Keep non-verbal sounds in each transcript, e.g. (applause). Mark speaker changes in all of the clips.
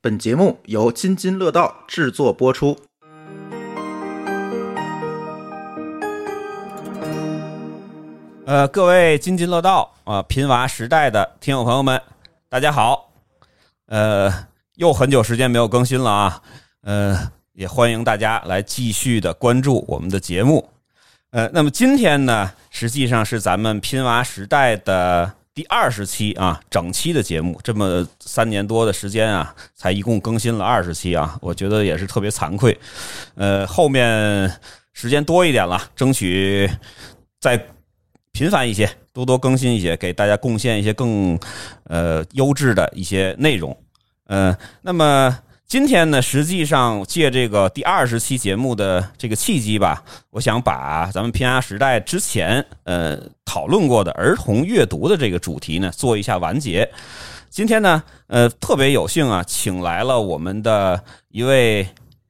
Speaker 1: 本节目由津津乐道制作播出。
Speaker 2: 呃，各位津津乐道啊、贫娃时代的听友朋友们，大家好。呃，又很久时间没有更新了啊。呃，也欢迎大家来继续的关注我们的节目。呃，那么今天呢，实际上是咱们拼娃时代的第二十期啊，整期的节目，这么三年多的时间啊，才一共更新了二十期啊，我觉得也是特别惭愧。呃，后面时间多一点了，争取再频繁一些，多多更新一些，给大家贡献一些更呃优质的一些内容。呃，那么今天呢，实际上借这个第二十期节目的这个契机吧，我想把咱们拼牙时代之前呃讨论过的儿童阅读的这个主题呢做一下完结。今天呢，呃，特别有幸啊，请来了我们的一位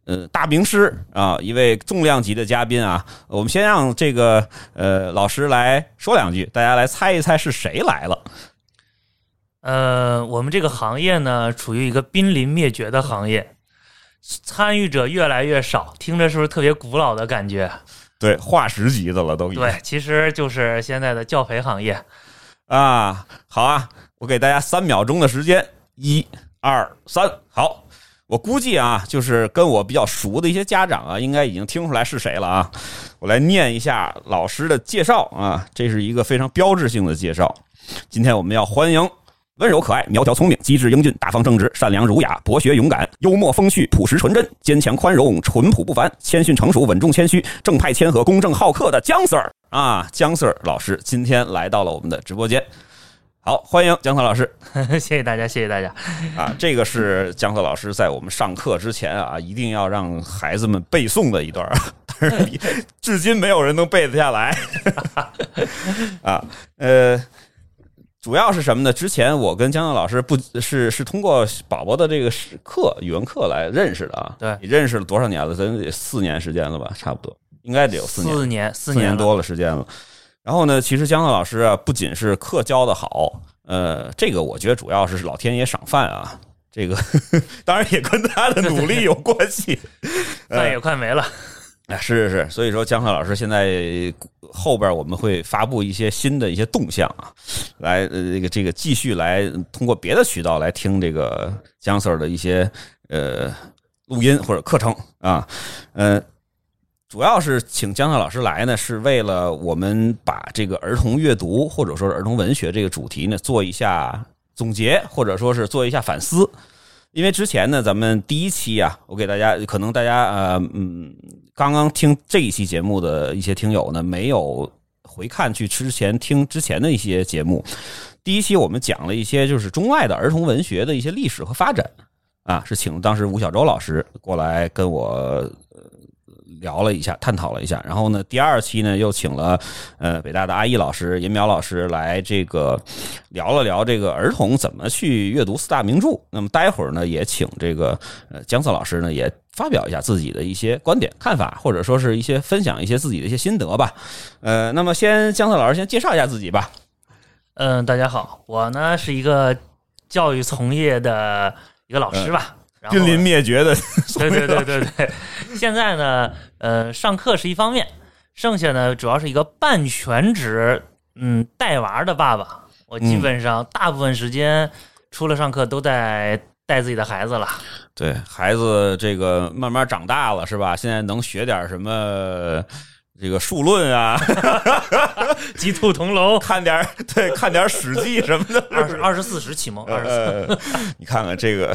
Speaker 2: 呃大名师啊，一位重量级的嘉宾啊。我们先让这个呃老师来说两句，大家来猜一猜是谁来了。
Speaker 3: 呃，我们这个行业呢，处于一个濒临灭绝的行业，参与者越来越少，听着是不是特别古老的感觉？
Speaker 2: 对，化石级的了都已经。
Speaker 3: 对，其实就是现在的教培行业。 (laughs)
Speaker 2: 啊，好啊，我给大家三秒钟的时间，一、二、三，好。我估计啊，就是跟我比较熟的一些家长啊，应该已经听出来是谁了啊。我来念一下老师的介绍啊，这是一个非常标志性的介绍。今天我们要欢迎温柔可爱、苗条聪明、机智英俊、大方正直、善良儒雅、博学勇敢、幽默风趣、朴实纯真、坚强宽容、淳朴不凡、谦逊成熟、稳重谦虚、正派谦和、公正好客的姜 Sir 啊，姜 Sir 老师今天来到了我们的直播间。好，欢迎姜 Sir 老师
Speaker 3: 谢谢大家，谢谢大家。
Speaker 2: 啊！这个是姜 Sir 老师在我们上课之前啊，一定要让孩子们背诵的一段儿， (laughs) 但是你至今没有人能背得下来 (laughs) 啊。呃，主要是什么呢？之前我跟姜 Sir 老师不是是通过宝宝的这个是课语文课来认识的啊。
Speaker 3: 对
Speaker 2: 你认识了多少年了？咱得四年时间了吧，差不多，应该得有四年。
Speaker 3: 四年，四
Speaker 2: 四年
Speaker 3: 了
Speaker 2: 多了时间了。然后呢，其实江乐老师啊，不仅是课教的好，呃，这个我觉得主要是老天爷赏饭啊，这个 (laughs) 当然也跟他的努力有关系。呃
Speaker 3: 饭也快没了。
Speaker 2: 啊，是是是，所以说江河老师现在后边我们会发布一些新的一些动向啊，来呃这个这个继续来通过别的渠道来听这个江 Sir 的一些呃录音或者课程啊，呃，主要是请江 Sir 老师来呢，是为了我们把这个儿童阅读或者说是儿童文学这个主题呢做一下总结，或者说是做一下反思。因为之前呢，咱们第一期啊，我给大家，可能大家呃，嗯，刚刚听这一期节目的一些听友呢，没有回看去之前听之前的一些节目。第一期我们讲了一些就是中外的儿童文学的一些历史和发展啊，是请当时吴晓舟老师过来跟我呃聊了一下，探讨了一下。然后呢，第二期呢又请了呃北大的阿毅老师、尹淼老师来这个聊了聊这个儿童怎么去阅读四大名著。那么待会儿呢，也请这个呃姜策老师呢也发表一下自己的一些观点、看法，或者说是一些分享一些自己的一些心得吧。呃，那么先姜策老师先介绍一下自己吧。
Speaker 3: 嗯，大家好，我呢是一个教育从业的一个老师吧。然后
Speaker 2: 嗯濒临灭绝的，
Speaker 3: (laughs) 对对对对对，现在呢，呃，上课是一方面，剩下呢主要是一个半全职，嗯，带娃儿的爸爸。我基本上大部分时间除了上课都在带自己的孩子了。
Speaker 2: (laughs) 对孩子这个慢慢长大了是吧？现在能学点什么？这个数论啊，
Speaker 3: 鸡兔同 (laughs) 笼，
Speaker 2: 看点儿对，看点儿《史记》什么的，
Speaker 3: 二十二十四时启蒙，二十四。
Speaker 2: 呃， (laughs) 你看看这个，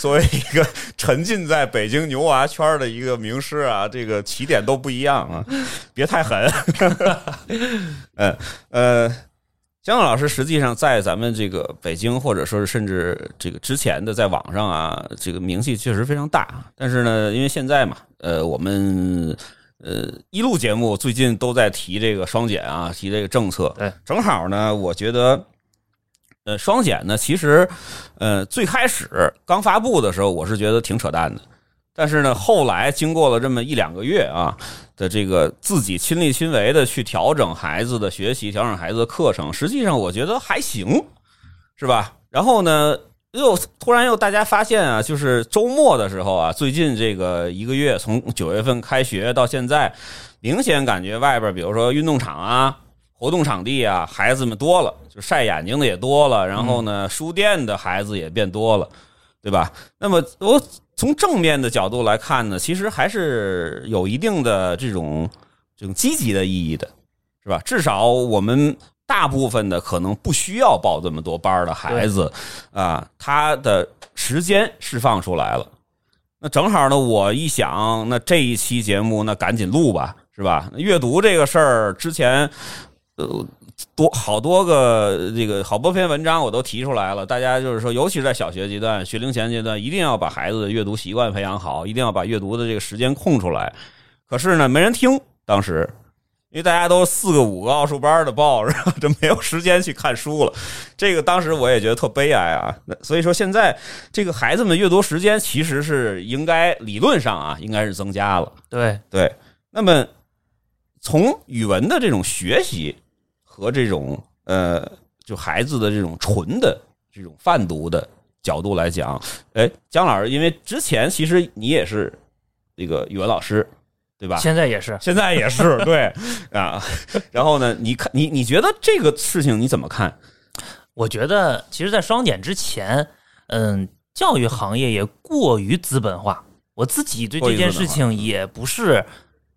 Speaker 2: 作为一个沉浸在北京牛娃圈的一个名师啊，这个起点都不一样啊，别太狠。 (laughs) 嗯呃，姜老师实际上在咱们这个北京，或者说是甚至这个之前的，在网上啊，这个名气确实非常大。但是呢，因为现在嘛，呃，我们。呃，一路节目最近都在提这个双减啊，提这个政策。
Speaker 3: 对，
Speaker 2: 正好呢，我觉得，呃，双减呢，其实，呃，最开始刚发布的时候，我是觉得挺扯淡的，但是呢，后来经过了这么一两个月啊的这个自己亲力亲为的去调整孩子的学习，调整孩子的课程，实际上我觉得还行，是吧？然后呢，又突然又大家发现啊，就是周末的时候啊，最近这个一个月，从九月份开学到现在，明显感觉外边，比如说运动场啊、活动场地啊，孩子们多了，就晒眼睛的也多了，然后呢，书店的孩子也变多了，对吧？那么我从正面的角度来看呢，其实还是有一定的这种这种积极的意义的，是吧？至少我们大部分的可能不需要报这么多班儿的孩子啊，他的时间释放出来了。那正好呢，我一想，那这一期节目那赶紧录吧，是吧？阅读这个事儿之前，呃，多好多个这个好多篇文章我都提出来了，大家就是说，尤其是在小学阶段、学龄前阶段，一定要把孩子的阅读习惯培养好，一定要把阅读的这个时间空出来。可是呢，没人听，当时。因为大家都四个五个奥数班的报，然后就没有时间去看书了。这个当时我也觉得特悲哀啊。那所以说，现在这个孩子们阅读时间其实是应该理论上啊，应该是增加了。
Speaker 3: 对，
Speaker 2: 对，那么从语文的这种学习和这种呃，就孩子的这种纯的这种泛读的角度来讲，哎，姜老师，因为之前其实你也是这个语文老师，对吧？
Speaker 3: 现在也是，
Speaker 2: 现在也是对 (laughs) 啊，然后呢，你看你你觉得这个事情你怎么看？
Speaker 3: 我觉得其实，在双减之前，嗯，教育行业也过于资本化。我自己对这件事情也不是，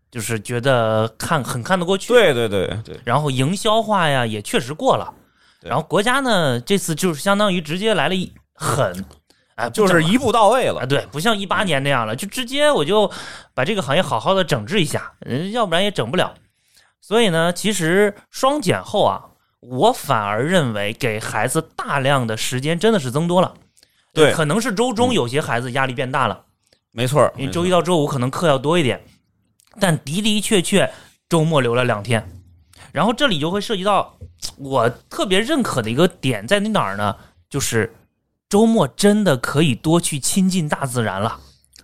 Speaker 3: 就是觉得看很看得过去。
Speaker 2: 对对对对，
Speaker 3: 然后营销化呀也确实过了，
Speaker 2: 对
Speaker 3: 然后国家呢这次就是相当于直接来了一狠，哎，不
Speaker 2: 就是
Speaker 3: 整
Speaker 2: 一嗯步到位
Speaker 3: 啊，
Speaker 2: 了。
Speaker 3: 对，不像一八年那样了，就直接我就把这个行业好好的整治一下，嗯要不然也整不了。所以呢，其实双减后啊，我反而认为给孩子大量的时间真的是增多了。
Speaker 2: 对嗯
Speaker 3: 可能是周中有些孩子压力变大了，
Speaker 2: 没错，
Speaker 3: 因为
Speaker 2: 没
Speaker 3: 周
Speaker 2: 错
Speaker 3: 一到周五可能课要多一点，但的的确确周末留了两天。然后这里就会涉及到我特别认可的一个点在于哪儿呢？就是周末真的可以多去亲近大自然了。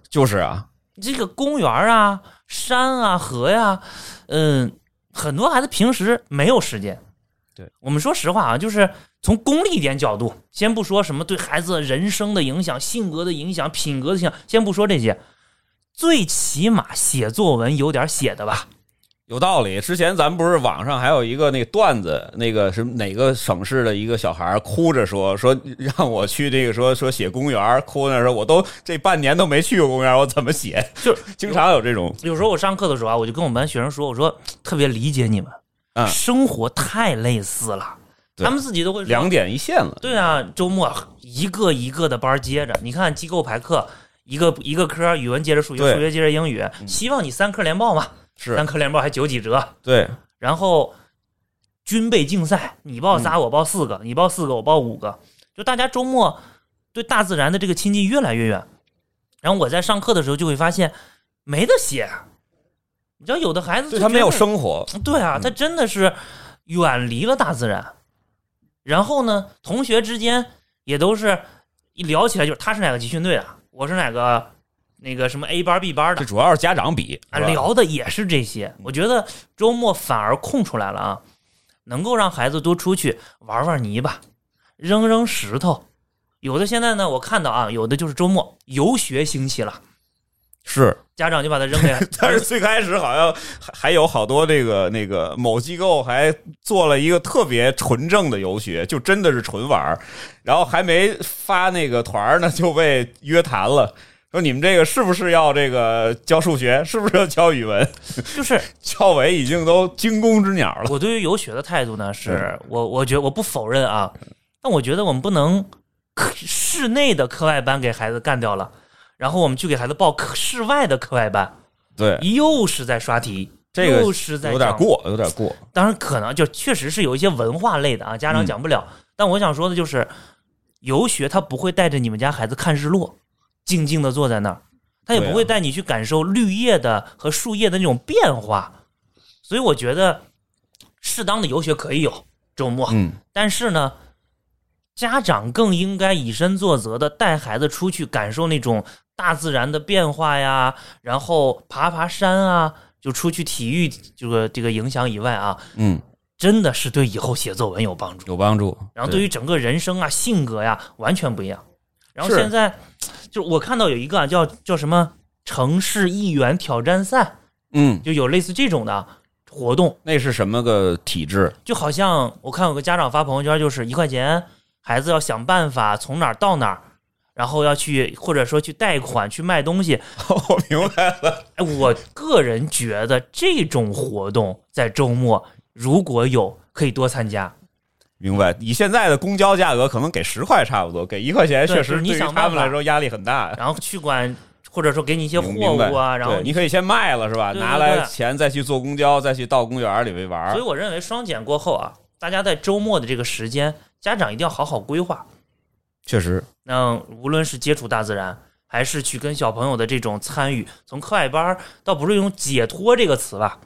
Speaker 2: 就是啊，
Speaker 3: 这个公园啊、山啊、河呀、嗯，很多孩子平时没有时间。
Speaker 2: 对
Speaker 3: 我们说实话啊，就是从功利点角度，先不说什么对孩子人生的影响、性格的影响、品格的影响，先不说这些，最起码写作文有点写的
Speaker 2: 啊
Speaker 3: 吧？
Speaker 2: 有道理。之前咱们不是网上还有一个那个段子，那个什么哪个省市的一个小孩哭着说说让我去这个说说写公园，哭着说我都这半年都没去过公园，我怎么写？
Speaker 3: 就是
Speaker 2: (laughs) 经常有这种
Speaker 3: 有时候我上课的时候啊，我就跟我们班学生说，我说特别理解你们，
Speaker 2: 嗯
Speaker 3: 生活太类似了，
Speaker 2: 对
Speaker 3: 他们自己都会说
Speaker 2: 两点一线了。
Speaker 3: 对啊，周末一个一个的班儿接着，你看机构排课，一个一个科，语文接着数
Speaker 2: 对嗯
Speaker 3: 学，数学接着英语，希望你三科连报嘛，
Speaker 2: 是
Speaker 3: 三科连报还九几折，
Speaker 2: 对
Speaker 3: 然后军备竞赛，你
Speaker 2: 嗯
Speaker 3: 报仨，我报四个，你报四个，我报五个，就大家周末对大自然的这个亲近越来越远。然后我在上课的时候就会发现，没得写，啊你知道有的孩子
Speaker 2: 对，
Speaker 3: 就
Speaker 2: 他没有
Speaker 3: 觉得
Speaker 2: 生活，
Speaker 3: (clears throat) 对
Speaker 2: 嗯
Speaker 3: 啊，他真的是远离了大自然。然后呢，同学之间也都是一聊起来就是他是哪个集训队的，我是哪个那个什么 A 班 B 班
Speaker 2: 这
Speaker 3: 的，
Speaker 2: 主要是家长比
Speaker 3: 啊，
Speaker 2: 是吧
Speaker 3: 聊的也是这些。我觉得周末反而空出来了啊，能够让孩子多出去玩玩泥巴，扔扔石头。有的现在呢，我看到啊，有的就是周末游学兴起了，
Speaker 2: 是
Speaker 3: 家长就把他扔给
Speaker 2: 但 (laughs) 是最开始好像还还有好多这个那个某机构还做了一个特别纯正的游学，就真的是纯玩儿，然后还没发那个团儿呢，就被约谈了。说你们这个是不是要这个教数学？是不是要教语文？
Speaker 3: 就是
Speaker 2: 教委已经都惊弓之鸟了。
Speaker 3: 我对于游学的态度呢，
Speaker 2: 嗯
Speaker 3: 是我我觉得我不否认啊，但我觉得我们不能课室内的课外班给孩子干掉了，然后我们去给孩子报课室外的课外班，
Speaker 2: 对，
Speaker 3: 又是在刷题，
Speaker 2: 这个
Speaker 3: 又是在
Speaker 2: 有点
Speaker 3: 讲。
Speaker 2: 过，有点过。
Speaker 3: 当然，可能就确实是有一些文化类的啊，家长
Speaker 2: 嗯
Speaker 3: 讲不了。但我想说的就是，游学他不会带着你们家孩子看日落，静静的坐在那儿，他也
Speaker 2: 对啊
Speaker 3: 不会带你去感受绿叶的和树叶的那种变化。所以我觉得，适当的游学可以有周末，
Speaker 2: 嗯，
Speaker 3: 但是呢，家长更应该以身作则的带孩子出去感受那种大自然的变化呀，然后爬爬山啊，就出去体育这个这个影响以外啊，
Speaker 2: 嗯，
Speaker 3: 真的是对以后写作文有帮助，
Speaker 2: 有帮助。
Speaker 3: 然后对于整个人生啊、性格呀、完全不一样。然后
Speaker 2: 是
Speaker 3: 现在就是我看到有一个、啊、叫叫什么城市议员挑战赛，
Speaker 2: 嗯，
Speaker 3: 就有类似这种的活动，
Speaker 2: 那是什么个体制？
Speaker 3: 就好像我看有个家长发朋友圈，就是一块钱，孩子要想办法从哪儿到哪儿。然后要去，或者说去贷款去卖东西。
Speaker 2: (laughs) 我明白了，
Speaker 3: 哎，我个人觉得这种活动在周末如果有，可以多参加。
Speaker 2: 明白。以现在的公交价格，可能给十块差不多，给一块钱，
Speaker 3: 对
Speaker 2: 确
Speaker 3: 就
Speaker 2: 实
Speaker 3: 是你
Speaker 2: 对于
Speaker 3: 想
Speaker 2: 他
Speaker 3: 办
Speaker 2: 们
Speaker 3: 法
Speaker 2: 来说压力很大。 (laughs)
Speaker 3: 然后去管，或者说给你一些货
Speaker 2: 明白
Speaker 3: 物啊，然后
Speaker 2: 对你可以先卖了是吧？
Speaker 3: 对对
Speaker 2: 拿来
Speaker 3: 对
Speaker 2: 钱再去坐公交，再去到公园里面玩儿
Speaker 3: 所以。我认为双减过后啊，大家在周末的这个时间，家长一定要好好规划。
Speaker 2: 确实，
Speaker 3: 那无论是接触大自然，还是去跟小朋友的这种参与，从课外班儿倒不是用解脱这个词吧，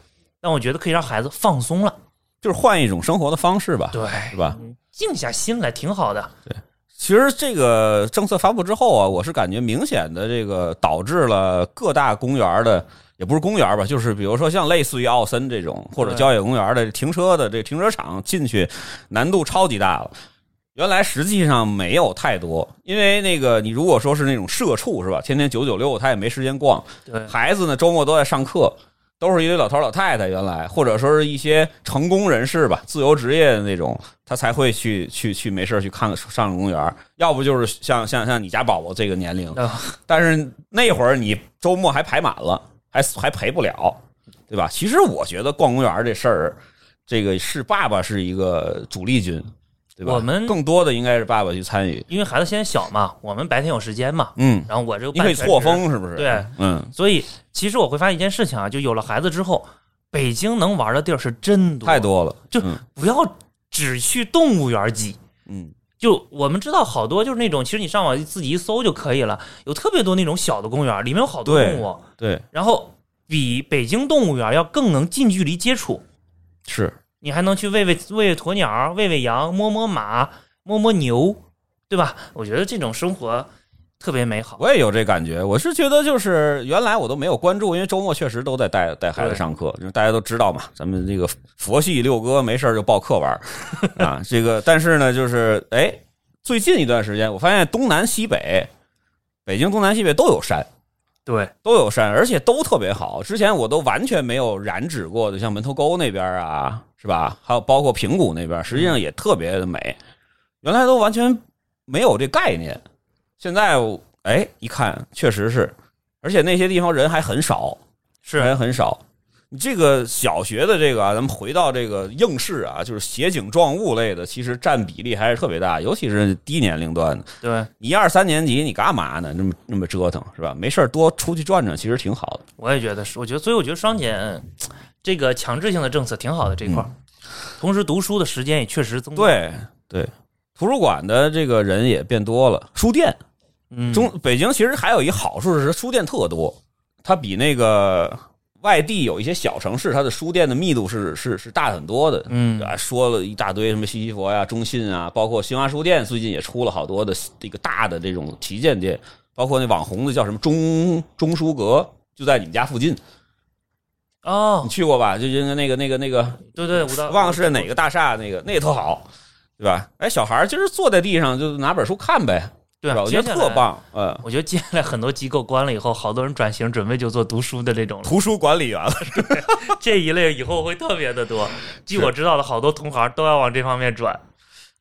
Speaker 3: 但我觉得可以让孩子放松了，
Speaker 2: 就是换一种生活的方式吧，
Speaker 3: 对，
Speaker 2: 是吧？
Speaker 3: 静下心来，挺好的。
Speaker 2: 其实这个政策发布之后啊，我是感觉明显的这个导致了各大公园的，也不是公园吧，就是比如说像类似于奥森这种或者
Speaker 3: 对
Speaker 2: 郊野公园的停车的这停车场进去难度超级大了。原来实际上没有太多，因为那个你如果说是那种社畜是吧，天天九九六他也没时间逛，
Speaker 3: 对，
Speaker 2: 孩子呢周末都在上课，都是一堆老头老太太，原来
Speaker 3: 嗯
Speaker 2: 或者说是一些成功人士吧，自由职业的那种，他才会去去去没事儿去看个上个公园儿，要不就是像像像你家宝宝这个年龄，
Speaker 3: 啊
Speaker 2: 但是那会儿你周末还排满了，还还陪不了，对吧？其实我觉得逛公园儿这事儿，这个是爸爸是一个主力军，对吧？
Speaker 3: 我们
Speaker 2: 更多的应该是爸爸去参与，
Speaker 3: 因为孩子现在小嘛，我们白天有时间嘛，
Speaker 2: 嗯，
Speaker 3: 然后我这个
Speaker 2: 你可以
Speaker 3: 半全
Speaker 2: 错
Speaker 3: 职，
Speaker 2: 峰是不是？
Speaker 3: 对，
Speaker 2: 嗯，
Speaker 3: 所以其实我会发现一件事情啊，就有了孩子之后，北京能玩的地儿是真多，
Speaker 2: 太多了，
Speaker 3: 就
Speaker 2: 嗯
Speaker 3: 不要只去动物园挤。
Speaker 2: 嗯
Speaker 3: 就我们知道好多就是那种，其实你上网自己一搜就可以了，有特别多那种小的公园，里面有好多
Speaker 2: 对
Speaker 3: 动物，
Speaker 2: 对
Speaker 3: 然后比北京动物园要更能近距离接触，
Speaker 2: 是。
Speaker 3: 你还能去喂喂喂喂鸵鸟、喂喂羊、摸摸马、摸摸牛，对吧？我觉得这种生活特别美好。
Speaker 2: 我也有这感觉，我是觉得就是原来我都没有关注，因为周末确实都在带带孩子上课，因为大家都知道嘛，咱们这个佛系六哥没事儿就报课玩儿啊。这个，但是呢，就是哎，最近一段时间我发现东南西北，北京东南西北都有山，
Speaker 3: 对，
Speaker 2: 都有山，而且都特别好。之前我都完全没有染指过的，像门头沟那边啊，是吧？还有包括平谷那边，实际上也特别的美。原来都完全没有这概念，现在我哎一看，确实是，而且那些地方人还很少，
Speaker 3: 是
Speaker 2: 人很少。你这个小学的这个啊，咱们回到这个应试啊，就是写景状物类的，其实占比例还是特别大，尤其是低年龄段的。
Speaker 3: 对，
Speaker 2: 你一二三年级你干嘛呢？那么那么折腾是吧？没事儿多出去转转，其实挺好的。
Speaker 3: 我也觉得是，我觉得，所以我觉得双减这个强制性的政策挺好的这一块儿，同时读书的时间也确实增加，
Speaker 2: 嗯对对，图书馆的这个人也变多了，书店
Speaker 3: 嗯，
Speaker 2: 中北京其实还有一好处是书店特多，它比那个外地有一些小城市，它的书店的密度是是是大很多的。
Speaker 3: 嗯
Speaker 2: 对，吧说了一大堆什么西西佛呀、中信啊，包括新华书店最近也出了好多的这个大的这种旗舰店，包括那网红的叫什么中中书阁，就在你们家附近，
Speaker 3: 哦
Speaker 2: 你，去过吧？就应该那个那个那个
Speaker 3: 对对，五道
Speaker 2: 忘了是哪个大厦，那个那个特好，对吧？哎，小孩儿今儿坐在地上就拿本书看呗，
Speaker 3: 对啊
Speaker 2: 是吧？我觉得
Speaker 3: 接下
Speaker 2: 特
Speaker 3: 来
Speaker 2: 棒，嗯。
Speaker 3: 我觉得接下来很多机构关了以后，好多人转型准备就做读书的
Speaker 2: (laughs)
Speaker 3: 这种了，
Speaker 2: 图书管理员了，
Speaker 3: 这一类以后会特别的多。据我知道的，好多同行都要往这方面转。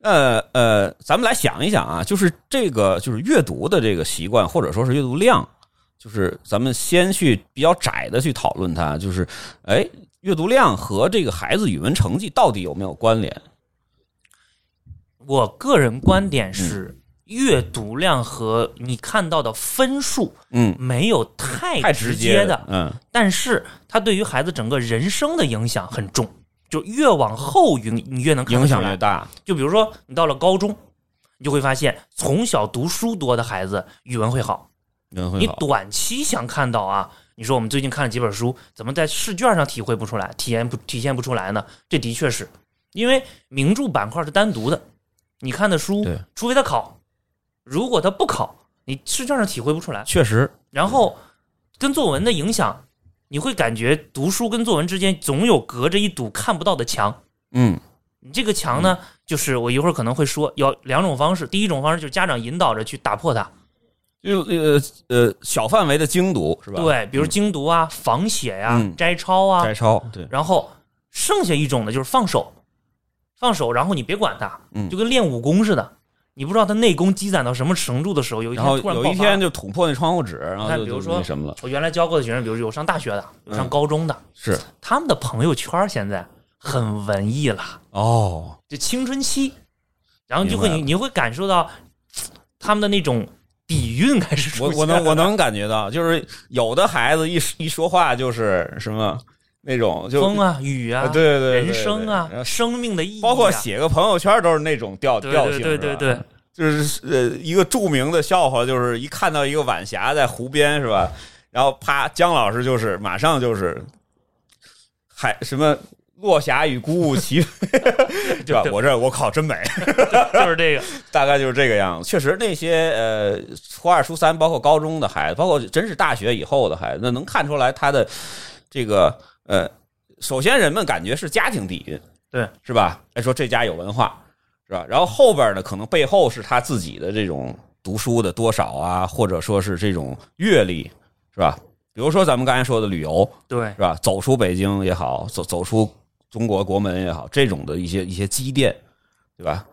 Speaker 2: 呃呃，咱们来想一想啊，就是这个就是阅读的这个习惯，或者说是阅读量，就是咱们先去比较窄的去讨论它，就是哎，阅读量和这个孩子语文成绩到底有没有关联？
Speaker 3: 我个人观
Speaker 2: 嗯
Speaker 3: 点是，阅读量和你看到的分数
Speaker 2: 嗯，
Speaker 3: 没有太
Speaker 2: 太
Speaker 3: 直
Speaker 2: 直
Speaker 3: 接
Speaker 2: 接
Speaker 3: 的，
Speaker 2: 嗯，
Speaker 3: 但是它对于孩子整个人生的影响很重。就越往后影，你越能看得
Speaker 2: 影
Speaker 3: 出
Speaker 2: 响
Speaker 3: 来
Speaker 2: 越大，
Speaker 3: 就比如说你到了高中，你就会发现，从小读书多的孩子语文会好。
Speaker 2: 人会
Speaker 3: 你
Speaker 2: 好。
Speaker 3: 短期想看到啊，你说我们最近看了几本书，怎么在试卷上体会不出来、体验不体现不出来呢？这的确是因为名著板块是单独的，你看的书
Speaker 2: 对，
Speaker 3: 除非他考，如果他不考，你试卷上体会不出来。
Speaker 2: 确实，
Speaker 3: 然后跟作文的影响，你会感觉读书跟作文之间总有隔着一堵看不到的墙。
Speaker 2: 嗯，
Speaker 3: 你这个墙呢，就是我一会儿可能会说有两种方式，第一种方式就是家长引导着去打破它，
Speaker 2: 就呃呃小范围的精读是吧？，
Speaker 3: 对，比如精读啊、仿写呀、
Speaker 2: 嗯
Speaker 3: 摘抄啊，
Speaker 2: 摘抄，对，
Speaker 3: 然后剩下一种呢就是放手，放手，然后你别管它，
Speaker 2: 嗯
Speaker 3: 就跟练武功似的，你不知道他内功积攒到什么程度的时候，有一
Speaker 2: 然
Speaker 3: 天
Speaker 2: 后
Speaker 3: 突然
Speaker 2: 有
Speaker 3: 爆
Speaker 2: 一
Speaker 3: 发。
Speaker 2: 天就捅破那窗户纸，然后
Speaker 3: 看
Speaker 2: 就
Speaker 3: 比如
Speaker 2: 就
Speaker 3: 说
Speaker 2: 那什么了，
Speaker 3: 我原来教过的学生，比如有上大学的，有上
Speaker 2: 嗯
Speaker 3: 高中的，
Speaker 2: 是
Speaker 3: 他们的朋友圈现在很文艺了，
Speaker 2: 哦，
Speaker 3: 就青春期，然后就会
Speaker 2: 明白
Speaker 3: 你你会感受到嘖他们的那种底蕴开始出
Speaker 2: 我
Speaker 3: 现
Speaker 2: 我能我能感觉到，就是有的孩子一一说话就是什么那种就
Speaker 3: 风啊雨啊，
Speaker 2: 啊对对对
Speaker 3: 人生啊
Speaker 2: 对然，后
Speaker 3: 生命的意义、啊，
Speaker 2: 包括写个朋友圈都是那种调
Speaker 3: 对
Speaker 2: 调
Speaker 3: 对
Speaker 2: 性，
Speaker 3: 对对
Speaker 2: 是吧
Speaker 3: 对，
Speaker 2: 就是呃一个著名的笑话，就是一看到一个晚霞在湖边是吧，然后啪，姜老师就是马上就是海什么。落霞与孤鹜齐飞， (laughs) 对吧
Speaker 3: 对？
Speaker 2: 我这我靠，真美，
Speaker 3: 就是这个，
Speaker 2: 大概就是这个样子。确实，那些呃初二、初三，包括高中的孩子，包括真是大学以后的孩子，那能看出来他的这个呃，首先人们感觉是家庭底蕴，
Speaker 3: 对，
Speaker 2: 是吧？哎，说这家有文化，是吧？然后后边呢，可能背后是他自己的这种读书的多少啊，或者说是这种阅历，是吧？比如说咱们刚才说的旅游，
Speaker 3: (laughs) 对
Speaker 2: 是吧？走出北京也好，走走出中国国门也好，这种的一些一些积淀，对吧？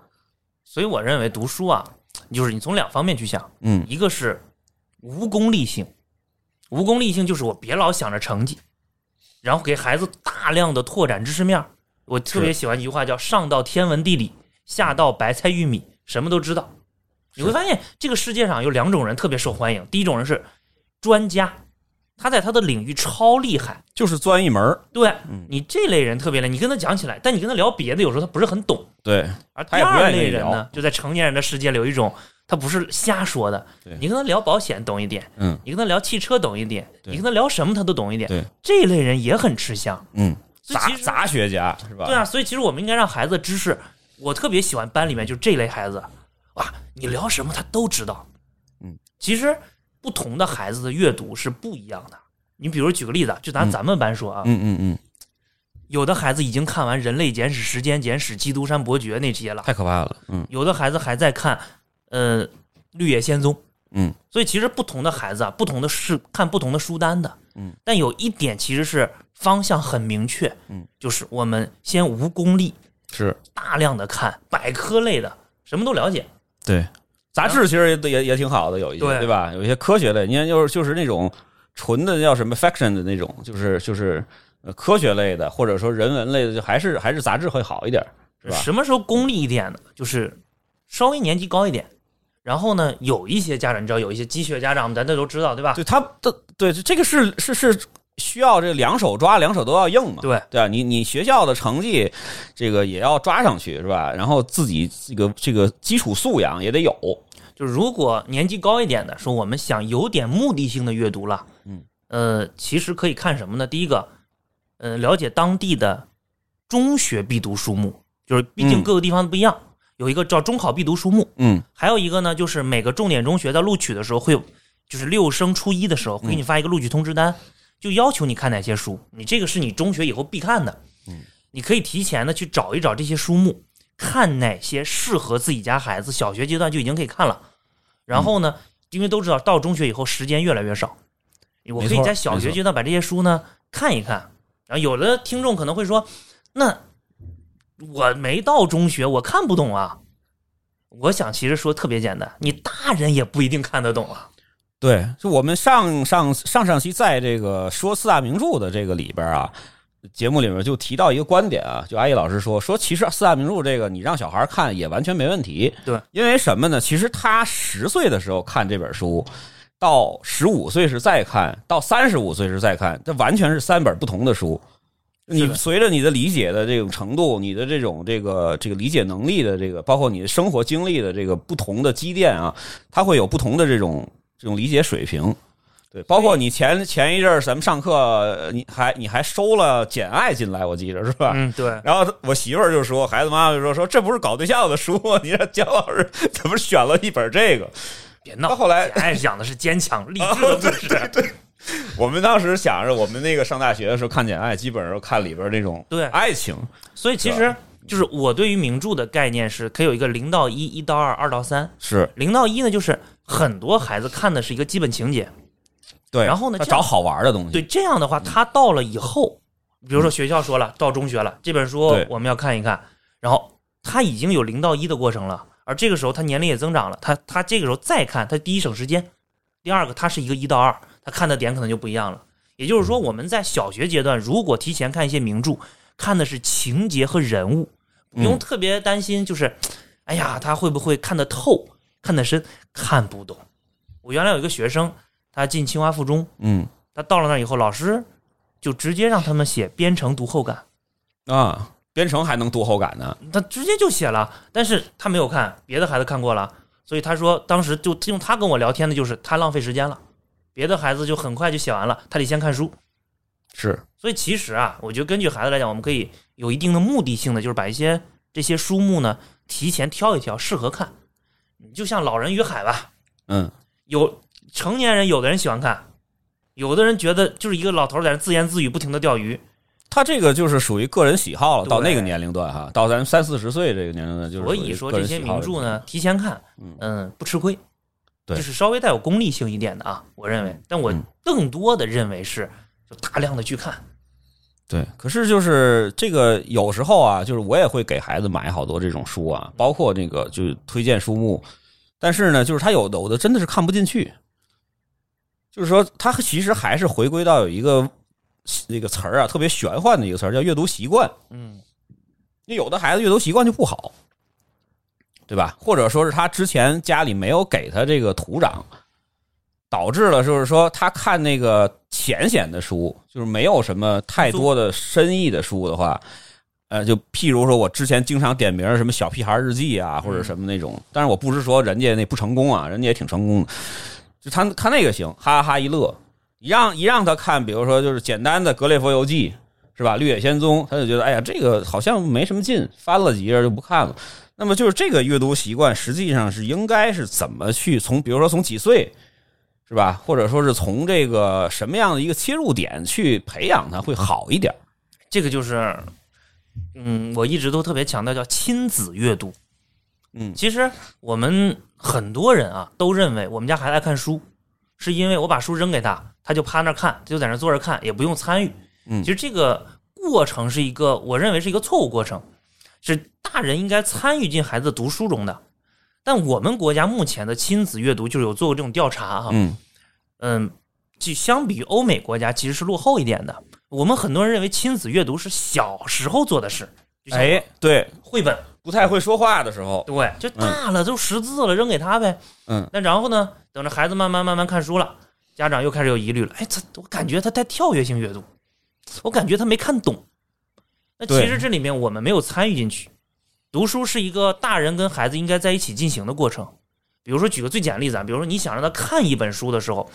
Speaker 3: 所以我认为读书啊，就是你从两方面去想，
Speaker 2: 嗯
Speaker 3: 一个是无功利性，无功利性就是我别老想着成绩，然后给孩子大量的拓展知识面儿。我特别喜欢一句话叫“上到天文地理，下到白菜玉米”，什么都知道。你会发现，这个世界上有两种人特别受欢迎，第一种人是专家，他在他的领域超厉害，
Speaker 2: 就是钻一门儿
Speaker 3: 对啊
Speaker 2: 嗯
Speaker 3: 你这类人特别累，你跟他讲起来，但你跟他聊别的，有时候他不是很懂。
Speaker 2: 对，
Speaker 3: 而啊第
Speaker 2: 他也不
Speaker 3: 二
Speaker 2: 愿意跟
Speaker 3: 类
Speaker 2: 你
Speaker 3: 人
Speaker 2: 聊嗯
Speaker 3: 呢，就在成年人的世界里有一种，他不是瞎说的
Speaker 2: 对。
Speaker 3: 你跟他聊保险懂一点，
Speaker 2: 嗯
Speaker 3: 你跟他聊汽车懂一点，
Speaker 2: 对
Speaker 3: 你跟他聊什么他都懂一点。
Speaker 2: 对，
Speaker 3: 这类人也很吃香。
Speaker 2: 嗯，
Speaker 3: 所以
Speaker 2: 杂
Speaker 3: 其实
Speaker 2: 杂学家是吧？
Speaker 3: 对啊，所以其实我们应该让孩子知识。我特别喜欢班里面就这类孩子，哇，你聊什么他都知道。
Speaker 2: 嗯，
Speaker 3: 其实不同的孩子的阅读是不一样的。你比如举个例子啊，就拿咱们班说啊，
Speaker 2: 嗯嗯嗯，
Speaker 3: 有的孩子已经看完《人类简史》《时间简史》《基督山伯爵》那些了，
Speaker 2: 太可怕了，嗯
Speaker 3: 有的孩子还在看，呃，《绿野仙踪》。
Speaker 2: 嗯，
Speaker 3: 所以其实不同的孩子啊，不同的是看不同的书单的。
Speaker 2: 嗯，
Speaker 3: 但有一点其实是方向很明确。
Speaker 2: 嗯，
Speaker 3: 就是我们先无功利，
Speaker 2: 是
Speaker 3: 大量的看百科类的，什么都了解。
Speaker 2: 对，杂志其实也也也挺好的，有一些
Speaker 3: 对
Speaker 2: 对吧？有一些科学类，你看就是就是那种纯的叫什么 fiction 的那种，就是就是呃科学类的或者说人文类的，就还是还是杂志会好一点，是吧？
Speaker 3: 什么时候功利一点呢？就是稍微年级高一点。然后呢，有一些家长，你知道，有一些积雪家长，咱这都知道，对吧？
Speaker 2: 对，他的对这个是是是需要这两手抓，两手都要硬嘛。
Speaker 3: 对
Speaker 2: 对啊，你你学校的成绩，这个也要抓上去是吧？然后自己这个这个基础素养也得有。
Speaker 3: 就如果年纪高一点的，说我们想有点目的性的阅读了，
Speaker 2: 嗯，
Speaker 3: 呃，其实可以看什么呢？第一个，呃，了解当地的中学必读书目，就是毕竟
Speaker 2: 嗯
Speaker 3: 各个地方不一样，有一个叫中考必读书目，
Speaker 2: 嗯
Speaker 3: 还有一个呢，就是每个重点中学在录取的时候会有，就是六升初一的时
Speaker 2: 嗯
Speaker 3: 候会给你发一个录取通知单，就要求你看哪些书，你这个是你中学以后必看的，
Speaker 2: 嗯，
Speaker 3: 你可以提前的去找一找这些书目，看哪些适合自己家孩子，小学阶段就已经可以看了。然后
Speaker 2: 嗯
Speaker 3: 呢，因为都知道到中学以后时间越来越少，我可
Speaker 2: 没
Speaker 3: 以
Speaker 2: 错
Speaker 3: 在小学阶段把这些书呢看一看。然后有的听众可能会说，那我没到中学，我看不懂啊。我想其实说特别简单，你大人也不一定看得懂啊。
Speaker 2: 对，就我们上上上上期在这个说四大名著的这个里边啊，节目里面就提到一个观点啊，就阿毅老师说说，其实四大名著这个你让小孩看也完全没问题。
Speaker 3: 对，
Speaker 2: 因为什么呢？其实他十岁的时候看这本书，到十五岁时再看，到三十五岁时再看，这完全是三本不同的书。
Speaker 3: 是
Speaker 2: 你
Speaker 3: 的
Speaker 2: 随着你的理解的这种程度，你的这种这个这个理解能力的这个，包括你的生活经历的这个不同的积淀啊，它会有不同的这种这种理解水平。对，包括你前前一阵儿咱们上课，呃你还你还收了《简爱》进来，我记着是吧？
Speaker 3: 嗯，对，
Speaker 2: 然后我媳妇儿就说，孩子妈妈就说说这不是搞对象的书吗？ (laughs) 你让姜老师怎么选了一本这个？
Speaker 3: 别闹。
Speaker 2: 到
Speaker 3: (laughs)
Speaker 2: 后来
Speaker 3: 简爱讲哦的是啊坚强励志的故事，
Speaker 2: 我们当时想着，我们那个上大学的时候看《简爱》，基本上看里边那种
Speaker 3: 对
Speaker 2: 爱情，
Speaker 3: 所以其
Speaker 2: 是
Speaker 3: 实就是我对于名著的概念是，可以有一个零到一、一到二、二到三。
Speaker 2: 是
Speaker 3: 零到一呢，就是很多孩子看的是一个基本情节，
Speaker 2: 对，
Speaker 3: 然后呢
Speaker 2: 他
Speaker 3: 这样
Speaker 2: 找好玩的东西，嗯
Speaker 3: 对这样的话，他到了以后，比如说学校说了，到中学了，这本书
Speaker 2: 对
Speaker 3: 我们要看一看，然后他已经有零到一的过程了，而这个时候他年龄也增长了，他他这个时候再看，他第一省时间，第二个他是一个一到二，他看的点可能就不一样了。也就是
Speaker 2: 嗯
Speaker 3: 说，我们在小学阶段，如果提前看一些名著，看的是情节和人物，不用
Speaker 2: 嗯
Speaker 3: 特别担心，就是，哎呀，他会不会看得透、看得深？看不懂。我原来有一个学生，他进清华附中，
Speaker 2: 嗯
Speaker 3: 他到了那儿以后，老师就直接让他们写编程读后感，
Speaker 2: 啊，编程还能读后感呢，
Speaker 3: 他直接就写了，但是他没有看，别的孩子看过了，所以他说当时就用他跟我聊天的就是他浪费时间了，别的孩子就很快就写完了，他得先看书。
Speaker 2: 是
Speaker 3: 所以其实啊，我觉得根据孩子来讲，我们可以有一定的目的性的，就是把一些这些书目呢提前挑一挑适合看。你就像《老人与海》吧，
Speaker 2: 嗯
Speaker 3: 有成年人，有的人喜欢看，有的人觉得就是一个老头儿在那自言自语，不停的钓鱼。
Speaker 2: 他这个就是属于个人喜好了，
Speaker 3: 对
Speaker 2: 到那个年龄段哈，到咱们三四十岁这个年龄段，就是
Speaker 3: 所以
Speaker 2: 属于
Speaker 3: 说这
Speaker 2: 个人
Speaker 3: 些
Speaker 2: 喜好
Speaker 3: 名
Speaker 2: 的
Speaker 3: 著呢，提前看，
Speaker 2: 嗯
Speaker 3: 嗯，不吃亏，
Speaker 2: 对
Speaker 3: 就是稍微带有功利性一点的啊，我认为，但我
Speaker 2: 嗯
Speaker 3: 更多的认为是就大量的去看，
Speaker 2: 对，可是就是这个有时候啊，就是我也会给孩子买好多这种书啊，包括那个就是推荐书目，但是呢，就是他有的我的真的是看不进去，就是说他其实还是回归到有一个那个词儿啊，特别玄幻的一个词儿叫阅读习惯。
Speaker 3: 嗯，
Speaker 2: 那有的孩子阅读习惯就不好，对吧？或者说是他之前家里没有给他这个土壤，导致了就是说他看那个浅显的书，就是没有什么太多的深意的书的话，呃，就譬如说我之前经常点名儿什么《小屁孩日记》啊，或者什么那种，但是我不是说人家那不成功啊，人家也挺成功的，就他看那个行，哈哈哈一乐。一让一让他看，比如说就是简单的《格列佛游记》，是吧？《绿野仙踪》，他就觉得哎呀，这个好像没什么劲，翻了几页就不看了。那么就是这个阅读习惯，实际上是应该是怎么去从，比如说从几岁，是吧？或者说是从这个什么样的一个切入点去培养它会好一点？
Speaker 3: 这个就是，嗯，我一直都特别强调叫亲子阅读，
Speaker 2: 嗯
Speaker 3: 其实我们很多人啊都认为我们家孩子爱看书，是因为我把书扔给他，他就趴那儿看，他就在那儿坐着看，也不用参与。
Speaker 2: 嗯
Speaker 3: 其实这个过程是一个，我认为是一个错误过程，是大人应该参与进孩子读书中的。但我们国家目前的亲子阅读就是有做过这种调查啊，
Speaker 2: 嗯
Speaker 3: 嗯，就相比于欧美国家其实是落后一点的。我们很多人认为亲子阅读是小时候做的事，就像
Speaker 2: 哎，对，
Speaker 3: 绘本，
Speaker 2: 不太会说话的时候，
Speaker 3: 对，就大了都识字了，扔给他呗。
Speaker 2: 嗯，
Speaker 3: 那然后呢，等着孩子慢慢慢慢看书了，家长又开始有疑虑了。哎，他我感觉他在跳跃性阅读，我感觉他没看懂。那其
Speaker 2: 对
Speaker 3: 实这里面我们没有参与进去。读书是一个大人跟孩子应该在一起进行的过程。比如说，举个最简的例子啊，比如说你想让他看一本书的时候，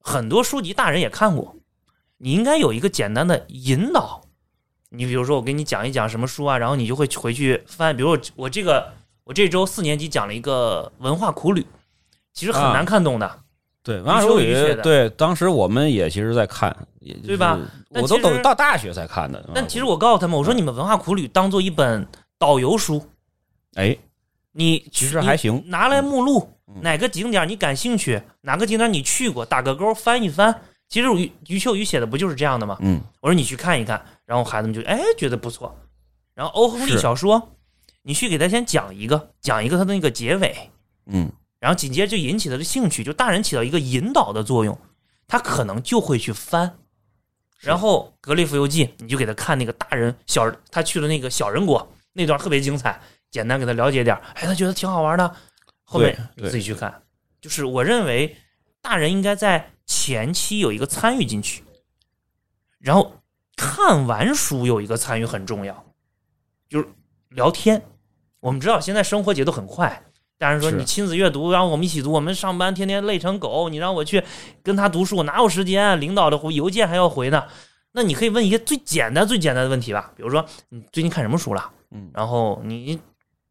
Speaker 3: 很多书籍大人也看过，你应该有一个简单的引导。你比如说，我给你讲一讲什么书啊，然后你就会回去翻。比如我我这个我这周四年级讲了一个文化苦旅，其实很
Speaker 2: 啊
Speaker 3: 难看懂的，
Speaker 2: 对，王小
Speaker 3: 修
Speaker 2: 雨
Speaker 3: 理学的
Speaker 2: 对，当时我们也其实在看，也就是
Speaker 3: 对吧？但
Speaker 2: 我都
Speaker 3: 其实
Speaker 2: 都到大学才看的。啊
Speaker 3: 但其实我告诉他们，我说你们文化苦旅当做一本导游书，
Speaker 2: 哎，
Speaker 3: 你
Speaker 2: 其实还行
Speaker 3: 你拿来目录，
Speaker 2: 嗯
Speaker 3: 哪个景点你感兴趣，哪个景点你去过，打个勾翻一翻。其实余余秋雨写的不就是这样的吗？
Speaker 2: 嗯，
Speaker 3: 我说你去看一看，然后孩子们就哎觉得不错。然后欧亨利
Speaker 2: 是
Speaker 3: 小说，你去给他先讲一个，讲一个他的那个结尾，
Speaker 2: 嗯，
Speaker 3: 然后紧接着就引起他的兴趣，就大人起到一个引导的作用，他可能就会去翻。然后《格列佛游记》，你就给他看那个大人小，他去了那个小人国那段特别精彩，简单给他了解点儿，哎，他觉得挺好玩的。后面
Speaker 2: 对
Speaker 3: 你
Speaker 2: 对
Speaker 3: 自己去看，就是我认为大人应该在前期有一个参与进去，然后看完书有一个参与很重要，就是聊天。我们知道现在生活节奏很快，大人说
Speaker 2: 是
Speaker 3: 你亲子阅读，然后我们一起读，我们上班天天累成狗，你让我去跟他读书，我哪有时间啊？领导的回邮件还要回呢。那你可以问一些最简单、最简单的问题吧，比如说你最近看什么书了？
Speaker 2: 嗯
Speaker 3: 然后你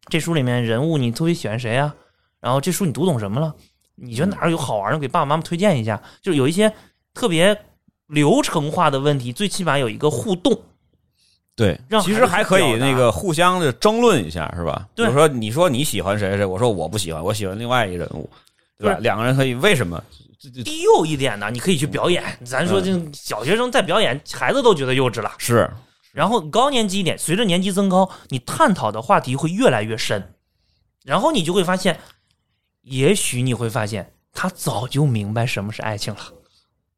Speaker 3: 这书里面人物你特别喜欢谁啊？然后这书你读懂什么了？你觉得哪儿有好玩的，给爸爸妈妈推荐一下。就是有一些特别流程化的问题，最起码有一个互动。
Speaker 2: 对
Speaker 3: 让，
Speaker 2: 其
Speaker 3: 孩
Speaker 2: 实
Speaker 3: 子
Speaker 2: 还
Speaker 3: 去
Speaker 2: 可以
Speaker 3: 表达
Speaker 2: 那个互相的争论一下，是吧？
Speaker 3: 对
Speaker 2: 比如说你说你喜欢谁谁，我说我不喜欢，我喜欢另外一个人物，对吧
Speaker 3: 不？
Speaker 2: 两个人可以为什么？
Speaker 3: 低幼一点的，你
Speaker 2: 嗯
Speaker 3: 可以去表演。咱说这小学生在表演，孩子都觉得幼稚了。
Speaker 2: 是
Speaker 3: 然后高年级一点，随着年级增高，你探讨的话题会越来越深，然后你就会发现，也许你会发现他早就明白什么是爱情了。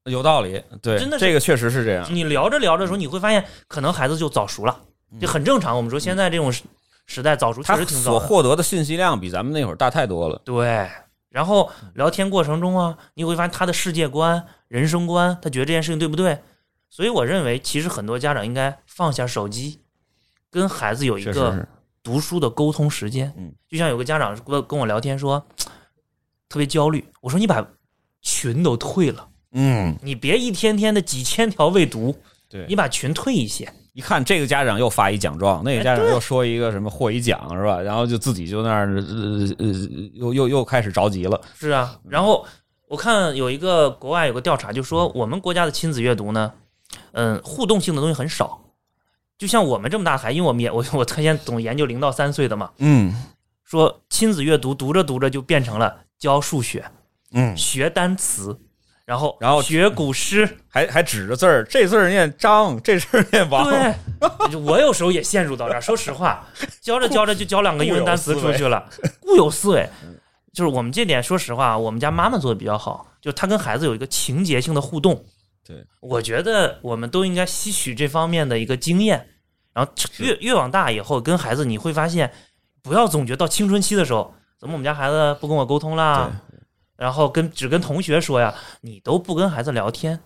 Speaker 2: 有道理，对，
Speaker 3: 真的是
Speaker 2: 这个确实是这样。
Speaker 3: 你聊着聊着的时候，你会发现，可能孩子就早熟了，这很正常。我们说现在这种时时代早熟确
Speaker 2: 嗯他
Speaker 3: 实挺早
Speaker 2: 所
Speaker 3: 的，
Speaker 2: 获得的信息量比咱们那会儿大太多了。
Speaker 3: 对。然后
Speaker 2: 嗯
Speaker 3: 聊天过程中啊，你会发现他的世界观、人生观，他觉得这件事情对不对。所以我认为，其实很多家长应该放下手机，跟孩子有一
Speaker 2: 确实
Speaker 3: 个
Speaker 2: 是，
Speaker 3: 读书的沟通时间。
Speaker 2: 嗯，
Speaker 3: 就像有个家长跟跟我聊天说，特别焦虑。我说你把群都退了，
Speaker 2: 嗯，
Speaker 3: 你别一天天的几千条未读，
Speaker 2: 对
Speaker 3: 你，把群退一些。
Speaker 2: 一看这个家长又发一奖状，
Speaker 3: 哎
Speaker 2: 那个家长又说一个什么获一奖是吧？然后就自己就那儿呃呃又又又开始着急了。
Speaker 3: 是啊，
Speaker 2: 嗯
Speaker 3: 然后我看有一个国外有个调查，就
Speaker 2: 嗯
Speaker 3: 说我们国家的亲子阅读呢，嗯，互动性的东西很少。就像我们这么大孩，因为我们也我我特先总研究零到三岁的嘛，
Speaker 2: 嗯
Speaker 3: 说亲子阅读读着读着就变成了教数学、
Speaker 2: 嗯，
Speaker 3: 学单词，然后
Speaker 2: 然后
Speaker 3: 学古诗。
Speaker 2: 还还指着字儿，这字儿念张，这字儿念王，
Speaker 3: 对， (laughs) 就我有时候也陷入到这儿。说实 (laughs) 话，教着教着就教两个英文单词出去 (laughs) 了，固有思维。就是我们这点，说实话，我们家妈妈做的比较好，就她跟孩子有一个情节性的互动。
Speaker 2: 对，
Speaker 3: 我觉得我们都应该吸取这方面的一个经验，然后越越往大以后，跟孩子你会发现，不要总觉得到青春期的时候，怎么我们家孩子不跟我沟通啦，然后跟只跟同学说呀，你都不跟孩子聊天，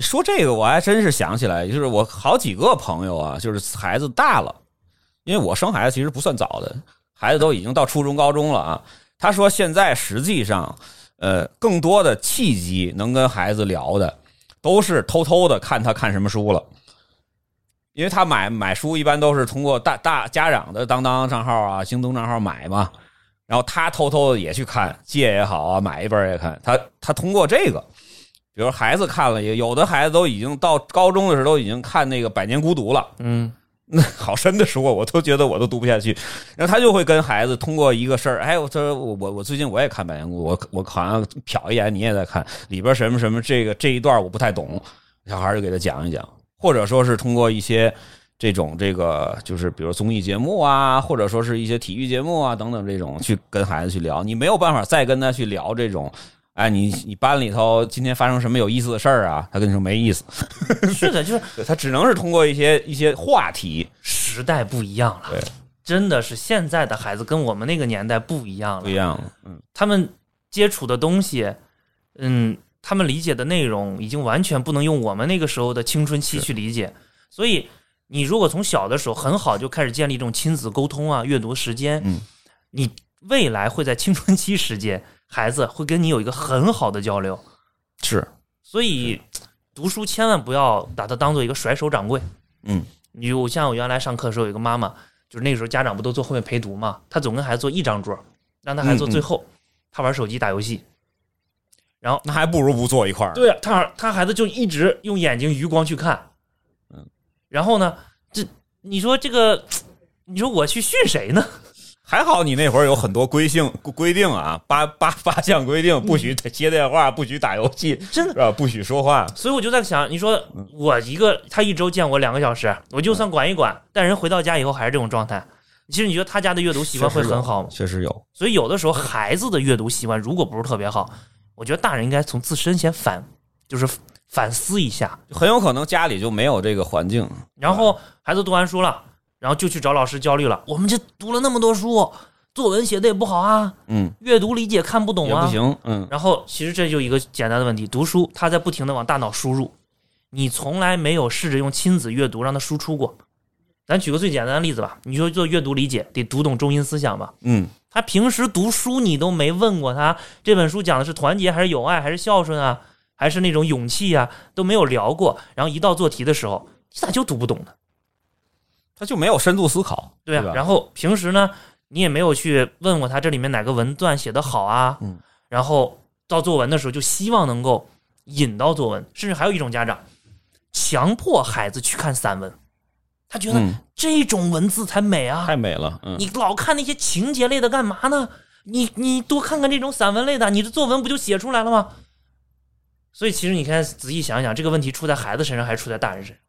Speaker 2: 说这个我还真是想起来，就是我好几个朋友啊，就是孩子大了，因为我生孩子其实不算早的，孩子都已经到初中、高中了啊。他说现在实际上，呃，更多的契机能跟孩子聊的，都是偷偷的看他看什么书了。因为他买买书一般都是通过大大家长的当当账号啊、京东账号买嘛，然后他偷偷的也去看，借也好啊，买一本也看。他他通过这个，比如孩子看了一个，有的孩子都已经到高中的时候都已经看那个《百年孤独》了，
Speaker 3: 嗯，
Speaker 2: 那好深的书啊，我都觉得我都读不下去。然后他就会跟孩子通过一个事儿，哎，我他说我我我最近我也看《百年孤独》，我我好像瞟一眼你也在看里边什么什么这个这一段我不太懂，小孩儿就给他讲一讲，或者说是通过一些。这种这个就是比如综艺节目啊，或者说是一些体育节目啊等等这种去跟孩子去聊，你没有办法再跟他去聊这种，哎，你你班里头今天发生什么有意思的事儿啊？他跟你说没意思，
Speaker 3: 是的，就是
Speaker 2: 他只能是通过一些一些话题，
Speaker 3: 时代不一样了
Speaker 2: 对，
Speaker 3: 真的是现在的孩子跟我们那个年代不一样
Speaker 2: 不
Speaker 3: 了
Speaker 2: 一，样了。嗯，
Speaker 3: 他们接触的东西，嗯，他们理解的内容已经完全不能用我们那个时候的青春期去理解，所以你如果从小的时候很好就开始建立这种亲子沟通啊、阅读时间，
Speaker 2: 嗯，
Speaker 3: 你未来会在青春期时间，孩子会跟你有一个很好的交流，
Speaker 2: 是，
Speaker 3: 所以读书千万不要把它当做一个甩手掌柜。
Speaker 2: 嗯，
Speaker 3: 你我像我原来上课的时候，有一个妈妈，就是那个时候家长不都坐后面陪读嘛，她总跟孩子坐一张桌，让她孩子
Speaker 2: 嗯
Speaker 3: 坐最后，她玩手机打游戏。
Speaker 2: 那还不如不坐一块儿。
Speaker 3: 对呀、她她孩子就一直用眼睛余光去看，
Speaker 2: 嗯，
Speaker 3: 然后呢，这你说这个，你说我去训谁呢？
Speaker 2: 还好你那会儿有很多规性规定啊，八八八项规定，不许接电话，不许打游戏，
Speaker 3: 真的
Speaker 2: 是吧？不许说话。
Speaker 3: 所以我就在想，你说
Speaker 2: 嗯
Speaker 3: 我一个他一周见我两个小时，我就算管一管，但人回到家以后还是这种状态。其实你觉得他家的阅读习惯会很好吗？
Speaker 2: 确实有，
Speaker 3: 所以有的时候孩子的阅读习惯如果不是特别好，我觉得大人应该从自身先反，就是反思一下。
Speaker 2: 很有可能家里就没有这个环境。
Speaker 3: 然后孩子读完书了，然后就去找老师焦虑了。我们这读了那么多书，作文写的也不好啊，
Speaker 2: 嗯，
Speaker 3: 阅读理解看不懂
Speaker 2: 也
Speaker 3: 啊，
Speaker 2: 不行。嗯，
Speaker 3: 然后其实这就一个简单的问题，读书它在不停的往大脑输入，你从来没有试着用亲子阅读让它输出过。咱举个最简单的例子吧，你说做阅读理解得读懂中心思想吧，
Speaker 2: 嗯，
Speaker 3: 他平时读书你都没问过他这本书讲的是团结还是友爱还是孝顺啊，还是那种勇气啊，都没有聊过。然后一到做题的时候，你咋就读不懂呢？
Speaker 2: 他就没有深度思考，对
Speaker 3: 对啊，
Speaker 2: 吧？
Speaker 3: 然后平时呢，你也没有去问过他这里面哪个文段写得好啊，
Speaker 2: 嗯，
Speaker 3: 然后到作文的时候就希望能够引到作文，甚至还有一种家长强迫孩子去看散文，他觉得
Speaker 2: 嗯，
Speaker 3: 这种文字才美啊，
Speaker 2: 太美了。嗯，
Speaker 3: 你老看那些情节类的干嘛呢？你你多看看这种散文类的，你的作文不就写出来了吗？所以其实你看，仔细想一想，这个问题出在孩子身上，还是出在大人身上，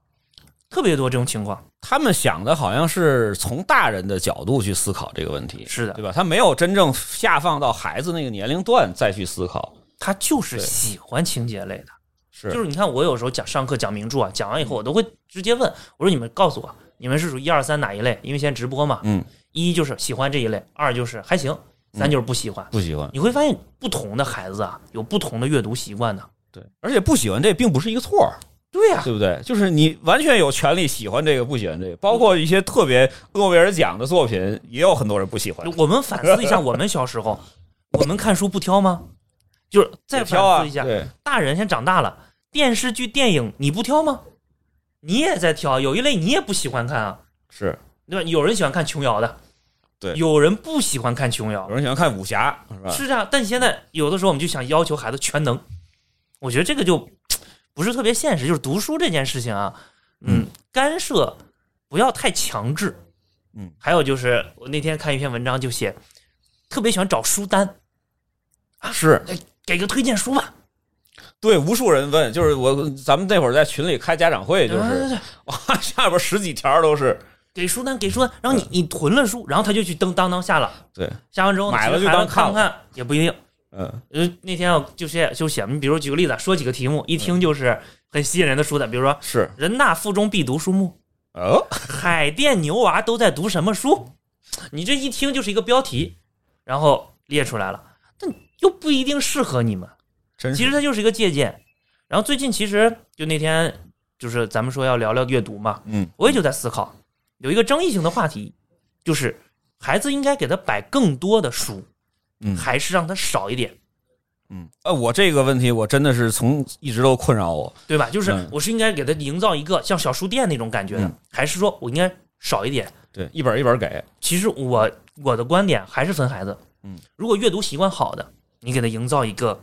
Speaker 3: 特别多这种情况。
Speaker 2: 他们想的好像是从大人的角度去思考这个问题，
Speaker 3: 是的，
Speaker 2: 对吧？他没有真正下放到孩子那个年龄段再去思考，
Speaker 3: 他就是
Speaker 2: 对
Speaker 3: 喜欢情节类的。
Speaker 2: 是嗯
Speaker 3: 就是你看，我有时候讲上课讲名著啊，讲完以后我都会直接问我说：“你们告诉我，你们是属于一二三哪一类？”因为现在直播嘛，
Speaker 2: 嗯，
Speaker 3: 一就是喜欢这一类，二就是还行，三就是不喜欢。
Speaker 2: 不喜欢，
Speaker 3: 你会发现，不同的孩子啊，有不同的阅读习惯的。
Speaker 2: 对，而且不喜欢这并不是一个错儿，
Speaker 3: 对呀、
Speaker 2: 对不对？就是你完全有权利喜欢这个，不喜欢这个，包括一些特别诺贝尔奖的作品，也有很多人不喜欢。
Speaker 3: 我们反思一下，我们小
Speaker 2: (laughs)
Speaker 3: 时候，我们看书不挑吗？就是再
Speaker 2: 挑啊
Speaker 3: 反思一，下，
Speaker 2: 对，
Speaker 3: 大人先长大了，电视剧、电影你不挑吗？你也在挑，有一类你也不喜欢看啊，
Speaker 2: 是
Speaker 3: 对吧？有人喜欢看琼瑶的，
Speaker 2: 对
Speaker 3: 有人不喜欢看琼瑶
Speaker 2: 有，人喜欢看武侠，是吧？
Speaker 3: 是这样。但现在有的时候我们就想要求孩子全能，我觉得这个就不是特别现实。就是读书这件事情啊，嗯，干涉不要太强制。
Speaker 2: 嗯，
Speaker 3: 还有就是我那天看一篇文章就写，特别喜欢找书单，啊
Speaker 2: 是
Speaker 3: 给个推荐书吧。
Speaker 2: 对，无数人问，就是我咱们那会儿在群里开家长会，就
Speaker 3: 对对
Speaker 2: 是
Speaker 3: 对，
Speaker 2: 哇，下边十几条都
Speaker 3: (laughs)
Speaker 2: 是
Speaker 3: 给书单，给书单，然后你你囤了书，然后他就去登当当下了，
Speaker 2: 对，
Speaker 3: 下完之后呢
Speaker 2: 买了
Speaker 3: 其实
Speaker 2: 就
Speaker 3: 孩子
Speaker 2: 当看
Speaker 3: 看不看也不一定。
Speaker 2: 嗯
Speaker 3: 呃，那天我就写就写，你比如举个例子，啊说几个题目，
Speaker 2: 嗯
Speaker 3: 一听就是很吸引人的书单，比如说
Speaker 2: 是
Speaker 3: 人大附中必读书目，
Speaker 2: 哦，
Speaker 3: 海淀牛娃都在读什么书？你这一听就是一个标题，然后列出来了，但又不一定适合你们。
Speaker 2: 真是
Speaker 3: 其实它就是一个借鉴。然后最近其实就那天就是咱们说要聊聊阅读嘛，
Speaker 2: 嗯，
Speaker 3: 我也就在思考，有一个争议性的话题，就是孩子应该给他摆更多的书，
Speaker 2: 嗯
Speaker 3: 还是让他少一点，
Speaker 2: 嗯，呃，我这个问题我真的是从一直都困扰我，
Speaker 3: 对吧？就是
Speaker 2: 嗯
Speaker 3: 我是应该给他营造一个像小书店那种感觉的
Speaker 2: 嗯，
Speaker 3: 还是说我应该少一点？
Speaker 2: 对，一本一本给，
Speaker 3: 其实我我的观点还是分孩子，
Speaker 2: 嗯，
Speaker 3: 如果阅读习惯好的，你给他营造一个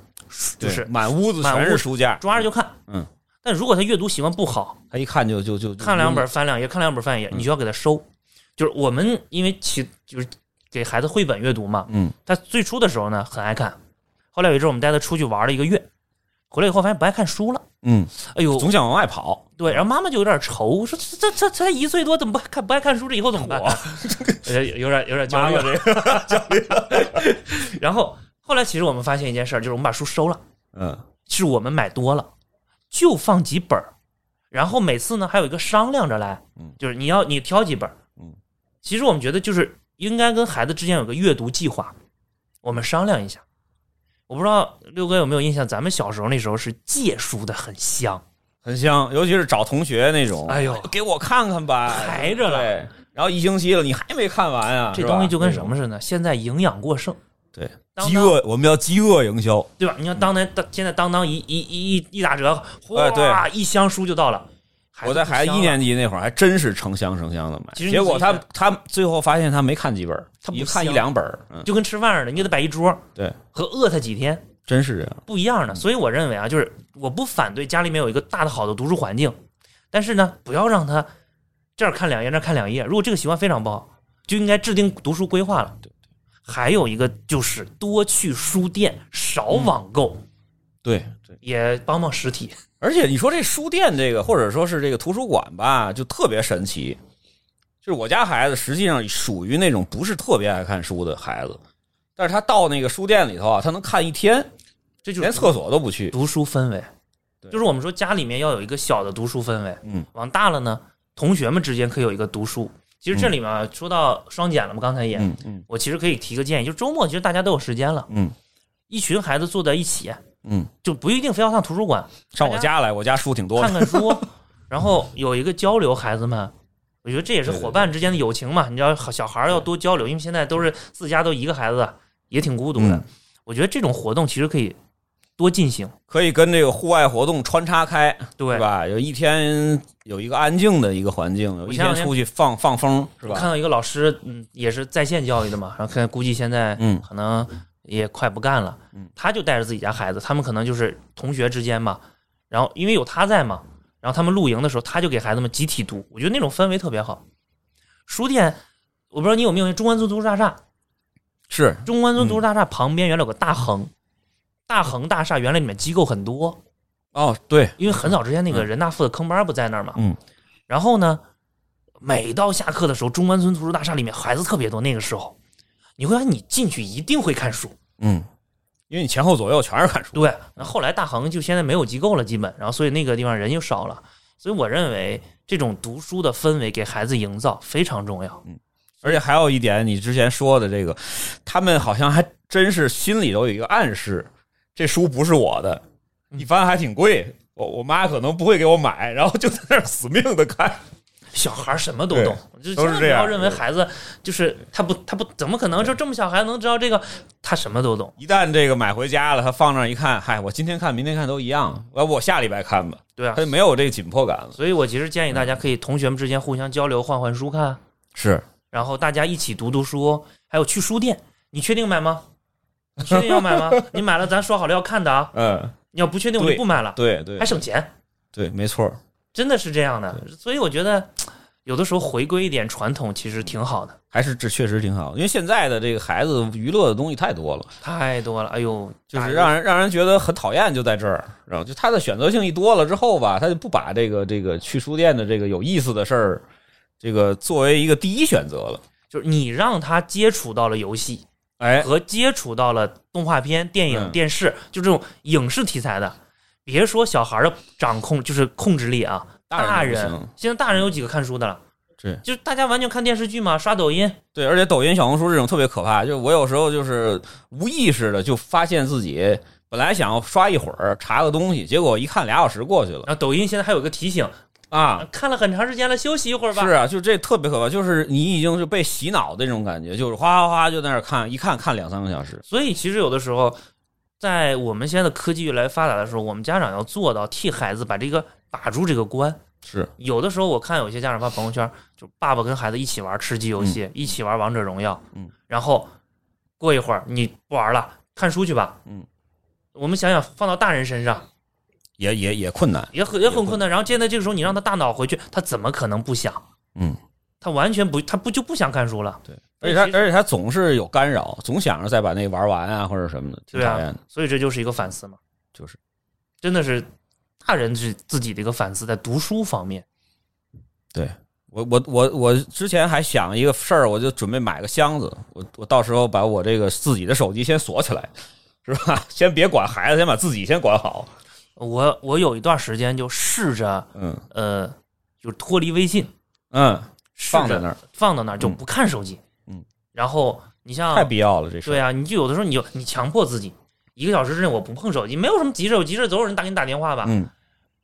Speaker 3: 就
Speaker 2: 对
Speaker 3: 是
Speaker 2: 满屋子
Speaker 3: 满
Speaker 2: 全
Speaker 3: 屋
Speaker 2: 是书架，
Speaker 3: 抓着就看，
Speaker 2: 嗯。
Speaker 3: 但如果他阅读习惯不好，
Speaker 2: 他一看就就就
Speaker 3: 看两本，翻两页，看两本翻
Speaker 2: 嗯
Speaker 3: 两页，你就要给他收。就是我们因为其就是给孩子绘本阅读嘛，
Speaker 2: 嗯，
Speaker 3: 他最初的时候呢很爱看，后来有一阵我们带他出去玩了一个月，回来以后发现不爱看书了，
Speaker 2: 嗯，
Speaker 3: 哎呦，
Speaker 2: 总想往外跑，
Speaker 3: 对，然后妈妈就有点愁，说这这这才一岁多，怎么不爱看不爱看书？这以后怎么办？ (laughs) 有有点有点焦虑
Speaker 2: 妈妈
Speaker 3: 了，然后后来其实我们发现一件事儿，就是我们把书收了，
Speaker 2: 嗯，
Speaker 3: 是我们买多了，就放几本儿，然后每次呢还有一个商量着来，
Speaker 2: 嗯
Speaker 3: 就是你要你挑几本儿，
Speaker 2: 嗯，
Speaker 3: 其实我们觉得就是应该跟孩子之间有个阅读计划，我们商量一下。我不知道六哥有没有印象，咱们小时候那时候是借书的很香，
Speaker 2: 很香，尤其是找同学那种，
Speaker 3: 哎呦
Speaker 2: 给我看看吧，
Speaker 3: 排着了
Speaker 2: 对，然后一星期了，你还没看完啊？
Speaker 3: 这
Speaker 2: 是吧
Speaker 3: 东西就跟什么？似的，现在营养过剩，
Speaker 2: 对，
Speaker 3: 当
Speaker 2: 饥饿，我们叫饥饿营销，
Speaker 3: 对吧？你看当年当现在当当一一一一一打折，
Speaker 2: 哎
Speaker 3: 哗，一箱书就到了。孩子
Speaker 2: 我在
Speaker 3: 不
Speaker 2: 孩子
Speaker 3: 香
Speaker 2: 一
Speaker 3: 了
Speaker 2: 年级那会儿还真是成箱成箱的买，
Speaker 3: 其实你
Speaker 2: 结果他
Speaker 3: 自己
Speaker 2: 他最后发现他没看几本，
Speaker 3: 他不
Speaker 2: 一看一
Speaker 3: 香
Speaker 2: 两本儿，嗯，
Speaker 3: 就跟吃饭似的，你给他摆一桌，
Speaker 2: 对，
Speaker 3: 和饿他几天
Speaker 2: 真是这样，
Speaker 3: 不一样的。所以我认为啊，就是我不反对家里面有一个大的好的读书环境，但是呢，不要让他这儿看两页那儿看两页。如果这个习惯非常不好，就应该制定读书规划了。对还有一个就是多去书店，少网购，
Speaker 2: 对对。
Speaker 3: 也帮帮实体。
Speaker 2: 而且你说这书店这个，或者说是这个图书馆吧，就特别神奇。就是我家孩子实际上属于那种不是特别爱看书的孩子，但是他到那个书店里头啊，他能看一天，
Speaker 3: 这就是
Speaker 2: 连厕所都不去。
Speaker 3: 读书氛围，
Speaker 2: 对
Speaker 3: 就是我们说家里面要有一个小的读书氛围，
Speaker 2: 嗯，
Speaker 3: 往大了呢，同学们之间可以有一个读书。其实这里面啊，说到双减了嘛，刚才也，
Speaker 2: 嗯嗯
Speaker 3: 我其实可以提个建议，就周末其实大家都有时间了，
Speaker 2: 嗯
Speaker 3: 一群孩子坐在一起，
Speaker 2: 嗯，
Speaker 3: 就不一定非要上图书馆
Speaker 2: 上我家来，我家书挺多
Speaker 3: 看
Speaker 2: 的。
Speaker 3: 看
Speaker 2: (laughs)
Speaker 3: 书，然后有一个交流，孩子们。我觉得这也是
Speaker 2: 对对
Speaker 3: 伙伴之间的友情嘛，你知道，小孩儿要多交流，因为现在都是自家都一个孩子，也挺孤独的。
Speaker 2: 嗯
Speaker 3: 我觉得这种活动其实可以多进行，
Speaker 2: 可以跟这个户外活动穿插开，
Speaker 3: 对
Speaker 2: 是吧？有一天有一个安静的一个环境，有一
Speaker 3: 前两
Speaker 2: 天
Speaker 3: 天
Speaker 2: 出去放放风，是
Speaker 3: 我
Speaker 2: 吧？
Speaker 3: 看到一个老师，嗯，也是在线教育的嘛，然后看估计现在
Speaker 2: 嗯
Speaker 3: 可能也快不干了，
Speaker 2: 嗯
Speaker 3: 他就带着自己家孩子，他们可能就是同学之间嘛，然后因为有他在嘛，然后他们露营的时候，他就给孩子们集体读，我觉得那种氛围特别好。书店，我不知道你有没有，中关村图书大厦
Speaker 2: 是
Speaker 3: 中关村图书大厦旁边原来有个大恒，大恒大厦原来里面机构很多，
Speaker 2: 哦，对，
Speaker 3: 因为很早之前那个人大附的坑班不在那儿嘛，
Speaker 2: 嗯，
Speaker 3: 然后呢，每到下课的时候，中关村图书大厦里面孩子特别多，那个时候你会发现你进去一定会看书，
Speaker 2: 嗯，因为你前后左右全是看书，
Speaker 3: 对，那后来大恒就现在没有机构了，基本，然后所以那个地方人又少了，所以我认为这种读书的氛围给孩子营造非常重要。
Speaker 2: 嗯而且还有一点，你之前说的这个，他们好像还真是心里头有一个暗示，这书不是我的，
Speaker 3: 嗯
Speaker 2: 一翻还挺贵，我我妈可能不会给我买，然后就在那儿死命的看，
Speaker 3: 小孩儿什么都懂，就
Speaker 2: 都是
Speaker 3: 千万不
Speaker 2: 这样
Speaker 3: 要认为孩子就是他不他不怎么可能就这么小孩子能知道这个，他什么都懂。
Speaker 2: 一旦这个买回家了，他放那儿一看，嗨，我今天看，明天看都一样，呃我我下礼拜看吧，
Speaker 3: 对啊
Speaker 2: 他就没有这个紧迫感了。
Speaker 3: 所以我其实建议大家可以同学们之间互相交流，换换书看，啊
Speaker 2: 是，
Speaker 3: 然后大家一起读读书，哦还有去书店。你确定
Speaker 2: (laughs)
Speaker 3: 买吗？你确定要买吗？你买了，咱说好了要看的啊。
Speaker 2: 嗯，
Speaker 3: 你要不确定，我
Speaker 2: 对
Speaker 3: 就不买了，
Speaker 2: 对对
Speaker 3: 还省钱。
Speaker 2: 对，没错儿，
Speaker 3: 真的是这样的。所以我觉得有的时候回归一点传统其实挺好的，
Speaker 2: 还是这确实挺好，因为现在的这个孩子娱乐的东西太多了。
Speaker 3: 太多了。哎呦，
Speaker 2: 就是
Speaker 3: 大
Speaker 2: 让
Speaker 3: 人
Speaker 2: 人让人觉得很讨厌，就在这儿，然后就他的选择性一多了之后吧，他就不把这个这个去书店的这个有意思的事儿，这个作为一个第一选择了。
Speaker 3: 就是你让他接触到了游戏
Speaker 2: 哎，
Speaker 3: 和接触到了动画片、电影、
Speaker 2: 嗯
Speaker 3: 电视，就这种影视题材的。别说小孩的掌控就是控制力啊，大
Speaker 2: 大人
Speaker 3: 人
Speaker 2: 都不行
Speaker 3: 现在大人有几个看书的了？
Speaker 2: 对
Speaker 3: 就是大家完全看电视剧嘛，刷抖音，
Speaker 2: 对，而且抖音、小红书这种特别可怕，就是我有时候就是无意识的就发现自己本来想要刷一会儿查个东西，结果一看俩小时过去了
Speaker 3: 然后抖音现在还有个提醒，
Speaker 2: 啊。
Speaker 3: 看了很长时间了，休息一会儿吧。
Speaker 2: 是啊，就这特别可怕，就是你已经是被洗脑的那种感觉，就是哗哗哗就在那儿看，一看看两三个小时。
Speaker 3: 所以其实有的时候，在我们现在的科技越来越发达的时候，我们家长要做到替孩子把这个把住这个关。
Speaker 2: 是，
Speaker 3: 有的时候我看有些家长发朋友圈，就爸爸跟孩子一起玩吃鸡游戏，一起玩王者荣耀，
Speaker 2: 嗯，
Speaker 3: 然后过一会儿你不玩了，看书去吧，
Speaker 2: 嗯。
Speaker 3: 我们想想，放到大人身上
Speaker 2: 也也也困难。
Speaker 3: 也很也很困难。然后现在这个时候，你让他大脑回去，他怎么可能不想？
Speaker 2: 嗯，
Speaker 3: 他完全不，他不就不想看书了。
Speaker 2: 对，而且他
Speaker 3: 其实
Speaker 2: 而且他总是有干扰，总想着再把那玩完啊或者什么的，挺
Speaker 3: 对
Speaker 2: 讨厌
Speaker 3: 啊
Speaker 2: 的。，
Speaker 3: 所以这就是一个反思嘛。
Speaker 2: 就是
Speaker 3: 真的是大人是自己的一个反思，在读书方面，
Speaker 2: 我我我我之前还想一个事儿，我就准备买个箱子，我我到时候把我这个自己的手机先锁起来，是吧？ (laughs) 先别管孩子，先把自己先管好。
Speaker 3: 我我有一段时间就试着
Speaker 2: 嗯
Speaker 3: 呃，就是脱离微信，
Speaker 2: 嗯，
Speaker 3: 试着
Speaker 2: 放在那儿
Speaker 3: 放到那儿就不看手机，
Speaker 2: 嗯，
Speaker 3: 然后你像
Speaker 2: 太必要了，这事儿
Speaker 3: 对啊，你就有的时候你就你强迫自己一个小时之内我不碰手机，没有什么急事，有急事总有人打给你打电话吧。
Speaker 2: 嗯，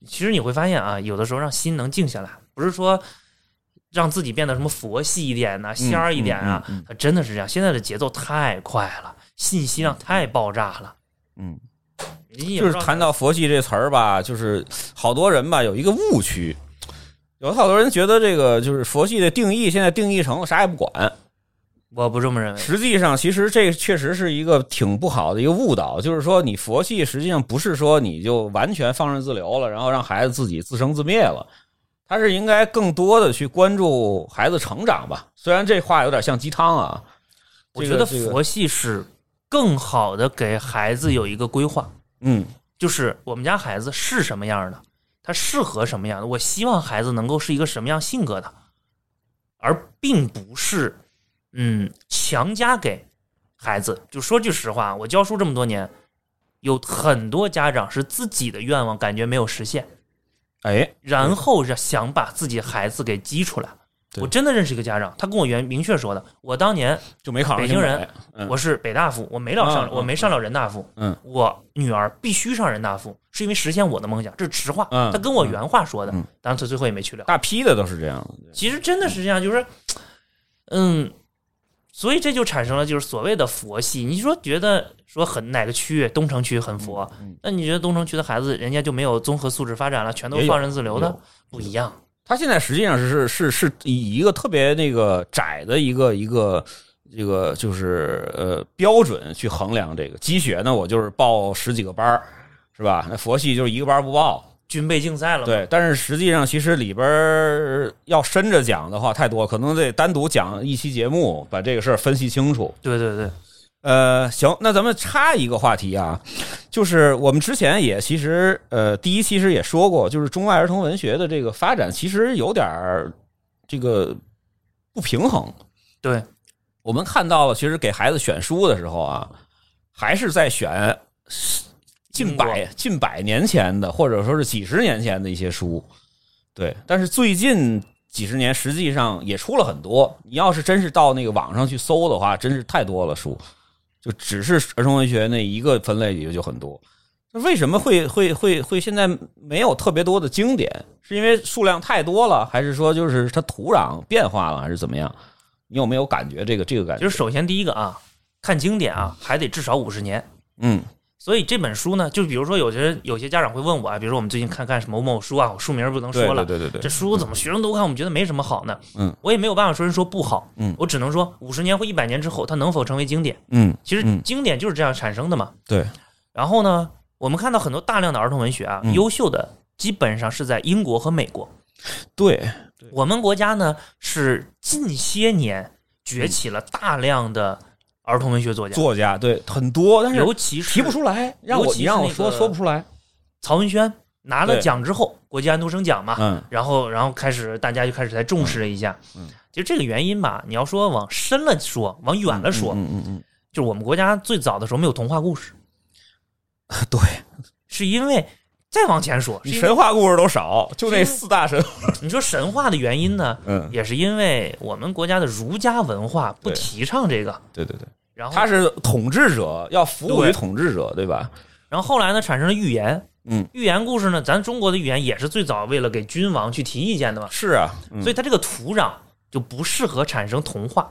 Speaker 3: 其实你会发现啊，有的时候让心能静下来，不是说让自己变得什么佛系一点呐、仙儿一点啊，
Speaker 2: 嗯嗯嗯
Speaker 3: 它真的是这样。现在的节奏太快了，信息量太爆炸了，
Speaker 2: 嗯，
Speaker 3: 你也
Speaker 2: 就
Speaker 3: 不
Speaker 2: 是
Speaker 3: 知道
Speaker 2: 谈到佛系这词儿吧，就是好多人吧有一个误区，有好多人觉得这个就是佛系的定义，现在定义成了啥也不管。
Speaker 3: 我不这么认为。
Speaker 2: 实际上，其实这确实是一个挺不好的一个误导，就是说你佛系实际上不是说你就完全放任自流了，然后让孩子自己自生自灭了，他是应该更多的去关注孩子成长吧。虽然这话有点像鸡汤啊，
Speaker 3: 我
Speaker 2: 这
Speaker 3: 觉
Speaker 2: 个
Speaker 3: 得
Speaker 2: 这个
Speaker 3: 佛系是更好的给孩子有一个规划，
Speaker 2: 嗯，
Speaker 3: 就是我们家孩子是什么样的，他适合什么样的，我希望孩子能够是一个什么样性格的，而并不是嗯强加给孩子。就说句实话，我教书这么多年，有很多家长是自己的愿望感觉没有实现，
Speaker 2: 哎，
Speaker 3: 然后是想把自己孩子给激出来。
Speaker 2: 对
Speaker 3: 我真的认识一个家长，他跟我原明确说的，我当年
Speaker 2: 就没考上
Speaker 3: 北京人
Speaker 2: 清北，嗯
Speaker 3: 我是北大附，我没了上，
Speaker 2: 嗯嗯
Speaker 3: 我没上了人大附。
Speaker 2: 嗯，
Speaker 3: 我女儿必须上人大附，是因为实现我的梦想，这是实话。
Speaker 2: 嗯
Speaker 3: 她跟我原话说的
Speaker 2: 嗯，
Speaker 3: 当然她最后也没去了。
Speaker 2: 大批的都是这样的，
Speaker 3: 其实真的是这样，就是，嗯，所以这就产生了就是所谓的佛系。你说觉得说很哪个区域东城区很佛
Speaker 2: 嗯嗯，
Speaker 3: 那你觉得东城区的孩子人家就没有综合素质发展了，全都
Speaker 2: 也有
Speaker 3: 放任自流
Speaker 2: 也
Speaker 3: 的
Speaker 2: 有，
Speaker 3: 不一样。
Speaker 2: 他现在实际上是是是是以一个特别那个窄的一个一个这个就是呃标准去衡量这个积雪呢，我就是报十几个班儿，是吧？那佛系就是一个班儿不报，
Speaker 3: 军备竞赛了嘛，
Speaker 2: 对。但是实际上其实里边儿要深着讲的话太多，可能得单独讲一期节目，把这个事儿分析清楚。
Speaker 3: 对对对，
Speaker 2: 呃，行，那咱们插一个话题啊，就是我们之前也其实呃，第一期其实也说过，就是中外儿童文学的这个发展其实有点儿这个不平衡。
Speaker 3: 对，
Speaker 2: 我们看到了，其实给孩子选书的时候啊，还是在选近百近百年前的，或者说是几十年前的一些书。对，但是最近几十年实际上也出了很多。你要是真是到那个网上去搜的话，真是太多了书，就只是儿童文学那一个分类里就很多。那为什么会会会会现在没有特别多的经典？是因为数量太多了，还是说就是它土壤变化了，还是怎么样？你有没有感觉这个这个感觉？
Speaker 3: 就是首先第一个啊，看经典啊，还得至少五十年。
Speaker 2: 嗯
Speaker 3: 所以这本书呢，就比如说有些有些家长会问我啊，比如说我们最近看看什么某某书啊，我书名不能
Speaker 2: 对
Speaker 3: 说了，
Speaker 2: 对对对
Speaker 3: 这
Speaker 2: 对，
Speaker 3: 书怎么学生都看，我们觉得没什么好呢。
Speaker 2: 嗯，
Speaker 3: 我也没有办法说人说不好，
Speaker 2: 嗯
Speaker 3: 我只能说五十年或一百年之后，它能否成为经典？
Speaker 2: 嗯，
Speaker 3: 其实
Speaker 2: 嗯
Speaker 3: 经典就是这样产生的嘛。
Speaker 2: 对，
Speaker 3: 然后呢，我们看到很多大量的儿童文学啊，
Speaker 2: 嗯
Speaker 3: 优秀的基本上是在英国和美国。
Speaker 2: 对，
Speaker 3: 我们国家呢是近些年
Speaker 2: 嗯
Speaker 3: 崛起了大量的儿童文学作家，
Speaker 2: 作家对很多，但是
Speaker 3: 尤其是
Speaker 2: 提不出来，让
Speaker 3: 尤
Speaker 2: 我
Speaker 3: 其
Speaker 2: 你让
Speaker 3: 是
Speaker 2: 我
Speaker 3: 那
Speaker 2: 说
Speaker 3: 个
Speaker 2: 说不出来。
Speaker 3: 曹文轩拿了
Speaker 2: 对
Speaker 3: 奖之后，国际安徒生奖嘛，
Speaker 2: 嗯
Speaker 3: 然后然后开始大家就开始才重视了一下。
Speaker 2: 嗯嗯
Speaker 3: 其实这个原因吧，你要说往深了说，往远了说，
Speaker 2: 嗯嗯嗯 (laughs)
Speaker 3: 就是我们国家最早的时候没有童话故事，
Speaker 2: 嗯，对，
Speaker 3: 是因为再往前说，是
Speaker 2: 你
Speaker 3: 因为
Speaker 2: 神话故事都少，就那
Speaker 3: 是
Speaker 2: 四大神。
Speaker 3: 你说神话的原因呢，
Speaker 2: 嗯，
Speaker 3: 也是因为我们国家的儒家文化不
Speaker 2: 对
Speaker 3: 提倡这个，
Speaker 2: 对对对，
Speaker 3: 然后
Speaker 2: 他是统治者，要服务于
Speaker 3: 对
Speaker 2: 统治者，对吧？
Speaker 3: 然后后来呢产生了寓言。
Speaker 2: 嗯，
Speaker 3: 寓言故事呢，咱中国的寓言也是最早为了给君王去提意见的嘛，
Speaker 2: 是啊，嗯
Speaker 3: 所以它这个土壤就不适合产生童话，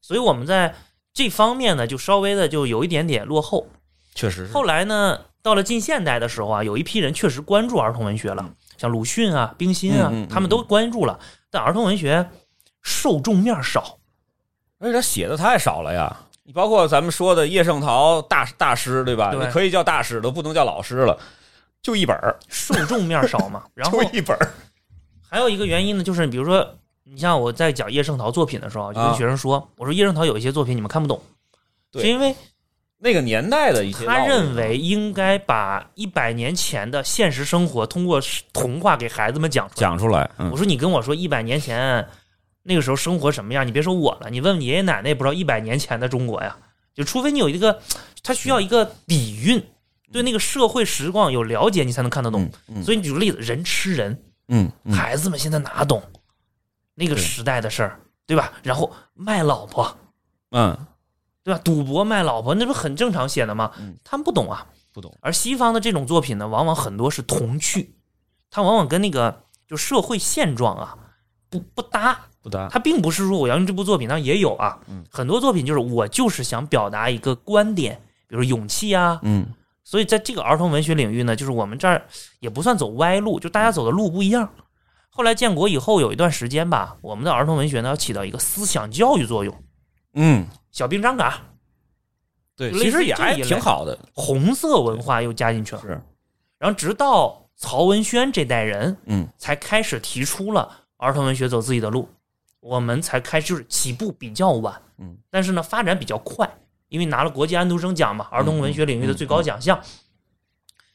Speaker 3: 所以我们在这方面呢，就稍微的就有一点点落后。
Speaker 2: 确实是
Speaker 3: 后来呢，到了近现代的时候啊，有一批人确实关注儿童文学了，像鲁迅啊、冰心啊
Speaker 2: 嗯嗯嗯嗯，
Speaker 3: 他们都关注了，但儿童文学受众面少。
Speaker 2: 而且他写的太少了呀。你包括咱们说的叶圣陶大大师，对吧？
Speaker 3: 对
Speaker 2: 你可以叫大师，都不能叫老师了，就一本儿，
Speaker 3: 受众面少
Speaker 2: (laughs)
Speaker 3: 嘛。然后
Speaker 2: 就一本儿。
Speaker 3: 还有一个原因呢，就是比如说，你像我在讲叶圣陶作品的时候，就
Speaker 2: 啊
Speaker 3: 跟学生说，我说叶圣陶有一些作品你们看不懂，
Speaker 2: 对
Speaker 3: 是因为
Speaker 2: 那个年代的一些啊道
Speaker 3: 他
Speaker 2: 理，
Speaker 3: 认为应该把一百年前的现实生活通过童话给孩子们讲出来。
Speaker 2: 讲出来，嗯
Speaker 3: 我，说你跟我说一百年前那个时候生活什么样，你别说我了，你问问你爷爷奶奶也不知道一百年前的中国呀。就除非你有一个，他需要一个底蕴，对那个社会实况有了解，你才能看得懂。
Speaker 2: 嗯
Speaker 3: 所以你举个例子，人吃人，
Speaker 2: 嗯嗯
Speaker 3: 孩子们现在哪懂那个
Speaker 2: 对
Speaker 3: 时代的事儿，对吧？然后卖老婆，
Speaker 2: 嗯，
Speaker 3: 对吧？赌博卖老婆，那不很正常写的吗
Speaker 2: 嗯？
Speaker 3: 他们不懂啊，
Speaker 2: 不懂。
Speaker 3: 而西方的这种作品呢，往往很多是童趣，它往往跟那个就社会现状啊不不搭。
Speaker 2: 不搭。
Speaker 3: 它并不是说我要用这部作品，当然也有啊，
Speaker 2: 嗯
Speaker 3: 很多作品就是我就是想表达一个观点，比如勇气啊。
Speaker 2: 嗯，
Speaker 3: 所以在这个儿童文学领域呢，就是我们这儿也不算走歪路，就大家走的路不一样。后来建国以后有一段时间吧，我们的儿童文学呢要起到一个思想教育作用，
Speaker 2: 嗯，
Speaker 3: 小兵张嘎，
Speaker 2: 对，
Speaker 3: 就类
Speaker 2: 其
Speaker 3: 似
Speaker 2: 实
Speaker 3: 于
Speaker 2: 也
Speaker 3: 这
Speaker 2: 还
Speaker 3: 一类
Speaker 2: 挺好的，
Speaker 3: 红色文化又加进去了。
Speaker 2: 是，
Speaker 3: 然后直到曹文轩这代人
Speaker 2: 嗯，
Speaker 3: 才开始提出了儿童文学走自己的路，我们才开始就是起步比较晚，
Speaker 2: 嗯，
Speaker 3: 但是呢发展比较快，因为拿了国际安徒生奖嘛，儿童文学领域的最
Speaker 2: 嗯
Speaker 3: 高奖项。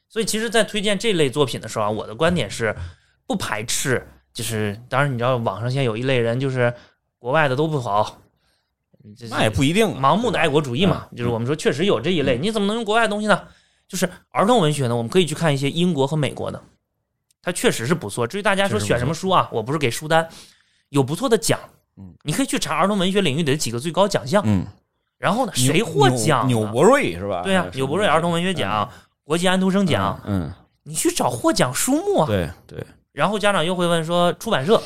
Speaker 3: 所以其实，在推荐这类作品的时候啊，我的观点是不排斥，就是当然你知道网上现在有一类人就是国外的都不好。这
Speaker 2: 那也不一定啊，
Speaker 3: 盲目的爱国主义嘛，
Speaker 2: 嗯
Speaker 3: 就是我们说确实有这一类，你怎么能用国外的东西呢？就是儿童文学呢，我们可以去看一些英国和美国的，它确实是不错。至于大家说
Speaker 2: 确实不错
Speaker 3: 选什么书啊，我不是给书单，有不错的奖
Speaker 2: 嗯，
Speaker 3: 你可以去查儿童文学领域的几个最高奖项，
Speaker 2: 嗯，
Speaker 3: 然后呢，
Speaker 2: 纽
Speaker 3: 谁获奖
Speaker 2: 纽
Speaker 3: 呢？
Speaker 2: 纽伯瑞是吧？
Speaker 3: 对呀，纽伯瑞儿童文学奖、国际安徒生奖，，
Speaker 2: 嗯，
Speaker 3: 你去找获奖书目啊。
Speaker 2: 对对，
Speaker 3: 然后家长又会问说出版社，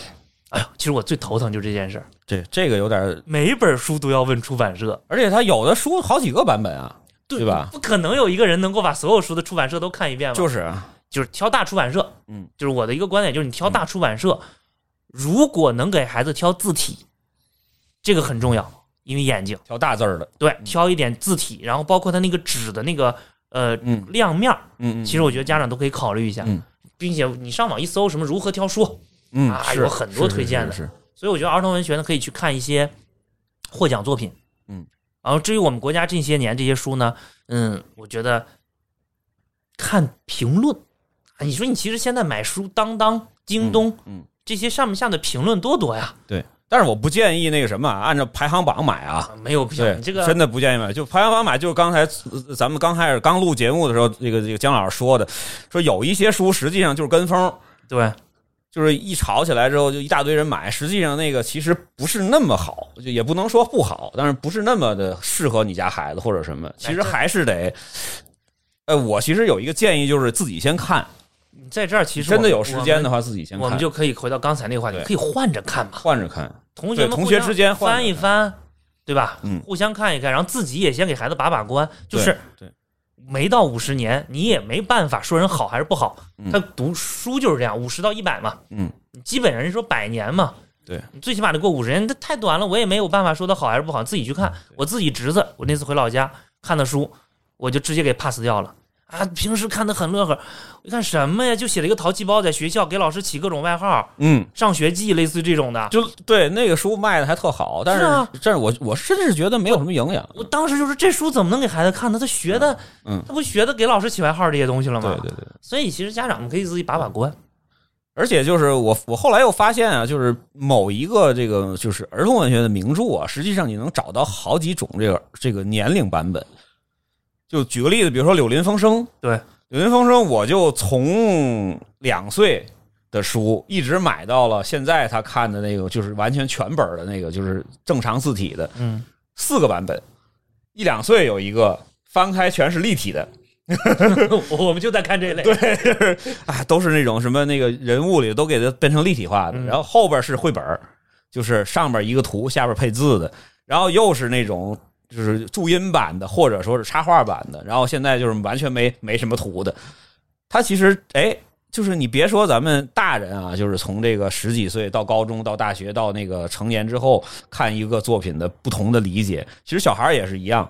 Speaker 3: 哎呦，其实我最头疼就这件事儿，
Speaker 2: 这这个有点儿，
Speaker 3: 每本书都要问出版社，
Speaker 2: 而且他有的书好几个版本啊，对吧
Speaker 3: 不可能有一个人能够把所有书的出版社都看一遍吧？
Speaker 2: 就是啊，
Speaker 3: 就是挑大出版社，
Speaker 2: 嗯，
Speaker 3: 就是我的一个观点，就是你挑大出版社，如果能给孩子挑字体，这个很重要，因为眼睛
Speaker 2: 挑大字儿的，
Speaker 3: 对，挑一点字体，然后包括它那个纸的那个呃
Speaker 2: 嗯
Speaker 3: 亮面儿，
Speaker 2: 嗯
Speaker 3: 其实我觉得家长都可以考虑一下，
Speaker 2: 嗯
Speaker 3: 并且你上网一搜什么如何挑书，
Speaker 2: 嗯
Speaker 3: 啊
Speaker 2: 是
Speaker 3: 有很多
Speaker 2: 是
Speaker 3: 推荐的
Speaker 2: 是是是
Speaker 3: 所以我觉得儿童文学呢可以去看一些获奖作品，
Speaker 2: 嗯，
Speaker 3: 然后至于我们国家这些年这些书呢，嗯，我觉得看评论，啊你说你其实现在买书，当当、京东、
Speaker 2: 嗯嗯
Speaker 3: 这些上面下的评论多多呀，
Speaker 2: 对，但是我不建议那个什么，啊按照排行榜买啊。
Speaker 3: 啊没有必要，
Speaker 2: 对，
Speaker 3: 你这个
Speaker 2: 真的不建议买。就排行榜买，就是刚才呃咱们刚开始刚录节目的时候，这个这个姜老师说的，说有一些书实际上就是跟风，
Speaker 3: 对
Speaker 2: 就是一吵起来之后就一大堆人买，实际上那个其实不是那么好，就也不能说不好，但是不是那么的适合你家孩子或者什么，其实
Speaker 3: 这
Speaker 2: 还是得。呃，我其实有一个建议，就是自己先看，
Speaker 3: 你在这儿其实
Speaker 2: 真的
Speaker 3: 我们
Speaker 2: 有时间的
Speaker 3: 我
Speaker 2: 话自己先
Speaker 3: 们
Speaker 2: 看，
Speaker 3: 我们就可以回到刚才那个话题，
Speaker 2: 对
Speaker 3: 可以换着看嘛，
Speaker 2: 换着看。
Speaker 3: 同学们
Speaker 2: 对同
Speaker 3: 互
Speaker 2: 学
Speaker 3: 相
Speaker 2: 之间换着
Speaker 3: 翻一翻，对吧？
Speaker 2: 嗯
Speaker 3: 互相看一看，然后自己也先给孩子把把关，就是
Speaker 2: 对对
Speaker 3: 没到五十年，你也没办法说人好还是不好。
Speaker 2: 嗯
Speaker 3: 他读书就是这样，五十到一百嘛，
Speaker 2: 嗯，
Speaker 3: 基本人家说百年嘛，
Speaker 2: 对，
Speaker 3: 你最起码得过五十年，这太短了，我也没有办法说它好还是不好，自己去
Speaker 2: 嗯
Speaker 3: 看。我自己侄子，我那次回老家看的书，我就直接给 pass 掉了。啊，平时看的很乐呵，我一看什么呀？就写了一个淘气包，在学校给老师起各种外号，
Speaker 2: 嗯，
Speaker 3: 上学记类似于这种的。
Speaker 2: 就对那个书卖的还特好，但
Speaker 3: 是啊
Speaker 2: 是但是我我甚至觉得没有什么营养。
Speaker 3: 我当时就是这书怎么能给孩子看呢？他学的，
Speaker 2: 嗯嗯
Speaker 3: 他不学的给老师起外号这些东西了吗？
Speaker 2: 对对对。
Speaker 3: 所以其实家长们可以自己把把关。
Speaker 2: 而且就是我，我后来又发现啊，就是某一个这个就是儿童文学的名著啊，实际上你能找到好几种这个这个年龄版本。就举个例子，比如说《柳林风声》，《
Speaker 3: 对，
Speaker 2: 柳林风声》，我就从两岁的书一直买到了现在他看的那个，就是完全全本儿的那个，就是正常字体的
Speaker 3: 嗯，
Speaker 2: 四个版本。一两岁有一个，翻开全是立体的，
Speaker 3: (laughs) 我们就在看这类。
Speaker 2: (laughs) 啊，都是那种什么那个人物里都给它变成立体化的，
Speaker 3: 嗯
Speaker 2: 然后后边是绘本儿，就是上边一个图，下边配字的，然后又是那种就是注音版的，或者说是插画版的，然后现在就是完全没没什么图的。它其实哎，就是你别说咱们大人啊，就是从这个十几岁到高中到大学到那个成年之后看一个作品的不同的理解，其实小孩儿也是一样。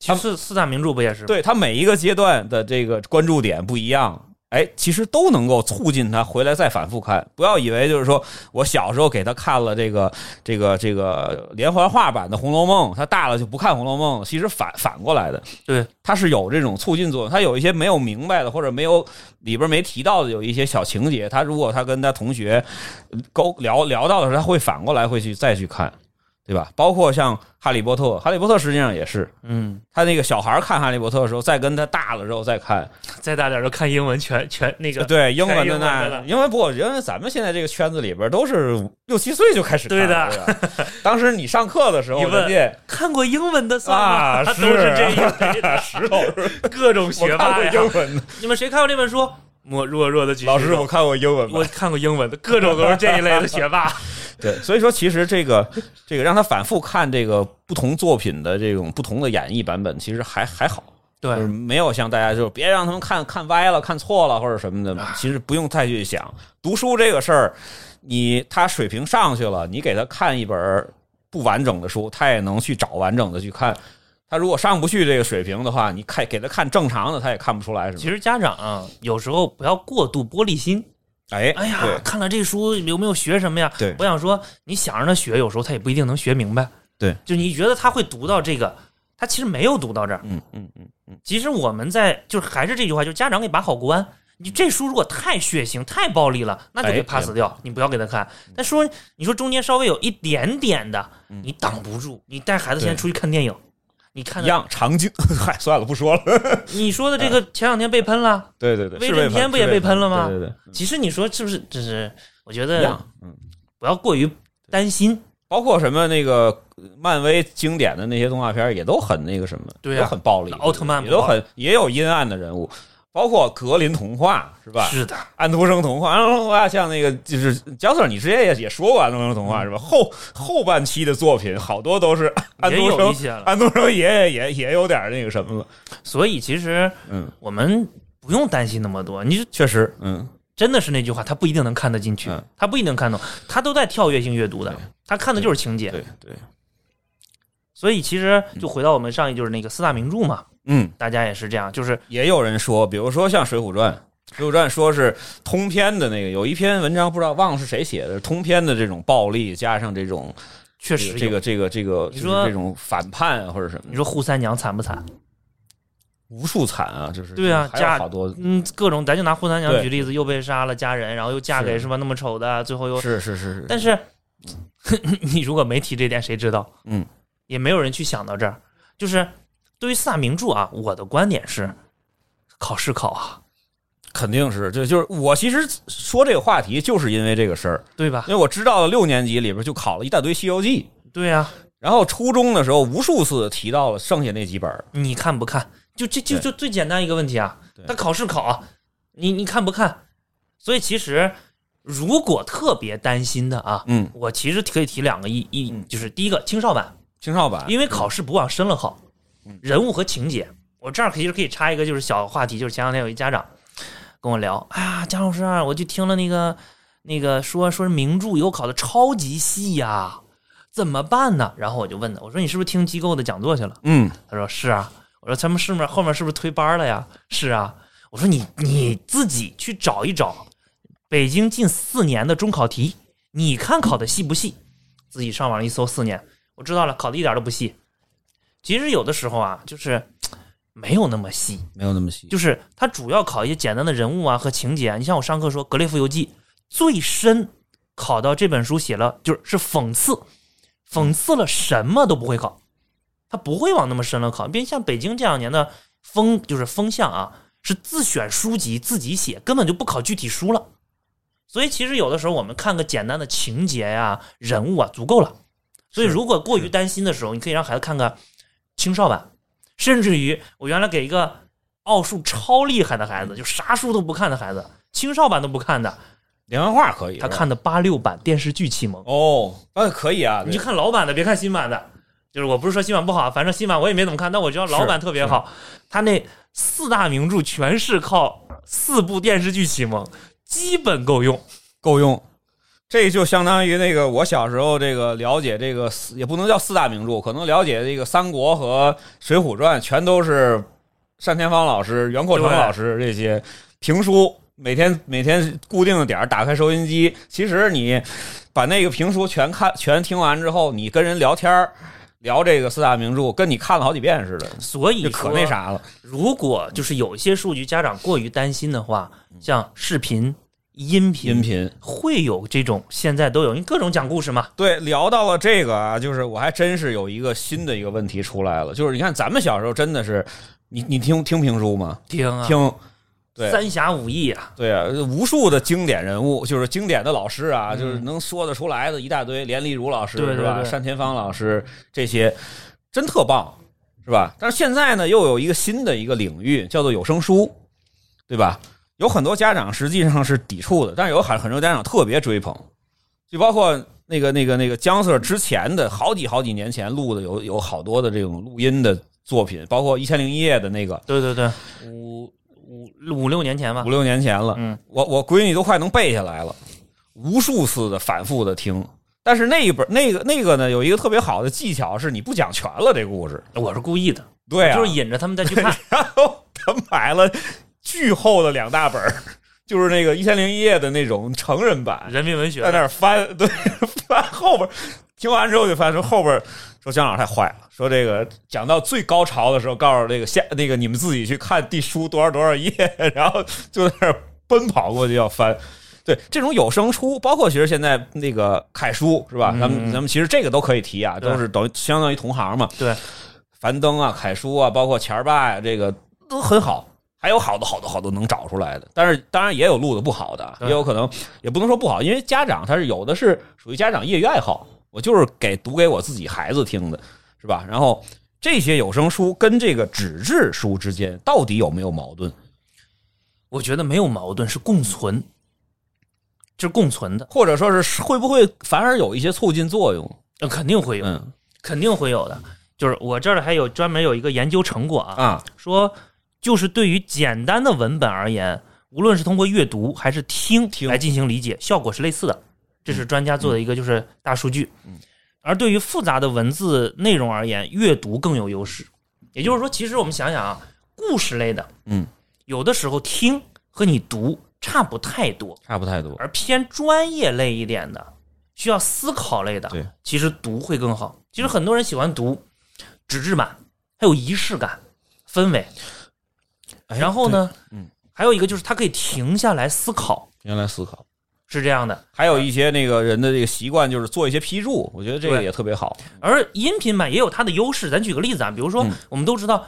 Speaker 3: 其实四大名著不也是？，
Speaker 2: 对他每一个阶段的这个关注点不一样，哎，其实都能够促进他回来再反复看。不要以为就是说我小时候给他看了这个这个这个连环画版的《红楼梦》，他大了就不看《红楼梦》了。其实反反过来的，
Speaker 3: 对，
Speaker 2: 它是有这种促进作用。他有一些没有明白的，或者没有里边没提到的，有一些小情节，他如果他跟他同学呃沟聊聊到的时候，他会反过来会去再去看。对吧？包括像《哈利波特》，《哈利波特》实际上也是，
Speaker 3: 嗯，
Speaker 2: 他那个小孩儿看《哈利波特》的时候，再跟他大了之后再看，
Speaker 3: 再大点儿就看英文全全那 (laughs) 个。
Speaker 2: 对英文的
Speaker 3: 英文的
Speaker 2: 那，
Speaker 3: 了
Speaker 2: 因为不，因为咱们现在这个圈子里边都是六七岁就开始看
Speaker 3: 对的
Speaker 2: 了对
Speaker 3: (laughs)
Speaker 2: 吧当时你上课的时候，
Speaker 3: 一问
Speaker 2: 人家
Speaker 3: 看过英文的算吗？
Speaker 2: 啊
Speaker 3: 他
Speaker 2: 是
Speaker 3: (laughs) 都是这一类的
Speaker 2: 石头，
Speaker 3: 各种
Speaker 2: 我
Speaker 3: 啊学
Speaker 2: 看
Speaker 3: 霸
Speaker 2: 过
Speaker 3: 呀。
Speaker 2: 英文
Speaker 3: (laughs)
Speaker 2: 的，
Speaker 3: 你们谁看过这本书？我弱弱的举起
Speaker 2: 老师
Speaker 3: 手
Speaker 2: 我看过英文
Speaker 3: 我
Speaker 2: 版，
Speaker 3: 看过英文的，各种都是这一类的学
Speaker 2: (laughs)
Speaker 3: 霸。
Speaker 2: 对，所以说其实这个这个让他反复看这个不同作品的这种不同的演绎版本，其实还还好。
Speaker 3: 对
Speaker 2: 就是没有像大家就是别让他们看看歪了、看错了或者什么的，
Speaker 3: 哎
Speaker 2: 其实不用太去想。读书这个事儿，你他水平上去了，你给他看一本儿不完整的书，他也能去找完整的去看。他如果上不去这个水平的话，你看给他看正常的，他也看不出来什么。
Speaker 3: 其实家长啊，有时候不要过度玻璃心。
Speaker 2: 哎
Speaker 3: 哎
Speaker 2: 对
Speaker 3: 呀，看了这书有没有学什么呀？
Speaker 2: 对
Speaker 3: 我想说，你想让他学，有时候他也不一定能学明白。
Speaker 2: 对，
Speaker 3: 就你觉得他会读到这个，他其实没有读到这儿。
Speaker 2: 嗯嗯嗯，
Speaker 3: 其实我们在就是还是这句话，就是家长给把好关。你这书如果太血腥、太暴力了，那就
Speaker 2: 哎嗯
Speaker 3: 给 pass 掉，你不要给他看。但说你说中间稍微有一点点的，你挡不住，你带孩子先
Speaker 2: 对
Speaker 3: 出去看电影，你看
Speaker 2: 一
Speaker 3: 到
Speaker 2: 样嗯长镜， (laughs) 嗨，算了，不 (laughs) 说了。
Speaker 3: 你说的这个前两天被喷了，
Speaker 2: 对对对，
Speaker 3: 威
Speaker 2: 是
Speaker 3: 震
Speaker 2: 被
Speaker 3: 天不也
Speaker 2: 是
Speaker 3: 被喷了吗
Speaker 2: 对对
Speaker 3: 其实你说是不是？就是我觉
Speaker 2: 嗯对，一
Speaker 3: 得
Speaker 2: 样。嗯，
Speaker 3: 不要过于担心，
Speaker 2: 包括什么那个呃漫威经典的那些动画片儿也都很那个什么，
Speaker 3: 对啊
Speaker 2: 都很暴力，
Speaker 3: 奥特曼
Speaker 2: 也
Speaker 3: 不
Speaker 2: 都
Speaker 3: 暴
Speaker 2: 很也有阴暗的人物，包括格林童话是吧？
Speaker 3: 是的，
Speaker 2: 安徒生童话，安徒生童话像那个就是江 Sir，你之前也也说过安徒生童话是吧？后后半期的作品好多都是安
Speaker 3: 也
Speaker 2: 徒
Speaker 3: 有一
Speaker 2: 生，
Speaker 3: 些了。
Speaker 2: 安徒生爷爷也也有点那个什么了，
Speaker 3: 所以其实
Speaker 2: 嗯，
Speaker 3: 我们不用担心那么多，你就
Speaker 2: 确实，嗯，
Speaker 3: 真的是那句话，他不一定能看得进去
Speaker 2: 嗯，
Speaker 3: 他不一定能看懂，他都在跳跃性阅读的，他看的就是情节。
Speaker 2: 对对，
Speaker 3: 所以其实就回到我们上一就是那个四大名著嘛，
Speaker 2: 嗯，
Speaker 3: 大家也是这样，就是
Speaker 2: 也有人说，比如说像《水浒传》，《水浒传》说是通篇的那个，有一篇文章不知道忘了是谁写的，通篇的这种暴力加上这种
Speaker 3: 确
Speaker 2: 这
Speaker 3: 实
Speaker 2: 个
Speaker 3: 有
Speaker 2: 这个这个这个，
Speaker 3: 你说
Speaker 2: 就是这种反叛啊或者什么
Speaker 3: 你，说扈三娘惨不惨？
Speaker 2: 无数惨啊，就是
Speaker 3: 对啊
Speaker 2: 还
Speaker 3: 家
Speaker 2: 有好多
Speaker 3: 嗯，各种，咱就拿扈三娘
Speaker 2: 对
Speaker 3: 举例子，又被杀了家人，然后又嫁给
Speaker 2: 是
Speaker 3: 什么那么丑的，最后又……
Speaker 2: 是是是是，
Speaker 3: 但是 (laughs) 你如果没提这点，谁知道？
Speaker 2: 嗯，
Speaker 3: 也没有人去想到这儿。就是对于四大名著啊，我的观点是，考试考啊，
Speaker 2: 肯定是，这就是我其实说这个话题，就是因为这个事儿，
Speaker 3: 对吧
Speaker 2: 因？为我知道了六年级里边就考了一大堆《西游记》，
Speaker 3: 对呀、啊，
Speaker 2: 然后初中的时候无数次提到了剩下那几本儿，
Speaker 3: 你看不看？就这就
Speaker 2: 对
Speaker 3: 就最简单一个问题啊
Speaker 2: 对，
Speaker 3: 他考试考啊，你你看不看？所以其实如果特别担心的啊，
Speaker 2: 嗯，
Speaker 3: 我其实可以提两个一一，
Speaker 2: 嗯
Speaker 3: 就是第一个青少版。
Speaker 2: 青少版，
Speaker 3: 因为考试不往深了考
Speaker 2: 嗯，
Speaker 3: 人物和情节。我这儿其实可以插一个就是小话题，就是前两天有一家长跟我聊，哎呀，贾老师啊，我就听了那个那个说说是名著以后考的超级细呀、怎么办呢？然后我就问他，我说你是不是听机构的讲座去了？
Speaker 2: 嗯，
Speaker 3: 他说是啊。我说他们是不是后面是不是推班了呀？是啊。我说你你自己去找一找北京近四年的中考题，你看考的细不细？自己上网一搜四年，我知道了，考的一点都不细。其实有的时候啊，就是没有那么细，
Speaker 2: 没有那么细，
Speaker 3: 就是它主要考一些简单的人物啊和情节啊。你像我上课说《格列佛游记》，最深考到这本书写了就是是讽刺，讽刺了什么都不会考，他不会往那么深了考。毕竟像北京这两年的风就是风向啊，是自选书籍自己写，根本就不考具体书了。所以其实有的时候我们看个简单的情节呀、人物啊，足够了。所以
Speaker 2: 是
Speaker 3: 如果过于
Speaker 2: 是
Speaker 3: 担心的时候，你可以让孩子看个青少版，甚至于我原来给一个奥数超厉害的孩
Speaker 2: 嗯
Speaker 3: 子，就啥书都不看的孩子，青少版都不看的，
Speaker 2: 连环画可以，
Speaker 3: 他
Speaker 2: 是吧
Speaker 3: 看的八六版电视剧启蒙。
Speaker 2: 哦，啊可以啊，
Speaker 3: 你
Speaker 2: 对
Speaker 3: 就看老版的，别看新版的。就是我不是说新版不好，啊反正新版我也没怎么看，但我觉得老版特别好。他那四大名著全是靠四部电视剧启蒙，基本够用。
Speaker 2: 够用。这就相当于那个我小时候这个了解这个四，也不能叫四大名著，可能了解这个《三国》和《水浒传》，全都是单田芳老师、袁阔成
Speaker 3: 对
Speaker 2: 老师这些评书。每天每天固定的点儿打开收音机，其实你把那个评书全看全听完之后，你跟人聊天儿聊这个四大名著，跟你看了好几遍似的，
Speaker 3: 所
Speaker 2: 就
Speaker 3: 以
Speaker 2: 可
Speaker 3: 说，
Speaker 2: 那啥了。
Speaker 3: 如果就是有一些数据家长过于担心的话，像视频、音
Speaker 2: 嗯
Speaker 3: 频、
Speaker 2: 音频
Speaker 3: 会有这种，现在都有，因为各种讲故事嘛。
Speaker 2: 对，聊到了这个啊，就是我还真是有一个新的一个问题出来了，就是你看咱们小时候真的是，你你听听评书吗？
Speaker 3: 听啊，
Speaker 2: 听，对
Speaker 3: 三侠五义啊，
Speaker 2: 对啊，无数的经典人物，就是经典的老师啊，就是能说得出来的一大堆，连丽如老师
Speaker 3: 嗯对对
Speaker 2: 是吧？
Speaker 3: 对
Speaker 2: 单田芳老师这些，真特棒，是吧？但是现在呢，又有一个新的一个领域叫做有声书，对吧？有很多家长实际上是抵触的，但是有很很多家长特别追捧，就包括那个那个那个姜 Sir 之前的好几好几年前录的有有好多的这种录音的作品，包括《一千零一夜》的那个
Speaker 3: 对对对，五五五六年前吧
Speaker 2: 五，六年前了，
Speaker 3: 嗯，
Speaker 2: 我我闺女都快能背下来了，无数次的反复的听。但是那一本那个那个呢，有一个特别好的技巧是你不讲全了这故事，
Speaker 3: 我是故意的，
Speaker 2: 对啊，
Speaker 3: 就是引着他们再去看。
Speaker 2: 然后他买了巨厚的两大本儿，就是那个《一千零一夜》的那种成 (laughs) 人版，
Speaker 3: 人民文学
Speaker 2: 在那儿翻，对， (laughs) 翻后边儿，听完之后就发现说后边儿说姜老师太坏了，说这个讲到最高潮的时候，告诉这个下那个你们自己去看第书多少多少页， (laughs) 然后就在那儿奔跑过去要翻。对，这种有声书，包括其实现在那个凯叔是吧？咱们咱们其实这个都可以提啊，
Speaker 3: 嗯对
Speaker 2: 都是等于相当于同行嘛。
Speaker 3: 对，
Speaker 2: 樊登啊、凯叔啊，包括钱儿爸呀、这个都很好。还有好多好多好多能找出来的，但是当然也有录的不好的，
Speaker 3: 对
Speaker 2: 也有可能也不能说不好，因为家长他是有的是属于家长业余爱好，我就是给读给我自己孩子听的，是吧？然后这些有声书跟这个纸质书之间到底有没有矛盾，
Speaker 3: 我觉得没有矛盾，是共存，这是共存的，
Speaker 2: 或者说是会不会反而有一些促进作用？
Speaker 3: 呃肯定会有，
Speaker 2: 嗯
Speaker 3: 肯定会有的。就是我这儿还有专门有一个研究成果啊，
Speaker 2: 啊，
Speaker 3: 说就是对于简单的文本而言，无论是通过阅读还是听
Speaker 2: 听
Speaker 3: 来进行理解，效果是类似的。这是专家做的一个就是大数据。
Speaker 2: 嗯
Speaker 3: 而对于复杂的文字内容而言，阅读更有优势。也就是说，其实我们想想啊，故事类的，
Speaker 2: 嗯，
Speaker 3: 有的时候听和你读差不太多，
Speaker 2: 差不太多。
Speaker 3: 而偏专业类一点的，需要思考类的
Speaker 2: 对，
Speaker 3: 其实读会更好。其实很多人喜欢读纸质版，它有仪式感、氛围。
Speaker 2: 哎
Speaker 3: 然后呢，
Speaker 2: 对嗯，
Speaker 3: 还有一个就是它可以停下来思考，
Speaker 2: 原来思考。
Speaker 3: 是这样的。
Speaker 2: 还有一些那个人的这个习惯，就是做一些批注，我觉得这个
Speaker 3: 对
Speaker 2: 也特别好。
Speaker 3: 而音频版也有它的优势。咱举个例子啊，比如说
Speaker 2: 嗯
Speaker 3: 我们都知道，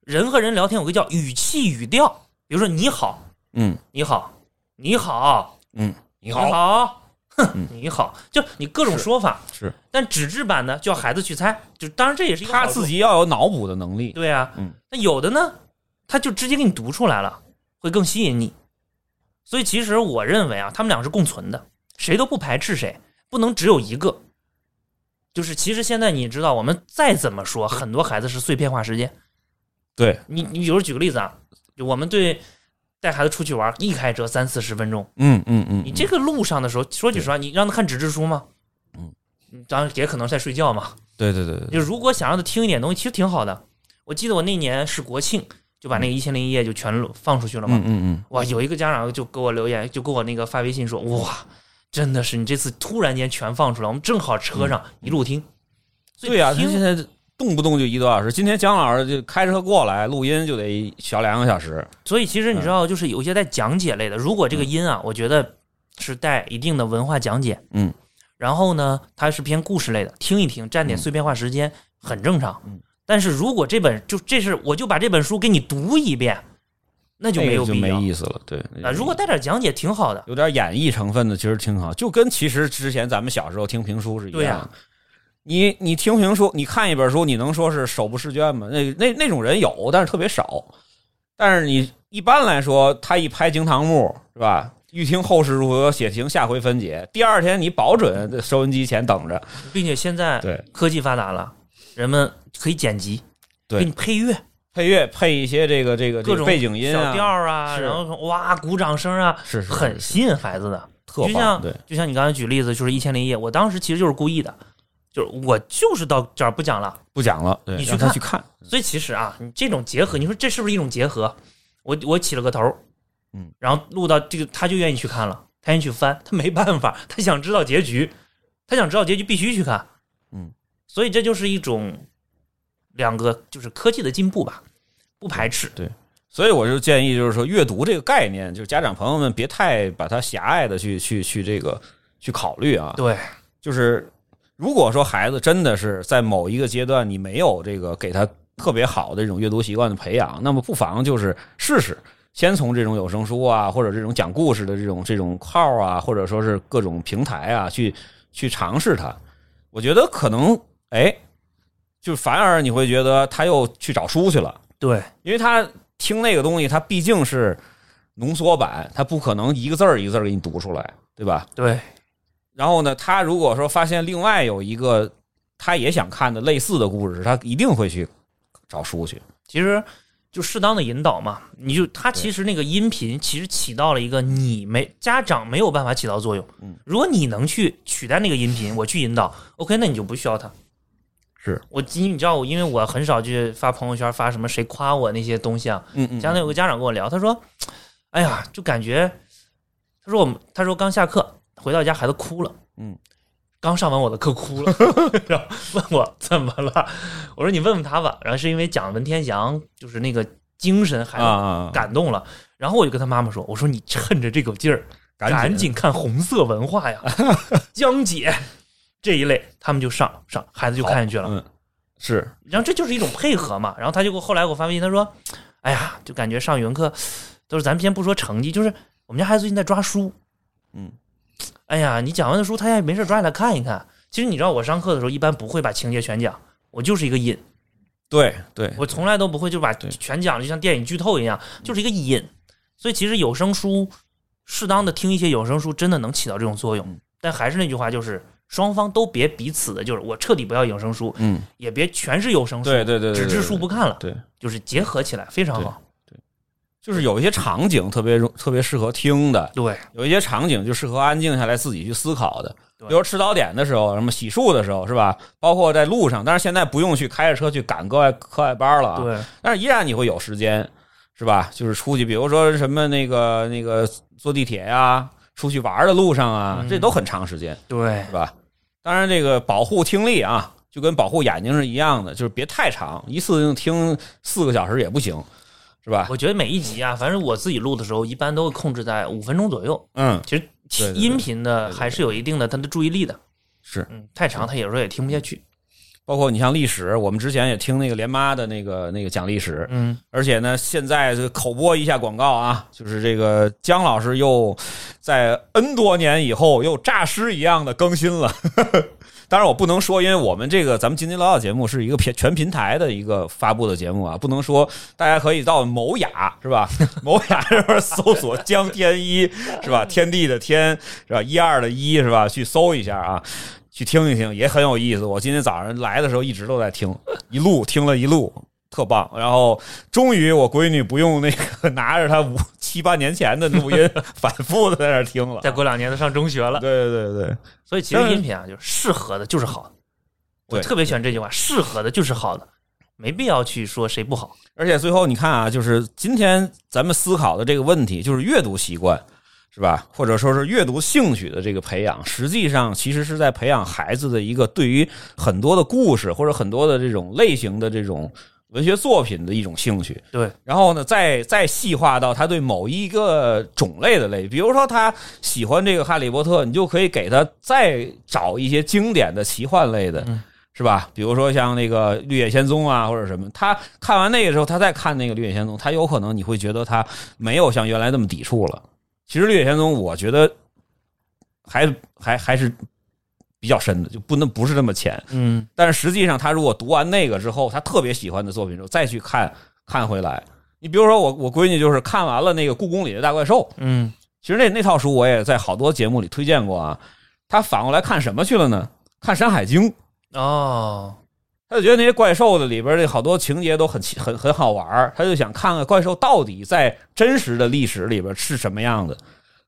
Speaker 3: 人和人聊天有个叫语气语调，比如说你好，
Speaker 2: 嗯
Speaker 3: 你好，你好，
Speaker 2: 嗯，你
Speaker 3: 你，好，
Speaker 2: 嗯
Speaker 3: 哼， (laughs) 你好，就你各种说法
Speaker 2: 是。
Speaker 3: 但纸质版呢，就要孩子去猜，就当然这也是一个
Speaker 2: 他
Speaker 3: 好处
Speaker 2: 自己要有脑补的能力。
Speaker 3: 对啊，
Speaker 2: 嗯，
Speaker 3: 那有的呢，他就直接给你读出来了，会更吸引你。所以其实我认为啊，他们俩是共存的，谁都不排斥谁，不能只有一个。就是其实现在你知道，我们再怎么说，很多孩子是碎片化时间。
Speaker 2: 对，
Speaker 3: 你你比如举个例子啊，就我们对带孩子出去玩，一开车三四十分钟，
Speaker 2: 嗯嗯嗯
Speaker 3: 你这个路上的时候，说句实话，你让他看纸质书吗？
Speaker 2: 嗯
Speaker 3: 嗯，当然也可能是在睡觉嘛。
Speaker 2: 对对对对，
Speaker 3: 就如果想让他听一点东西，其实挺好的。我记得我那年是国庆，就把那个《一千零一夜》就全录放出去了嘛。
Speaker 2: 嗯
Speaker 3: 哇，有一个家长就给我留言，就给我那个发微信说：“哇，真的是你这次突然间全放出来，我们正好车上一路听。所
Speaker 2: 嗯
Speaker 3: 以
Speaker 2: 对啊呀，他
Speaker 3: 听
Speaker 2: 现在动不动就一个多小时。今天姜老师就开车过来录音，就得小两个小时。
Speaker 3: 所以其实
Speaker 2: 嗯
Speaker 3: 你知道，就是有一些带讲解类的，如果这个音啊，我觉得是带一定的文化讲解，
Speaker 2: 嗯，
Speaker 3: 然后呢，它是偏故事类的，听一听，占点碎片化时间很正常，
Speaker 2: 嗯。
Speaker 3: 但是如果这本就这是我就把这本书给你读一遍，那就没有
Speaker 2: 那个就
Speaker 3: 必要
Speaker 2: 没意思了。对
Speaker 3: 啊。如果带点讲解挺好的，
Speaker 2: 有点演绎成分的，其实挺好，就跟其实之前咱们小时候听评书是一
Speaker 3: 对
Speaker 2: 样的
Speaker 3: 呀。
Speaker 2: 你你听评书，你看一本书，你能说是手不释卷吗？那那那种人有，但是特别少。但是你一般来说，他一拍惊堂木，是吧？欲听后事如何，且听下回分解。第二天你保准在收音机前等着。
Speaker 3: 并且现在
Speaker 2: 对，
Speaker 3: 科技发达了，人们可以剪辑，
Speaker 2: 对
Speaker 3: 给你配乐，
Speaker 2: 配乐配一些这个这个这
Speaker 3: 各
Speaker 2: 个
Speaker 3: 种
Speaker 2: 背景音
Speaker 3: 小调
Speaker 2: 啊，
Speaker 3: 啊，
Speaker 2: 是
Speaker 3: 然后哇鼓掌声啊，
Speaker 2: 是是
Speaker 3: 很
Speaker 2: 是
Speaker 3: 吸引孩子的。
Speaker 2: 特
Speaker 3: 就
Speaker 2: 棒。
Speaker 3: 像
Speaker 2: 对，
Speaker 3: 就像你刚才举例子，就是《一千零一夜》，我当时其实就是故意的，就是我就是到这儿不讲了。
Speaker 2: 不讲了，对
Speaker 3: 你去
Speaker 2: 让他
Speaker 3: 看
Speaker 2: 去看。
Speaker 3: 所以其实啊，你这种结合，你说这是不是一种结合？我我起了个头，
Speaker 2: 嗯，
Speaker 3: 然后录到这个，他就愿意去看了，他愿意去翻，他没办法，他想知道结局，他想知道结局必须去看，
Speaker 2: 嗯，
Speaker 3: 所以这就是一种两个就是科技的进步吧，不排斥，
Speaker 2: 所以我就建议，就是说阅读这个概念，就是家长朋友们别太把它狭隘的去去去这个去考虑啊。
Speaker 3: 对，
Speaker 2: 就是如果说孩子真的是在某一个阶段，你没有这个给他特别好的这种阅读习惯的培养，那么不妨就是试试。先从这种有声书啊，或者这种讲故事的这种这种号啊，或者说是各种平台啊，去去尝试它。我觉得可能，哎，就反而你会觉得他又去找书去了。
Speaker 3: 对，
Speaker 2: 因为他听那个东西，他毕竟是浓缩版，他不可能一个字儿一个字儿给你读出来，对吧？
Speaker 3: 对，
Speaker 2: 然后呢，他如果说发现另外有一个他也想看的类似的故事，他一定会去找书去。
Speaker 3: 其实就适当的引导嘛，你就它其实那个音频其实起到了一个你没家长没有办法起到作用。
Speaker 2: 嗯，
Speaker 3: 如果你能去取代那个音频，我去引导，OK，那你就不需要它。
Speaker 2: 是
Speaker 3: 我因为你知道我，因为我很少去发朋友圈发什么谁夸我那些东西啊。
Speaker 2: 嗯嗯
Speaker 3: 前两天有个家长跟我聊，他说：“哎呀，就感觉，他说我们，他说刚下课回到家，孩子哭了，
Speaker 2: 嗯，
Speaker 3: (laughs) 刚上完我的课哭了， (laughs) 然后问我怎么了，我说你问问他吧。然后是因为讲文天祥就是那个精神孩
Speaker 2: 啊
Speaker 3: 子
Speaker 2: 啊，
Speaker 3: 感动了，然后我就跟他妈妈说，我说你趁着这口劲儿，
Speaker 2: 赶
Speaker 3: 赶紧看红色文化
Speaker 2: (laughs)
Speaker 3: 呀，江姐这一类，他们就上上孩子就看下去了。”
Speaker 2: 嗯，是
Speaker 3: 然后这就是一种配合嘛。然后他就给我后来给我发微信，他说：“哎呀，就感觉上语文课，都是咱们先不说成绩，就是我们家孩子最近在抓书，
Speaker 2: 嗯，
Speaker 3: 哎呀，你讲完的书，他也没事抓下来看一看。其实你知道，我上课的时候一般不会把情节全讲，我就是一个引，
Speaker 2: 对对，
Speaker 3: 我从来都不会就把
Speaker 2: 对
Speaker 3: 全讲，就像电影剧透一样，就是一个引。所以其实有声书，适当的听一些有声书，真的能起到这种作用
Speaker 2: 嗯。
Speaker 3: 但还是那句话，就是双方都别彼此的，就是我彻底不要有声书，
Speaker 2: 嗯，
Speaker 3: 也别全是有声书，
Speaker 2: 对对对，对
Speaker 3: 纸质书不，看了。
Speaker 2: 对对，
Speaker 3: 就是结合起来非常好。
Speaker 2: 就是有一些场景特别容特别适合听的，
Speaker 3: 对，
Speaker 2: 有一些场景就适合安静下来自己去思考的，比
Speaker 3: 对
Speaker 2: 如吃早点的时候，什么洗漱的时候，是吧？包括在路上，但是现在不用去开着车去赶课外课外班了啊，
Speaker 3: 对，
Speaker 2: 但是依然你会有时间，是吧？就是出去，比如说什么那个那个坐地铁呀、出去玩的路上啊，
Speaker 3: 嗯
Speaker 2: 这都很长时间，
Speaker 3: 对
Speaker 2: 是吧？当然，这个保护听力啊，就跟保护眼睛是一样的，就是别太长，一次性听四个小时也不行，是吧？
Speaker 3: 我觉得每一集啊，反正我自己录的时候，一般都会控制在五分钟左右。
Speaker 2: 嗯，
Speaker 3: 其
Speaker 2: 对对对
Speaker 3: 实音频
Speaker 2: 对
Speaker 3: 的
Speaker 2: 对
Speaker 3: 还是有一定的它的注意力的，
Speaker 2: 是。
Speaker 3: 嗯，太长他有时候也听不下去。嗯
Speaker 2: 包括你像历史，我们之前也听那个连妈的那个那个讲历史，
Speaker 3: 嗯，
Speaker 2: 而且呢，现在这个口播一下广告啊，就是这个姜老师又在 N 多年以后又诈尸一样的更新了。当然，我不能说，因为我们这个咱们津津乐道节目是一个全全平台的一个发布的节目啊，不能说大家可以到某雅是吧？某雅这边搜索江天一是吧？天地的天是吧？一二的一是吧？去搜一下啊，去听一听也很有意思。我今天早上来的时候一直都在听，一路听了一路，特棒。然后终于我闺女不用那个拿着她五七八年前的录音 (laughs) 反复的在那儿听了。
Speaker 3: 再过两年他上中学了，
Speaker 2: 对对对对，
Speaker 3: 所以其实音频啊，就是适合的就是好的。我
Speaker 2: 对
Speaker 3: 特别喜欢这句话，适合的就是好的，没必要去说谁不好。
Speaker 2: 而且最后你看啊，就是今天咱们思考的这个问题，就是阅读习惯，是吧？或者说是阅读兴趣的这个培养，实际上其实是在培养孩子的一个对于很多的故事或者很多的这种类型的这种文学作品的一种兴趣。
Speaker 3: 对，
Speaker 2: 然后呢，再再细化到他对某一个种类的类，比如说他喜欢这个《哈利波特》，你就可以给他再找一些经典的奇幻类的，
Speaker 3: 嗯
Speaker 2: 是吧？比如说像那个《绿野仙踪》啊，或者什么。他看完那个之后，他再看那个《绿野仙踪》，他有可能你会觉得他没有像原来那么抵触了。其实《绿野仙踪》，我觉得还还还是比较深的，就不能不是那么浅。
Speaker 3: 嗯，
Speaker 2: 但是实际上，他如果读完那个之后，他特别喜欢的作品之后，再去看看回来，你比如说我我闺女就是看完了那个《故宫里的大怪兽》，
Speaker 3: 嗯，
Speaker 2: 其实那那套书我也在好多节目里推荐过啊。她反过来看什么去了呢？看《山海经》，
Speaker 3: 哦，
Speaker 2: 她就觉得那些怪兽的里边的好多情节都很奇很很好玩儿，她就想看看怪兽到底在真实的历史里边是什么样的。《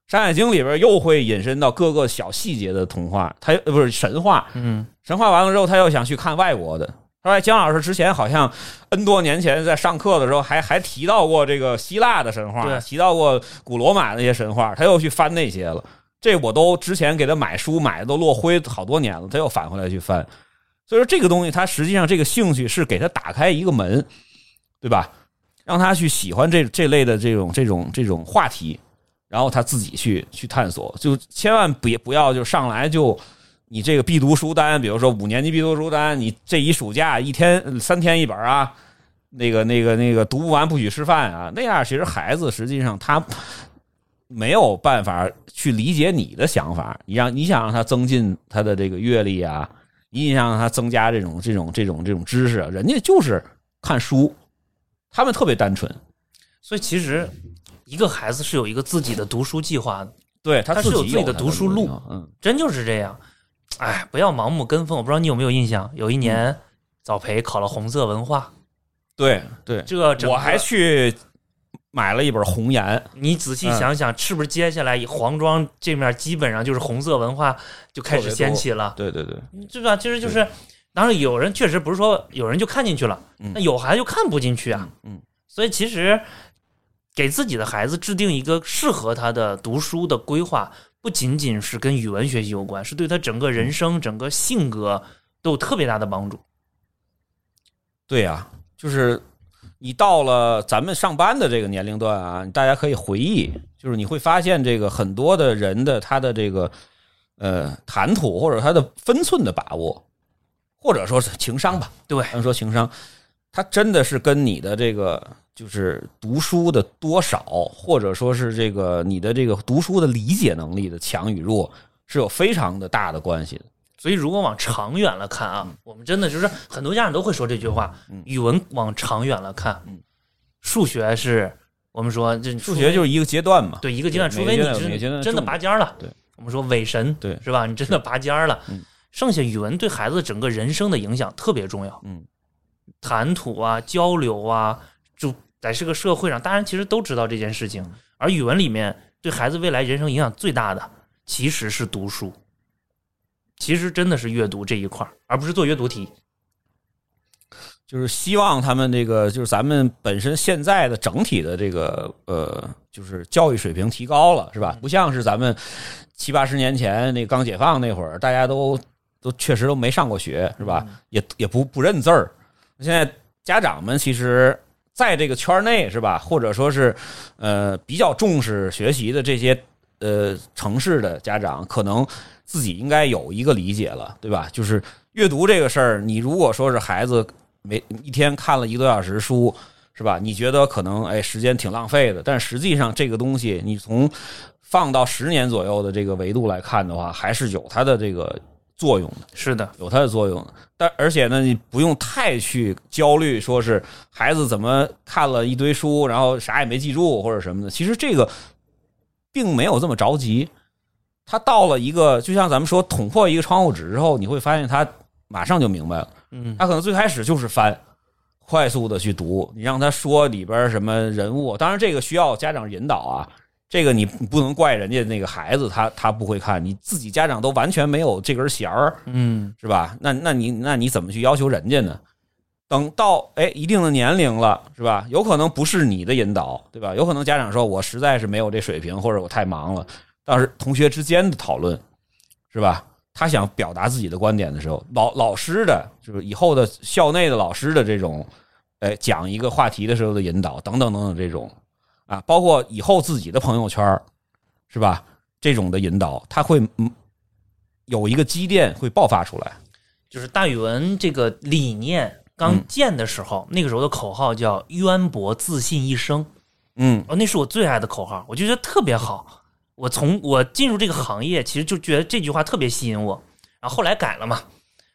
Speaker 2: 山海经》里边又会引申到各个小细节的童话，它呃不是神话，
Speaker 3: 嗯，
Speaker 2: 神话完了之后，他又想去看外国的。后来姜老师之前好像 N 多年前在上课的时候还还提到过这个希腊的神话，
Speaker 3: 对
Speaker 2: 提到过古罗马那些神话，他又去翻那些了。这我都之前给他买书买的都落灰好多年了，他又返回来去翻。所以说这个东西，他实际上这个兴趣是给他打开一个门，对吧？让他去喜欢这这类的这种这种这种话题，然后他自己去去探索，就千万别不要就上来就你这个必读书单，比如说五年级必读书单，你这一暑假一天三天一本啊，那个那个那个读不完不许吃饭啊，那样其实孩子实际上他没有办法去理解你的想法，你让你想让他增进他的这个阅历啊，你想让他增加这种这种这种这种知识啊，人家就是看书，他们特别单纯，
Speaker 3: 所以其实一个孩子是有一个自己的读书计划的，
Speaker 2: 对他
Speaker 3: 他是有
Speaker 2: 己
Speaker 3: 自己的
Speaker 2: 他
Speaker 3: 读书路
Speaker 2: 地方，嗯
Speaker 3: 真就是这样。哎，不要盲目跟风。我不知道你有没有印象，有一
Speaker 2: 嗯
Speaker 3: 年早培考了红色文化，
Speaker 2: 对对，
Speaker 3: 这整个
Speaker 2: 我还去买了一本《红岩》，
Speaker 3: 你仔细想
Speaker 2: 嗯
Speaker 3: 想，是不是接下来以黄庄这面基本上就是红色文化就开始掀起了，
Speaker 2: 对对对，
Speaker 3: 对吧？其实就是，当然有人确实不是说有人就看进去了，
Speaker 2: 嗯
Speaker 3: 那有孩子就看不进去啊。
Speaker 2: 嗯嗯
Speaker 3: 所以其实给自己的孩子制定一个适合他的读书的规划，不仅仅是跟语文学习有关，是对他整个
Speaker 2: 嗯
Speaker 3: 人生、整个性格都有特别大的帮助。
Speaker 2: 对呀、就是你到了咱们上班的这个年龄段啊，大家可以回忆，就是你会发现这个很多的人的他的这个呃谈吐或者他的分寸的把握，或者说是情商吧，
Speaker 3: 对
Speaker 2: 咱们说情商，它真的是跟你的这个就是读书的多少，或者说是这个你的这个读书的理解能力的强与弱，是有非常的大的关系的。
Speaker 3: 所以，如果往长远了看啊，我们真的就是很多家长都会说这句话：
Speaker 2: 嗯
Speaker 3: 语文往长远了看
Speaker 2: 嗯，
Speaker 3: 数学是我们说这
Speaker 2: 数学就是一个阶段嘛，
Speaker 3: 对一个阶段，
Speaker 2: 对
Speaker 3: 除
Speaker 2: 每
Speaker 3: 非
Speaker 2: 个阶段有每
Speaker 3: 你
Speaker 2: 个阶段的重
Speaker 3: 真真的
Speaker 2: 点
Speaker 3: 拔尖儿了，
Speaker 2: 对，
Speaker 3: 我们说伪神，
Speaker 2: 对
Speaker 3: 是吧？你真的拔尖儿了
Speaker 2: 嗯，
Speaker 3: 剩下语文对孩子整个人生的影响特别重要，
Speaker 2: 嗯，
Speaker 3: 谈吐啊、交流啊，就在这个社会上，大人其实都知道这件事情，而语文里面对孩子未来人生影响最大的其实是读书，其实真的是阅读这一块儿，而不是做阅读题。
Speaker 2: 就是希望他们这个，就是咱们本身现在的整体的这个呃，就是教育水平提高了，是吧？不像是咱们七八十年前那刚解放那会儿，大家都都确实都没上过学，是吧？也也不不认字儿。现在家长们其实在这个圈儿内，是吧？或者说是呃比较重视学习的这些呃城市的家长，可能自己应该有一个理解了，对吧？就是阅读这个事儿，你如果说是孩子每一天看了一个多小时书，是吧？你觉得可能哎时间挺浪费的，但实际上这个东西你从放到十年左右的这个维度来看的话，还是有它的这个作用的。
Speaker 3: 是的，
Speaker 2: 有它的作用。但而且呢，你不用太去焦虑，说是孩子怎么看了一堆书，然后啥也没记住或者什么的。其实这个并没有这么着急。他到了一个，就像咱们说捅破一个窗户纸之后，你会发现他马上就明白了。
Speaker 3: 嗯，
Speaker 2: 他可能最开始就是翻，快速的去读，你让他说里边什么人物，当然这个需要家长引导啊，这个你你不能怪人家那个孩子他他不会看，你自己家长都完全没有这根弦儿，
Speaker 3: 嗯，
Speaker 2: 是吧？那那你那你怎么去要求人家呢？等到哎一定的年龄了，是吧？有可能不是你的引导，对吧？有可能家长说我实在是没有这水平，或者我太忙了。但是同学之间的讨论，是吧？他想表达自己的观点的时候，老老师的就是以后的校内的老师的这种，哎，讲一个话题的时候的引导，等等等等这种啊，包括以后自己的朋友圈儿，是吧？这种的引导，他会嗯有一个积淀会爆发出来。
Speaker 3: 就是大语文这个理念刚建的时候，那个时候的口号叫“渊博自信一生”，
Speaker 2: 嗯
Speaker 3: 哦，那是我最爱的口号，我就觉得特别好。我从我进入这个行业，其实就觉得这句话特别吸引我。然后后来改了嘛，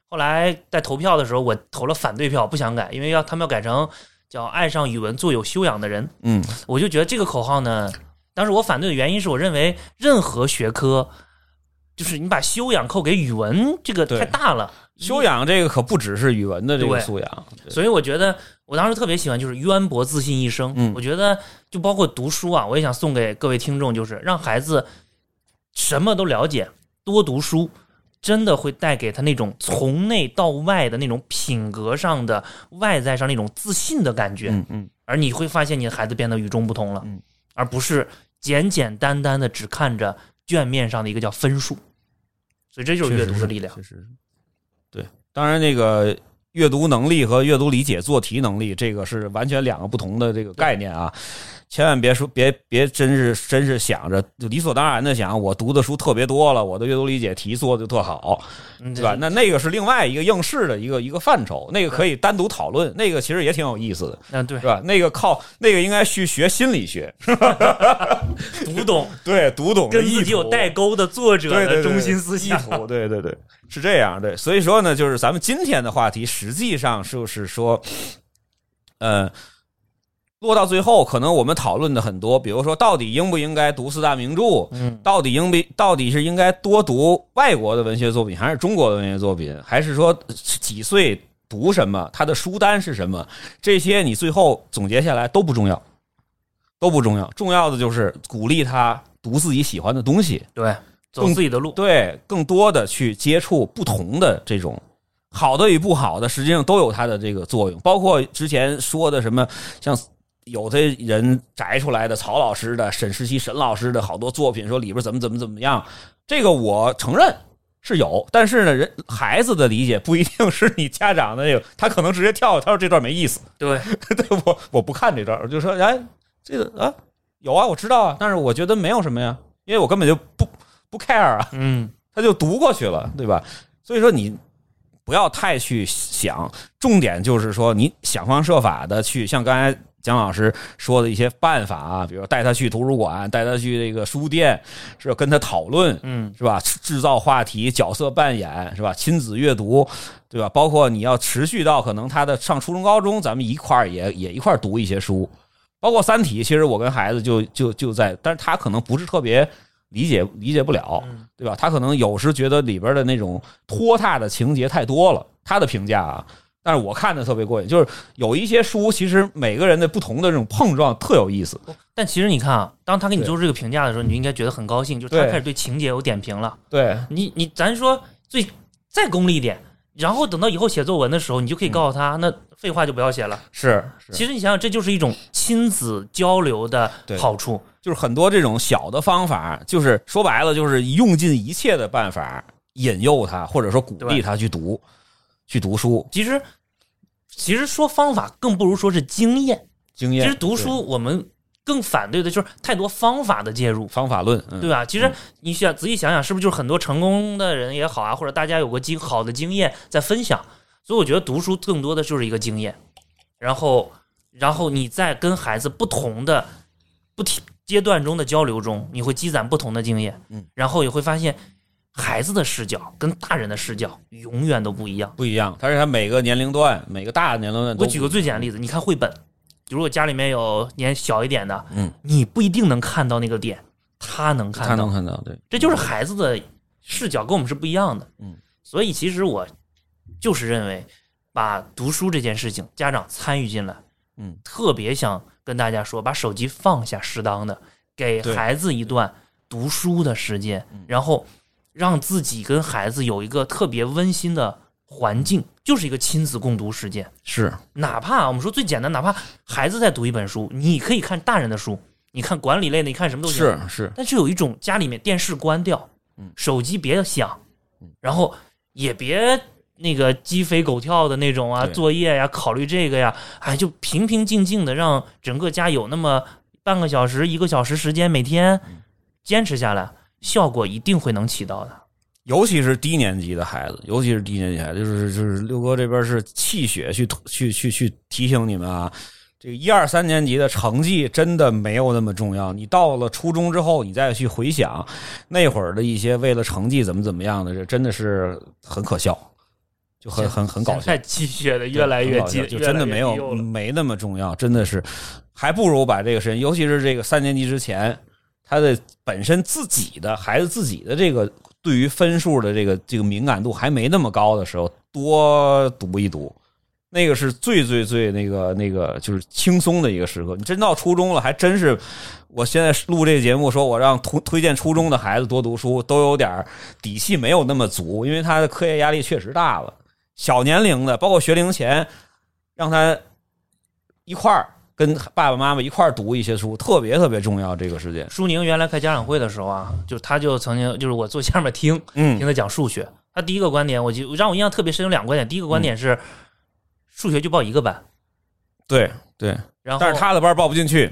Speaker 3: 后来在投票的时候，我投了反对票，不想改，因为要他们要改成叫“爱上语文，做有修养的人”。
Speaker 2: 嗯
Speaker 3: 我就觉得这个口号呢，当时我反对的原因是我认为任何学科，就是你把修养扣给语文，这个
Speaker 2: 对
Speaker 3: 太大了。，
Speaker 2: 修养这个可不只是语文的这个
Speaker 3: 对
Speaker 2: 素养，对
Speaker 3: 所以我觉得我当时特别喜欢就是渊博自信一生。
Speaker 2: 嗯
Speaker 3: 我觉得就包括读书啊，我也想送给各位听众，就是让孩子什么都了解，多读书。真的会带给他那种从内到外的那种品格上的、外在上那种自信的感觉。
Speaker 2: 嗯嗯，
Speaker 3: 而你会发现你的孩子变得与众不同了，
Speaker 2: 嗯
Speaker 3: 而不是简简单单的只看着卷面上的一个叫分数，所以这就是阅读的力量。
Speaker 2: 确实是。对，当然那个阅读能力和阅读理解做题能力，这个是完全两个不同的这个概念啊。千万别说别别真是真是想着就理所当然的想我读的书特别多了，我的阅读理解题做的就特好，
Speaker 3: 嗯，
Speaker 2: 对吧？那那个是另外一个应试的一个一个范畴，那个可以单独讨论，那个其实也挺有意思的，
Speaker 3: 嗯，对
Speaker 2: 是，吧？那个靠那个应该去学心理学，
Speaker 3: (laughs) 读懂
Speaker 2: 对，读懂
Speaker 3: 跟
Speaker 2: 的意
Speaker 3: 自己有
Speaker 2: 图
Speaker 3: 代沟的作者
Speaker 2: 对对
Speaker 3: 的
Speaker 2: 对
Speaker 3: 中心思想
Speaker 2: 意。图，对对对，是这样。对，所以说呢，就是咱们今天的话题，实际上就是说，呃，落到最后，可能我们讨论的很多，比如说到底应不应该读四大名著，
Speaker 3: 嗯，
Speaker 2: 到底应不到底是应该多读外国的文学作品，还是中国的文学作品，还是说几岁读什么，他的书单是什么？这些你最后总结下来都不重要，都不重要。重要的就是鼓励他读自己喜欢的东西。
Speaker 3: 对，走自己的路。
Speaker 2: 对，更多的去接触不同的这种好的与不好的，实际上都有它的这个作用。包括之前说的什么，像有的人摘出来的曹老师的、沈石溪沈老师的好多作品，说里边怎么怎么怎么样，这个我承认。是有，但是呢，人孩子的理解不一定是你家长的那个，他可能直接跳，他说这段没意思， (laughs)
Speaker 3: 对，
Speaker 2: 对我我不看这段，我就说哎，这个啊有啊，我知道啊，但是我觉得没有什么呀，因为我根本就不不 care 啊，
Speaker 3: 嗯，
Speaker 2: 他就读过去了，对吧？所以说你不要太去想，重点就是说你想方设法的去，像刚才蒋老师说的一些办法啊，比如带他去图书馆，带他去这个书店，是吧跟他讨论，
Speaker 3: 嗯，
Speaker 2: 是吧？制造话题、角色扮演，是吧？亲子阅读，对吧？包括你要持续到可能他的上初中、高中，咱们一块儿也也一块儿读一些书，包括《三体》。其实我跟孩子就就就在，但是他可能不是特别理解理解不了，对吧？他可能有时觉得里边的那种拖沓的情节太多了，他的评价啊。但是我看的特别过瘾，就是有一些书，其实每个人的不同的这种碰撞特有意思。
Speaker 3: 但其实你看啊，当他给你
Speaker 2: 对
Speaker 3: 做出这个评价的时候，你就应该觉得很高兴，就是他
Speaker 2: 对
Speaker 3: 开始对情节有点评了。
Speaker 2: 对，
Speaker 3: 你你咱说最再功利一点，然后等到以后写作文的时候，你就可以告诉他，那废话就不要写了。
Speaker 2: 嗯是
Speaker 3: 其实你想想，这就是一种亲子交流的
Speaker 2: 对
Speaker 3: 好处。
Speaker 2: 就是很多这种小的方法，就是说白了，就是用尽一切的办法引诱他，或者说鼓励他去读，去读书，
Speaker 3: 其实，其实说方法更不如说是经验。
Speaker 2: 经
Speaker 3: 其
Speaker 2: 验。
Speaker 3: 实读书我们更反对的就是太多方法的介入
Speaker 2: 对。方法论，嗯
Speaker 3: 对吧？其实你想仔细想想，是不是就是很多成功的人也好啊，或者大家有过经好的经验在分享，所以我觉得读书更多的就是一个经验，然后然后你在跟孩子不同的不提阶段中的交流中，你会积攒不同的经验，
Speaker 2: 嗯，
Speaker 3: 然后也会发现孩子的视角跟大人的视角永远都不一样。
Speaker 2: 不一样。但是他每个年龄段，每个大的年龄段都
Speaker 3: 我举个最简单的例子，你看绘本，如果家里面有年小一点的，
Speaker 2: 嗯，
Speaker 3: 你不一定能看到那个点，他能看
Speaker 2: 他
Speaker 3: 到
Speaker 2: 能。看到，对，
Speaker 3: 这就是孩子的视角跟我们是不一样的。
Speaker 2: 嗯，
Speaker 3: 所以其实我就是认为，把读书这件事情家长参与进来，
Speaker 2: 嗯，
Speaker 3: 特别想跟大家说，把手机放下，适当的给
Speaker 2: 对嗯
Speaker 3: 孩子一段读书的时间，然后让自己跟孩子有一个特别温馨的环境，就是一个亲子共读时间。
Speaker 2: 是
Speaker 3: 哪怕我们说最简单，哪怕孩子在读一本书，你可以看大人的书，你看管理类的，你看什么都行。
Speaker 2: 是是，
Speaker 3: 但是有一种家里面电视关掉，
Speaker 2: 嗯
Speaker 3: 手机别响，然后也别那个鸡飞狗跳的那种啊，
Speaker 2: 对
Speaker 3: 作业呀，考虑这个呀，哎，就平平静静的让整个家有那么半个小时、一个小时时间，每天
Speaker 2: 嗯
Speaker 3: 坚持下来，效果一定会能起到的。
Speaker 2: 尤其是低年级的孩子，尤其是低年级孩子，就是就是六哥这边是气血去去去去提醒你们啊，这个一二三年级的成绩真的没有那么重要。你到了初中之后，你再去回想那会儿的一些为了成绩怎么怎么样的，这真的是很可笑，就很很很搞笑。
Speaker 3: 现在积雪的越来越
Speaker 2: 很搞笑
Speaker 3: 近，
Speaker 2: 就
Speaker 3: 越
Speaker 2: 真的
Speaker 3: 来越
Speaker 2: 没
Speaker 3: 低幼
Speaker 2: 有嗯
Speaker 3: 了
Speaker 2: 没那么重要，真的是，还不如把这个时间，尤其是这个三年级之前，他的本身自己的孩子自己的这个对于分数的这个这个敏感度还没那么高的时候，多读一读，那个是最最最那个那个就是轻松的一个时刻。你真到初中了，还真是，我现在录这个节目，说我让推推荐初中的孩子多读书，都有点儿底气没有那么足，因为他的课业压力确实大了。小年龄的，包括学龄前，让他一块儿跟爸爸妈妈一块儿读一些书，特别特别重要。这个时间，
Speaker 3: 舒宁原来开家长会的时候啊，就他就曾经就是我坐下面听，听
Speaker 2: 嗯，
Speaker 3: 他讲数学。他第一个观点，我就让我印象特别深，有两个观点。第一个观点是，数学就报一个班，
Speaker 2: 对对，
Speaker 3: 然后
Speaker 2: 但是他的班报不进去。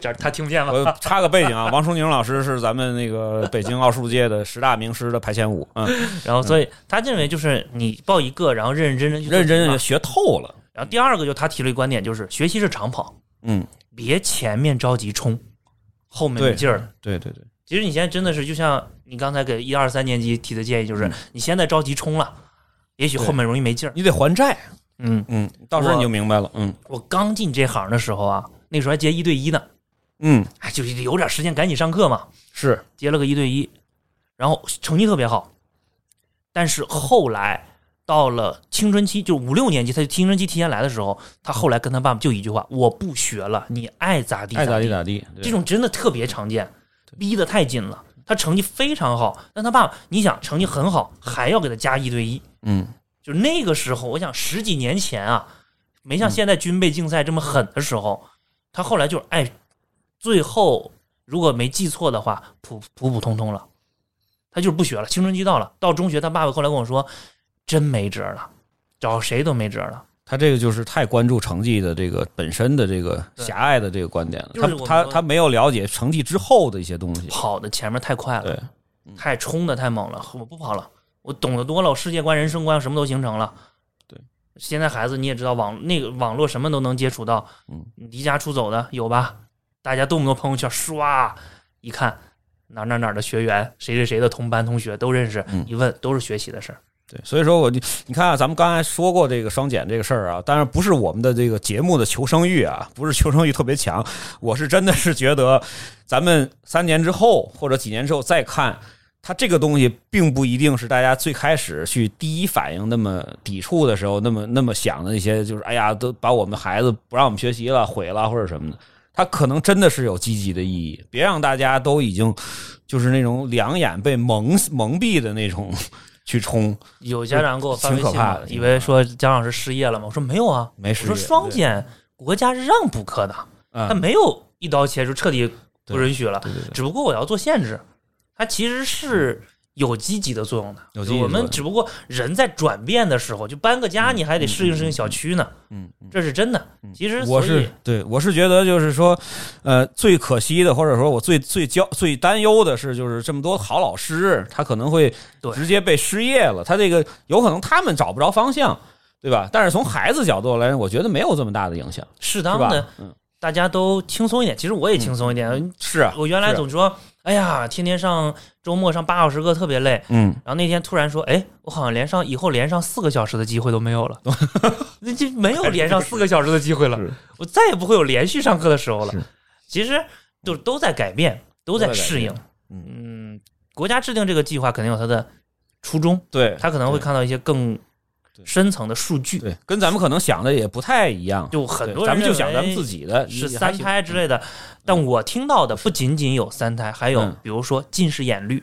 Speaker 3: 这儿他听不见了。
Speaker 2: 我插个背景 (laughs) 啊，王春宁老师是咱们那个北京奥数界的十大名师的排前五，嗯，
Speaker 3: 然后所以他认为就是你报一个，然后认认真真去做
Speaker 2: 认真
Speaker 3: 题
Speaker 2: 认
Speaker 3: 嘛
Speaker 2: 真学透了，
Speaker 3: 然后第二个就他提了一个观点，就是学习是长跑，
Speaker 2: 嗯，
Speaker 3: 别前面着急冲，后面
Speaker 2: 对
Speaker 3: 没劲儿了。
Speaker 2: 嗯对对对，
Speaker 3: 其实你现在真的是，就像你刚才给一二三年级提的建议，就是
Speaker 2: 嗯
Speaker 3: 你现在着急冲了，也许
Speaker 2: 对
Speaker 3: 后面容易没劲儿。
Speaker 2: 你得还债，
Speaker 3: 嗯，
Speaker 2: 嗯，到时候你就明白了，嗯
Speaker 3: 我刚进这行的时候啊，那时候还接一对一呢，
Speaker 2: 嗯，
Speaker 3: 哎，就是有点时间赶紧上课嘛。
Speaker 2: 是
Speaker 3: 接了个一对一，然后成绩特别好，但是后来到了青春期，就五六年级，他就青春期提前来的时候，他后来跟他爸爸就一句话：“我不学了，你爱咋地
Speaker 2: 爱咋
Speaker 3: 地
Speaker 2: 地。咋地，”对
Speaker 3: 这种真的特别常见，逼得太紧了。他成绩非常好，但他爸爸，你想成绩很好，还要给他加一对一，
Speaker 2: 嗯
Speaker 3: 就那个时候，我想十几年前啊，没像现在军备竞赛这么狠的时候，他后来就是哎，最后如果没记错的话，普普普通通了，他就是不学了，青春期到了，到中学，他爸爸后来跟我说，真没辙了，找谁都没辙了。
Speaker 2: 他这个就是太关注成绩的这个本身的这个
Speaker 3: 对
Speaker 2: 狭隘的这个观点了，
Speaker 3: 就是我们
Speaker 2: 他他
Speaker 3: 说
Speaker 2: 他没有了解成绩之后的一些东西，
Speaker 3: 跑的前面太快了，
Speaker 2: 对，
Speaker 3: 太冲的太猛了，我不跑了，我懂得多了，我世界观、人生观什么都形成了。
Speaker 2: 对，
Speaker 3: 现在孩子你也知道网那个网络什么都能接触到，
Speaker 2: 嗯，
Speaker 3: 离家出走的有吧？大家动不动朋友圈刷一看哪儿哪儿哪儿的学员，谁谁谁的同班同学都认识，
Speaker 2: 嗯
Speaker 3: 一问都是学习的事儿。
Speaker 2: 对，所以说我就你看啊，咱们刚才说过这个双减这个事儿啊，当然不是我们的这个节目的求生欲啊，不是求生欲特别强，我是真的是觉得，咱们三年之后或者几年之后再看，它这个东西并不一定是大家最开始去第一反应那么抵触的时候，那么那么想的一些，就是哎呀，都把我们孩子不让我们学习了，毁了或者什么的。它可能真的是有积极的意义，别让大家都已经就是那种两眼被蒙蒙蔽的那种 (laughs) 去冲，
Speaker 3: 有家长给我发微
Speaker 2: 挺
Speaker 3: 信
Speaker 2: 可怕
Speaker 3: 嘛
Speaker 2: 的，
Speaker 3: 以为说姜老师失业了嘛，我说没有啊，
Speaker 2: 没
Speaker 3: 我
Speaker 2: 实
Speaker 3: 说
Speaker 2: 力
Speaker 3: 双减国家是让补课的，
Speaker 2: 啊
Speaker 3: 他，没有一刀切就彻底不
Speaker 2: 对
Speaker 3: 允许了，
Speaker 2: 对对对
Speaker 3: 只不过我要做限制，它其实是有积极的作用的。
Speaker 2: 有积极的
Speaker 3: 我
Speaker 2: 作
Speaker 3: 们
Speaker 2: 用
Speaker 3: 只不过人在转变的时候，就搬个家，你还得适应适应小区呢，
Speaker 2: 嗯嗯。
Speaker 3: 这是真的。其实
Speaker 2: 我
Speaker 3: 所以
Speaker 2: 是对，我是觉得就是说，呃，最可惜的，或者说我最最焦、最担忧的是，就是这么多好老师，他可能会
Speaker 3: 对
Speaker 2: 直接被失业了。他这个有可能他们找不着方向，对吧？但是从孩子角度来，我觉得没有这么大的影响，
Speaker 3: 适
Speaker 2: 是
Speaker 3: 当
Speaker 2: 吧
Speaker 3: 的，？
Speaker 2: 嗯，
Speaker 3: 大家都轻松一点。其实我也轻松一点，
Speaker 2: 是啊，
Speaker 3: 我原来
Speaker 2: 是
Speaker 3: 总说，哎呀，天天上周末上八小时课特别累。
Speaker 2: 嗯，
Speaker 3: 然后那天突然说，哎，我好像连上以后连上四个小时的机会都没
Speaker 2: (laughs)
Speaker 3: 有了，那就没有连上四个小时的机会了
Speaker 2: 是，
Speaker 3: 我再也不会有连续上课的时候了
Speaker 2: 是。
Speaker 3: 其实就是都在改变，都在
Speaker 2: 都在改
Speaker 3: 适
Speaker 2: 变
Speaker 3: 应。
Speaker 2: 嗯
Speaker 3: 嗯，国家制定这个计划肯定有它的初衷，
Speaker 2: 对，
Speaker 3: 他可能会看到一些更
Speaker 2: 对
Speaker 3: 深层的数据。
Speaker 2: 对，跟咱们可能想的也不太一样。
Speaker 3: 就很
Speaker 2: 对
Speaker 3: 多人
Speaker 2: 咱们就想
Speaker 3: 认
Speaker 2: 咱
Speaker 3: 为
Speaker 2: 们自己的
Speaker 3: 是
Speaker 2: 你
Speaker 3: 三胎之类的，但我听到的不仅仅有三胎，还有
Speaker 2: 嗯
Speaker 3: 比如说近视眼率。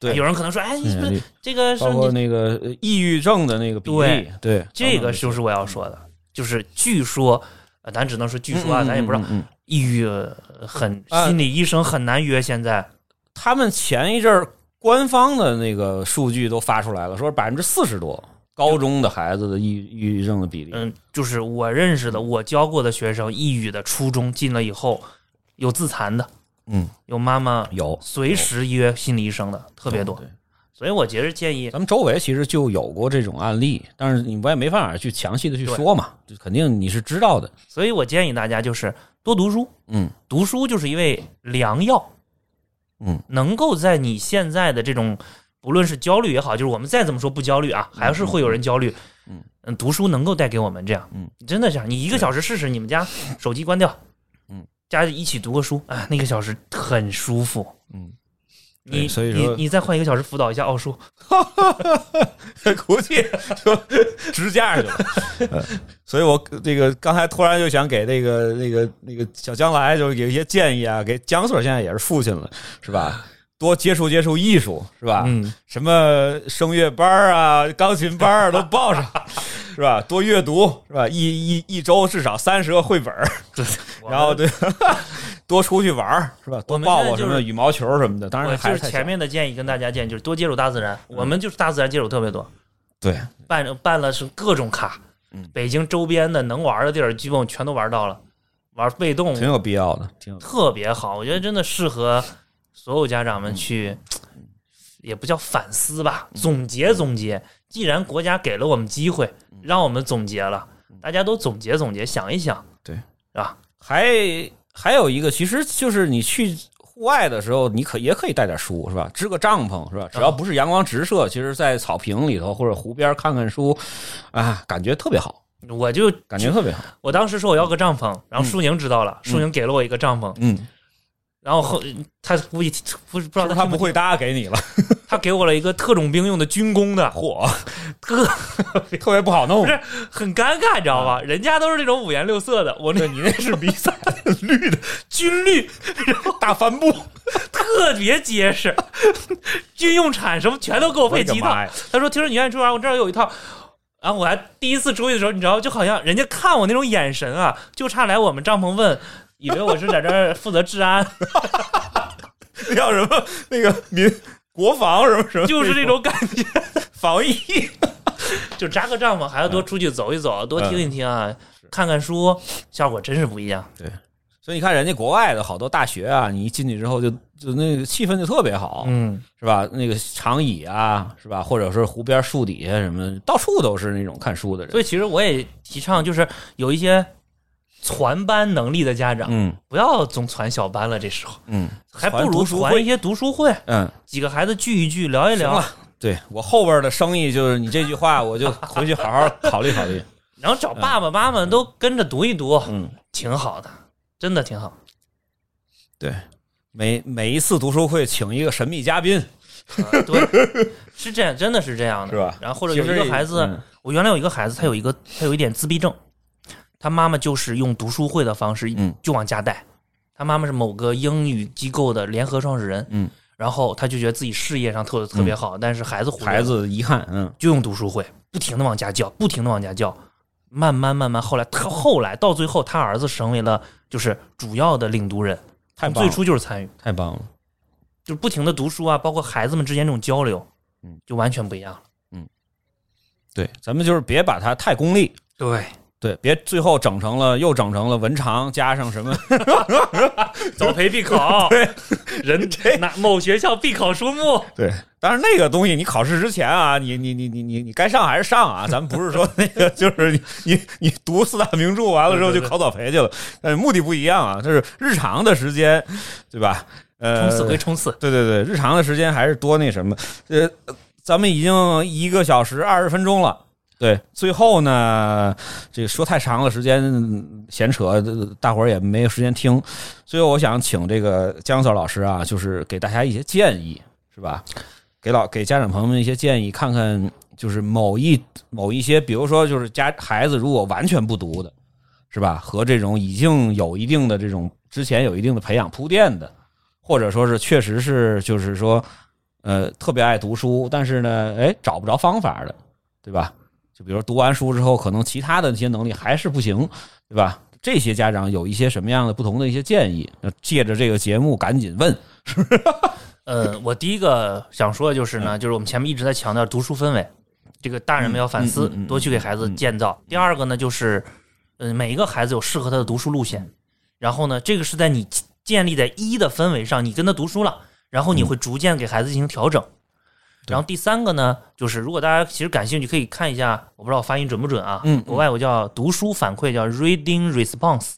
Speaker 2: 对
Speaker 3: 有人可能说，哎，
Speaker 2: 还
Speaker 3: 你
Speaker 2: 行
Speaker 3: 不
Speaker 2: 嗯
Speaker 3: 是这个是
Speaker 2: 包括
Speaker 3: 你
Speaker 2: 那个呃抑郁症的那个比例，对，嗯
Speaker 3: 这个就是我要说的，就是据说，呃咱只能说据说啊，
Speaker 2: 嗯
Speaker 3: 咱也不知道，，
Speaker 2: 嗯嗯嗯
Speaker 3: 抑郁呃很
Speaker 2: 啊
Speaker 3: 心理医生很难约，现在
Speaker 2: 他们前一阵儿官方的那个数据都发出来了，说百分之四十多高中的孩子的抑郁抑郁症的比例，
Speaker 3: 嗯，就是我认识的，
Speaker 2: 嗯
Speaker 3: 我教过的学生，抑郁的初中进了以后，有自残的，
Speaker 2: 嗯，
Speaker 3: 有妈妈
Speaker 2: 有
Speaker 3: 随时约心理医生的特别多，
Speaker 2: 对
Speaker 3: 所以我其实建议
Speaker 2: 咱们周围其实就有过这种案例，但是你我也没办法去详细的去说嘛，就肯定你是知道的，
Speaker 3: 所以我建议大家就是多读书，
Speaker 2: 嗯，
Speaker 3: 读书就是一味良药，
Speaker 2: 嗯，
Speaker 3: 能够在你现在的这种不论是焦虑也好，就是我们再怎么说不焦虑啊，还是会有人焦虑，
Speaker 2: 嗯
Speaker 3: 嗯，读书能够带给我们这样，
Speaker 2: 嗯，
Speaker 3: 真的这样，你一个小时试试，你们家手机关掉，
Speaker 2: 嗯，
Speaker 3: 大家一起读个书，啊，那个小时很舒服，
Speaker 2: 嗯。对
Speaker 3: 你
Speaker 2: 所以
Speaker 3: 你
Speaker 2: 说
Speaker 3: 你再换一个小时辅导一下奥数，
Speaker 2: (laughs) 估计就直架上去了。 (laughs) 所以我这个刚才突然就想给那个那个那个小将来就有一些建议啊，给江 Sir 现在也是父亲了，是 (laughs) 吧？多接触接触艺术，是吧？
Speaker 3: 嗯，
Speaker 2: 什么声乐班儿啊、钢琴班儿啊都报
Speaker 3: (laughs)
Speaker 2: 上，是吧？多阅读，是吧？一一一周至少三十个绘本
Speaker 3: (laughs)
Speaker 2: 儿，然后
Speaker 3: 我们
Speaker 2: 对， (laughs) 多出去玩儿，是吧？多
Speaker 3: 我们
Speaker 2: 报
Speaker 3: 现在
Speaker 2: 报什
Speaker 3: 就是
Speaker 2: 么羽毛球什么的，当
Speaker 3: 我
Speaker 2: 然还
Speaker 3: 就是
Speaker 2: 太小嗯
Speaker 3: 前面的建议跟大家建议就是多接触大自然，我们就是大自然接触特别多，
Speaker 2: 对，
Speaker 3: 办办了是各种卡，
Speaker 2: 嗯
Speaker 3: 北京周边的能玩的地儿基本全都玩到了，玩被动
Speaker 2: 挺有必要的，挺有
Speaker 3: 特别好，我觉得真的适合所有家长
Speaker 2: 嗯
Speaker 3: 们去，也不叫反思吧，总结总结。既然国家给了我们机会，
Speaker 2: 嗯
Speaker 3: 让我们总结了，大家都总结总结，想一想，
Speaker 2: 对，
Speaker 3: 是吧？
Speaker 2: 还还有一个，其实就是你去户外的时候，你可也可以带点书，是吧？支个帐篷，
Speaker 3: 啊
Speaker 2: 是吧？只要不是阳光直射，其实，在草坪里头或者湖边看看书，啊，感觉特别好，
Speaker 3: 我就
Speaker 2: 感觉特别好。
Speaker 3: 我当时说我要个帐篷，然后舒宁知道了，舒宁给了我一个帐篷，
Speaker 2: 嗯，
Speaker 3: 然后后他估计不是不知道
Speaker 2: 是
Speaker 3: 他
Speaker 2: 他
Speaker 3: 听
Speaker 2: 不会搭给你了， (laughs)
Speaker 3: 听，他给我了一个特种兵用的军工的，
Speaker 2: 嚯，
Speaker 3: 特
Speaker 2: 特别不好弄
Speaker 3: 不。是很尴尬，你知道吧？人家都是这种五颜六色的，我那
Speaker 2: 啊对你那是迷彩的 (laughs) 绿的
Speaker 3: 军绿
Speaker 2: (laughs) 大帆布，
Speaker 3: 特别结实，军用铲什么全都给我
Speaker 2: 我
Speaker 3: 配
Speaker 2: 的
Speaker 3: 齐一套
Speaker 2: 妈。呀！
Speaker 3: 他说：“听说你愿意出去玩，我这儿有一套。”然后我还第一次出去的时候，你知道，就好像人家看我那种眼神啊，就差来我们帐篷问，以为我是在这儿负责治
Speaker 2: (laughs)
Speaker 3: 安，
Speaker 2: 那叫什么？那个民国防什么什么？
Speaker 3: 就是这种感觉。
Speaker 2: 哎防疫。
Speaker 3: 就扎个帐篷，还要
Speaker 2: 嗯
Speaker 3: 多出去走一走，多听一听啊，看看书，效果真是不一样。
Speaker 2: (laughs) 所以你看，人家国外的好多大学啊，你一进去之后就就那个气氛就特别好。
Speaker 3: 嗯，
Speaker 2: 是吧？那个长椅啊，是吧？或者是湖边树底下什么，到处都是那种看书的人。
Speaker 3: 所以其实我也提倡，就是有一些传班能力的家长，
Speaker 2: 嗯
Speaker 3: 不要总传小班了，这时候
Speaker 2: 嗯
Speaker 3: 还不如
Speaker 2: 传读书会
Speaker 3: 传一些读书会。
Speaker 2: 嗯，
Speaker 3: 几个孩子聚一聚，聊一聊
Speaker 2: 行，啊对我后边的生意就是你这句话，我就回去好好考虑考虑。
Speaker 3: 然后找爸爸妈妈都跟着读一读，
Speaker 2: 嗯，
Speaker 3: 挺好的，真的挺好。
Speaker 2: 对，每每一次读书会请一个神秘嘉宾，
Speaker 3: 呃对，是这样，真的是这样的，
Speaker 2: 是吧
Speaker 3: 然后或者有一
Speaker 2: 其实
Speaker 3: 个
Speaker 2: 也
Speaker 3: 孩子
Speaker 2: 嗯，
Speaker 3: 我原来有一个孩子，他有一个他有一点自闭症，他妈妈就是用读书会的方式
Speaker 2: 嗯，
Speaker 3: 就往家带。他妈妈是某个英语机构的联合创始人，
Speaker 2: 嗯，
Speaker 3: 然后他就觉得自己事业上特特别好，但是孩子忽略了
Speaker 2: 孩子遗憾，嗯，
Speaker 3: 就用读书会，不停的往家教，不停的往家教，慢慢慢慢，后来他后来到最后，他儿子成为了就是主要的领读人，
Speaker 2: 太棒
Speaker 3: 最
Speaker 2: 了，
Speaker 3: 初就是参与，
Speaker 2: 太棒了，
Speaker 3: 就是不停的读书啊，包括孩子们之间这种交流，
Speaker 2: 嗯，
Speaker 3: 就完全不一样了。
Speaker 2: 对，咱们就是别把它太功利，
Speaker 3: 对，
Speaker 2: 对，别最后整成了又整成了文长加上
Speaker 3: (laughs)
Speaker 2: 什么，
Speaker 3: 早培必考，对，人哪某学校必考书目，
Speaker 2: 对，当然那个东西你考试之前啊，你你你你你你该上还是上啊，咱们不是说那个 (laughs) 就是你你你读四大名著完了之后就
Speaker 3: 对对对
Speaker 2: 考早培去了，但是目的不一样啊，这是日常的时间，对吧？呃
Speaker 3: 冲，刺归冲刺，
Speaker 2: 对对对，日常的时间还是多那什么，呃，咱们已经一个小时二十分钟了。对，最后呢，这个说太长了，时间闲扯，大伙儿也没有时间听。最后，我想请这个江 Sir 老师啊，就是给大家一些建议，是吧？给老给家长朋友们一些建议，看看就是某一某一些，比如说就是家孩子如果完全不读的，是吧？和这种已经有一定的这种之前有一定的培养铺垫的，或者说是确实是就是说，呃，特别爱读书，但是呢，哎，找不着方法的，对吧？就比如说读完书之后，可能其他的一些能力还是不行，对吧？这些家长有一些什么样的不同的一些建议？那借着这个节目赶紧问。嗯
Speaker 3: 呃，我第一个想说的就是呢，就是我们前面一直在强调读书氛围，这个大人们要反思，
Speaker 2: 嗯嗯嗯嗯
Speaker 3: 多去给孩子建造。第二个呢，就是嗯、呃每一个孩子有适合他的读书路线，然后呢，这个是在你建立在一的氛围上，你跟他读书了，然后你会逐渐给孩子进行调整。然后第三个呢，就是如果大家其实感兴趣，可以看一下，我不知道我发音准不准啊？
Speaker 2: 嗯嗯
Speaker 3: 国外我叫读书反馈，叫 reading response。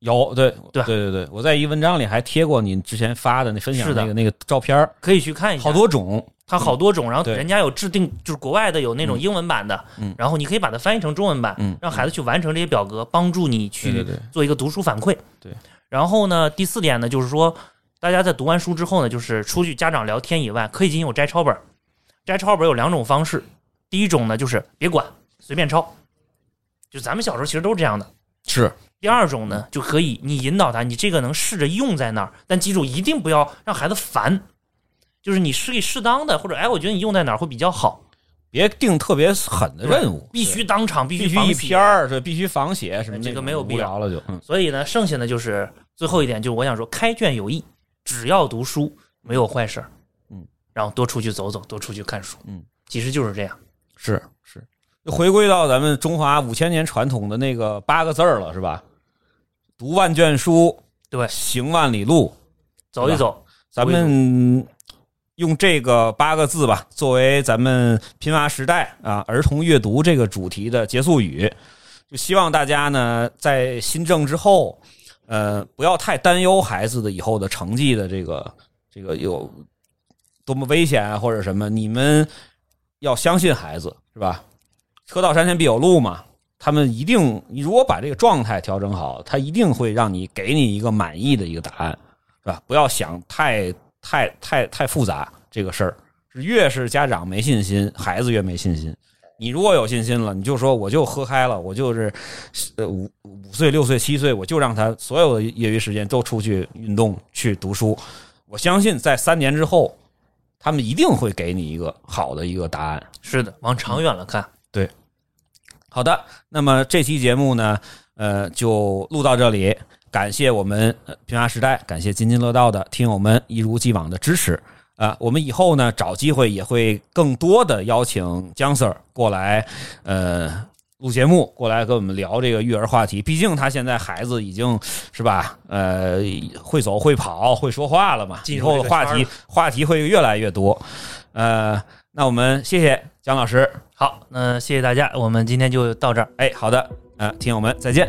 Speaker 2: 有对
Speaker 3: 对吧
Speaker 2: 对对对，我在一文章里还贴过你之前发的那分享
Speaker 3: 是的
Speaker 2: 那个那个照片儿，
Speaker 3: 可以去看一下，
Speaker 2: 好多种。
Speaker 3: 它好多种，然后
Speaker 2: 对
Speaker 3: 人家有制定，就是国外的有那种英文版的，
Speaker 2: 嗯
Speaker 3: 然后你可以把它翻译成中文版，
Speaker 2: 嗯
Speaker 3: 让孩子去完成这些表格，帮助你
Speaker 2: 对
Speaker 3: 去
Speaker 2: 对对
Speaker 3: 做一个读书反馈。
Speaker 2: 对
Speaker 3: 然后呢，第四点呢，就是说大家在读完书之后呢，就是出去家长聊天以外，可以进行有摘抄本儿。摘抄本儿有两种方式，第一种呢就是别管，随便抄，就咱们小时候其实都是这样的。
Speaker 2: 是
Speaker 3: 第二种
Speaker 2: 嗯
Speaker 3: 呢，就可以你引导他，你这个能试着用在那儿，但记住一定不要让孩子烦，就是你是适当的，或者哎，我觉得你用在哪儿会比较好，
Speaker 2: 别定特别狠的任务，
Speaker 3: 必须当场，必
Speaker 2: 必
Speaker 3: 须
Speaker 2: 须
Speaker 3: 防
Speaker 2: 一
Speaker 3: 写
Speaker 2: 篇。儿，对，必须仿写什么那种。
Speaker 3: 这个没有必
Speaker 2: 无
Speaker 3: 要
Speaker 2: 聊了就。嗯
Speaker 3: 所以呢，剩下的就是最后一点，就是我想说，开卷有益，只要读书没有坏事儿，
Speaker 2: 嗯，
Speaker 3: 然后多出去走走，多出去看书，
Speaker 2: 嗯，
Speaker 3: 其实就是这样。
Speaker 2: 是是，回归到咱们中华五千年传统的那个八个字儿了，是吧？读万卷书，
Speaker 3: 对
Speaker 2: 行万里路。
Speaker 3: 走一走，
Speaker 2: 咱们用这个八个字吧，作为咱们拼娃时代啊儿童阅读这个主题的结束语。就希望大家呢，在新政之后，呃，不要太担忧孩子的以后的成绩的这个这个有多么危险啊，或者什么。你们要相信孩子，是吧？车到山前必有路嘛。他们一定，你如果把这个状态调整好，他一定会让你给你一个满意的一个答案。是吧？啊不要想太太太太复杂这个事儿，是越是家长没信心，孩子越没信心。你如果有信心了，你就说我就喝嗨了，我就是呃五五岁、六岁、七岁，我就让他所有的业余时间都出去运动、去读书。我相信在三年之后，他们一定会给你一个好的一个答案。
Speaker 3: 是的，往长远了看。
Speaker 2: 好的，那么这期节目呢，呃，就录到这里。感谢我们呃平安时代，感谢津津乐道的听友们一如既往的支持啊、我们以后呢，找机会也会更多的邀请姜 Sir 过来，呃，录节目，过来跟我们聊这个育儿话题。毕竟他现在孩子已经是吧，呃，会走会跑会说话了嘛，
Speaker 3: 进
Speaker 2: 以
Speaker 3: 入这
Speaker 2: 后
Speaker 3: 个
Speaker 2: 的话
Speaker 3: 圈儿
Speaker 2: 题话题会越来越多。呃，那我们谢谢姜老师。
Speaker 3: 好，那谢谢大家，我们今天就到这儿。
Speaker 2: 哎，好的，呃，听友们再见。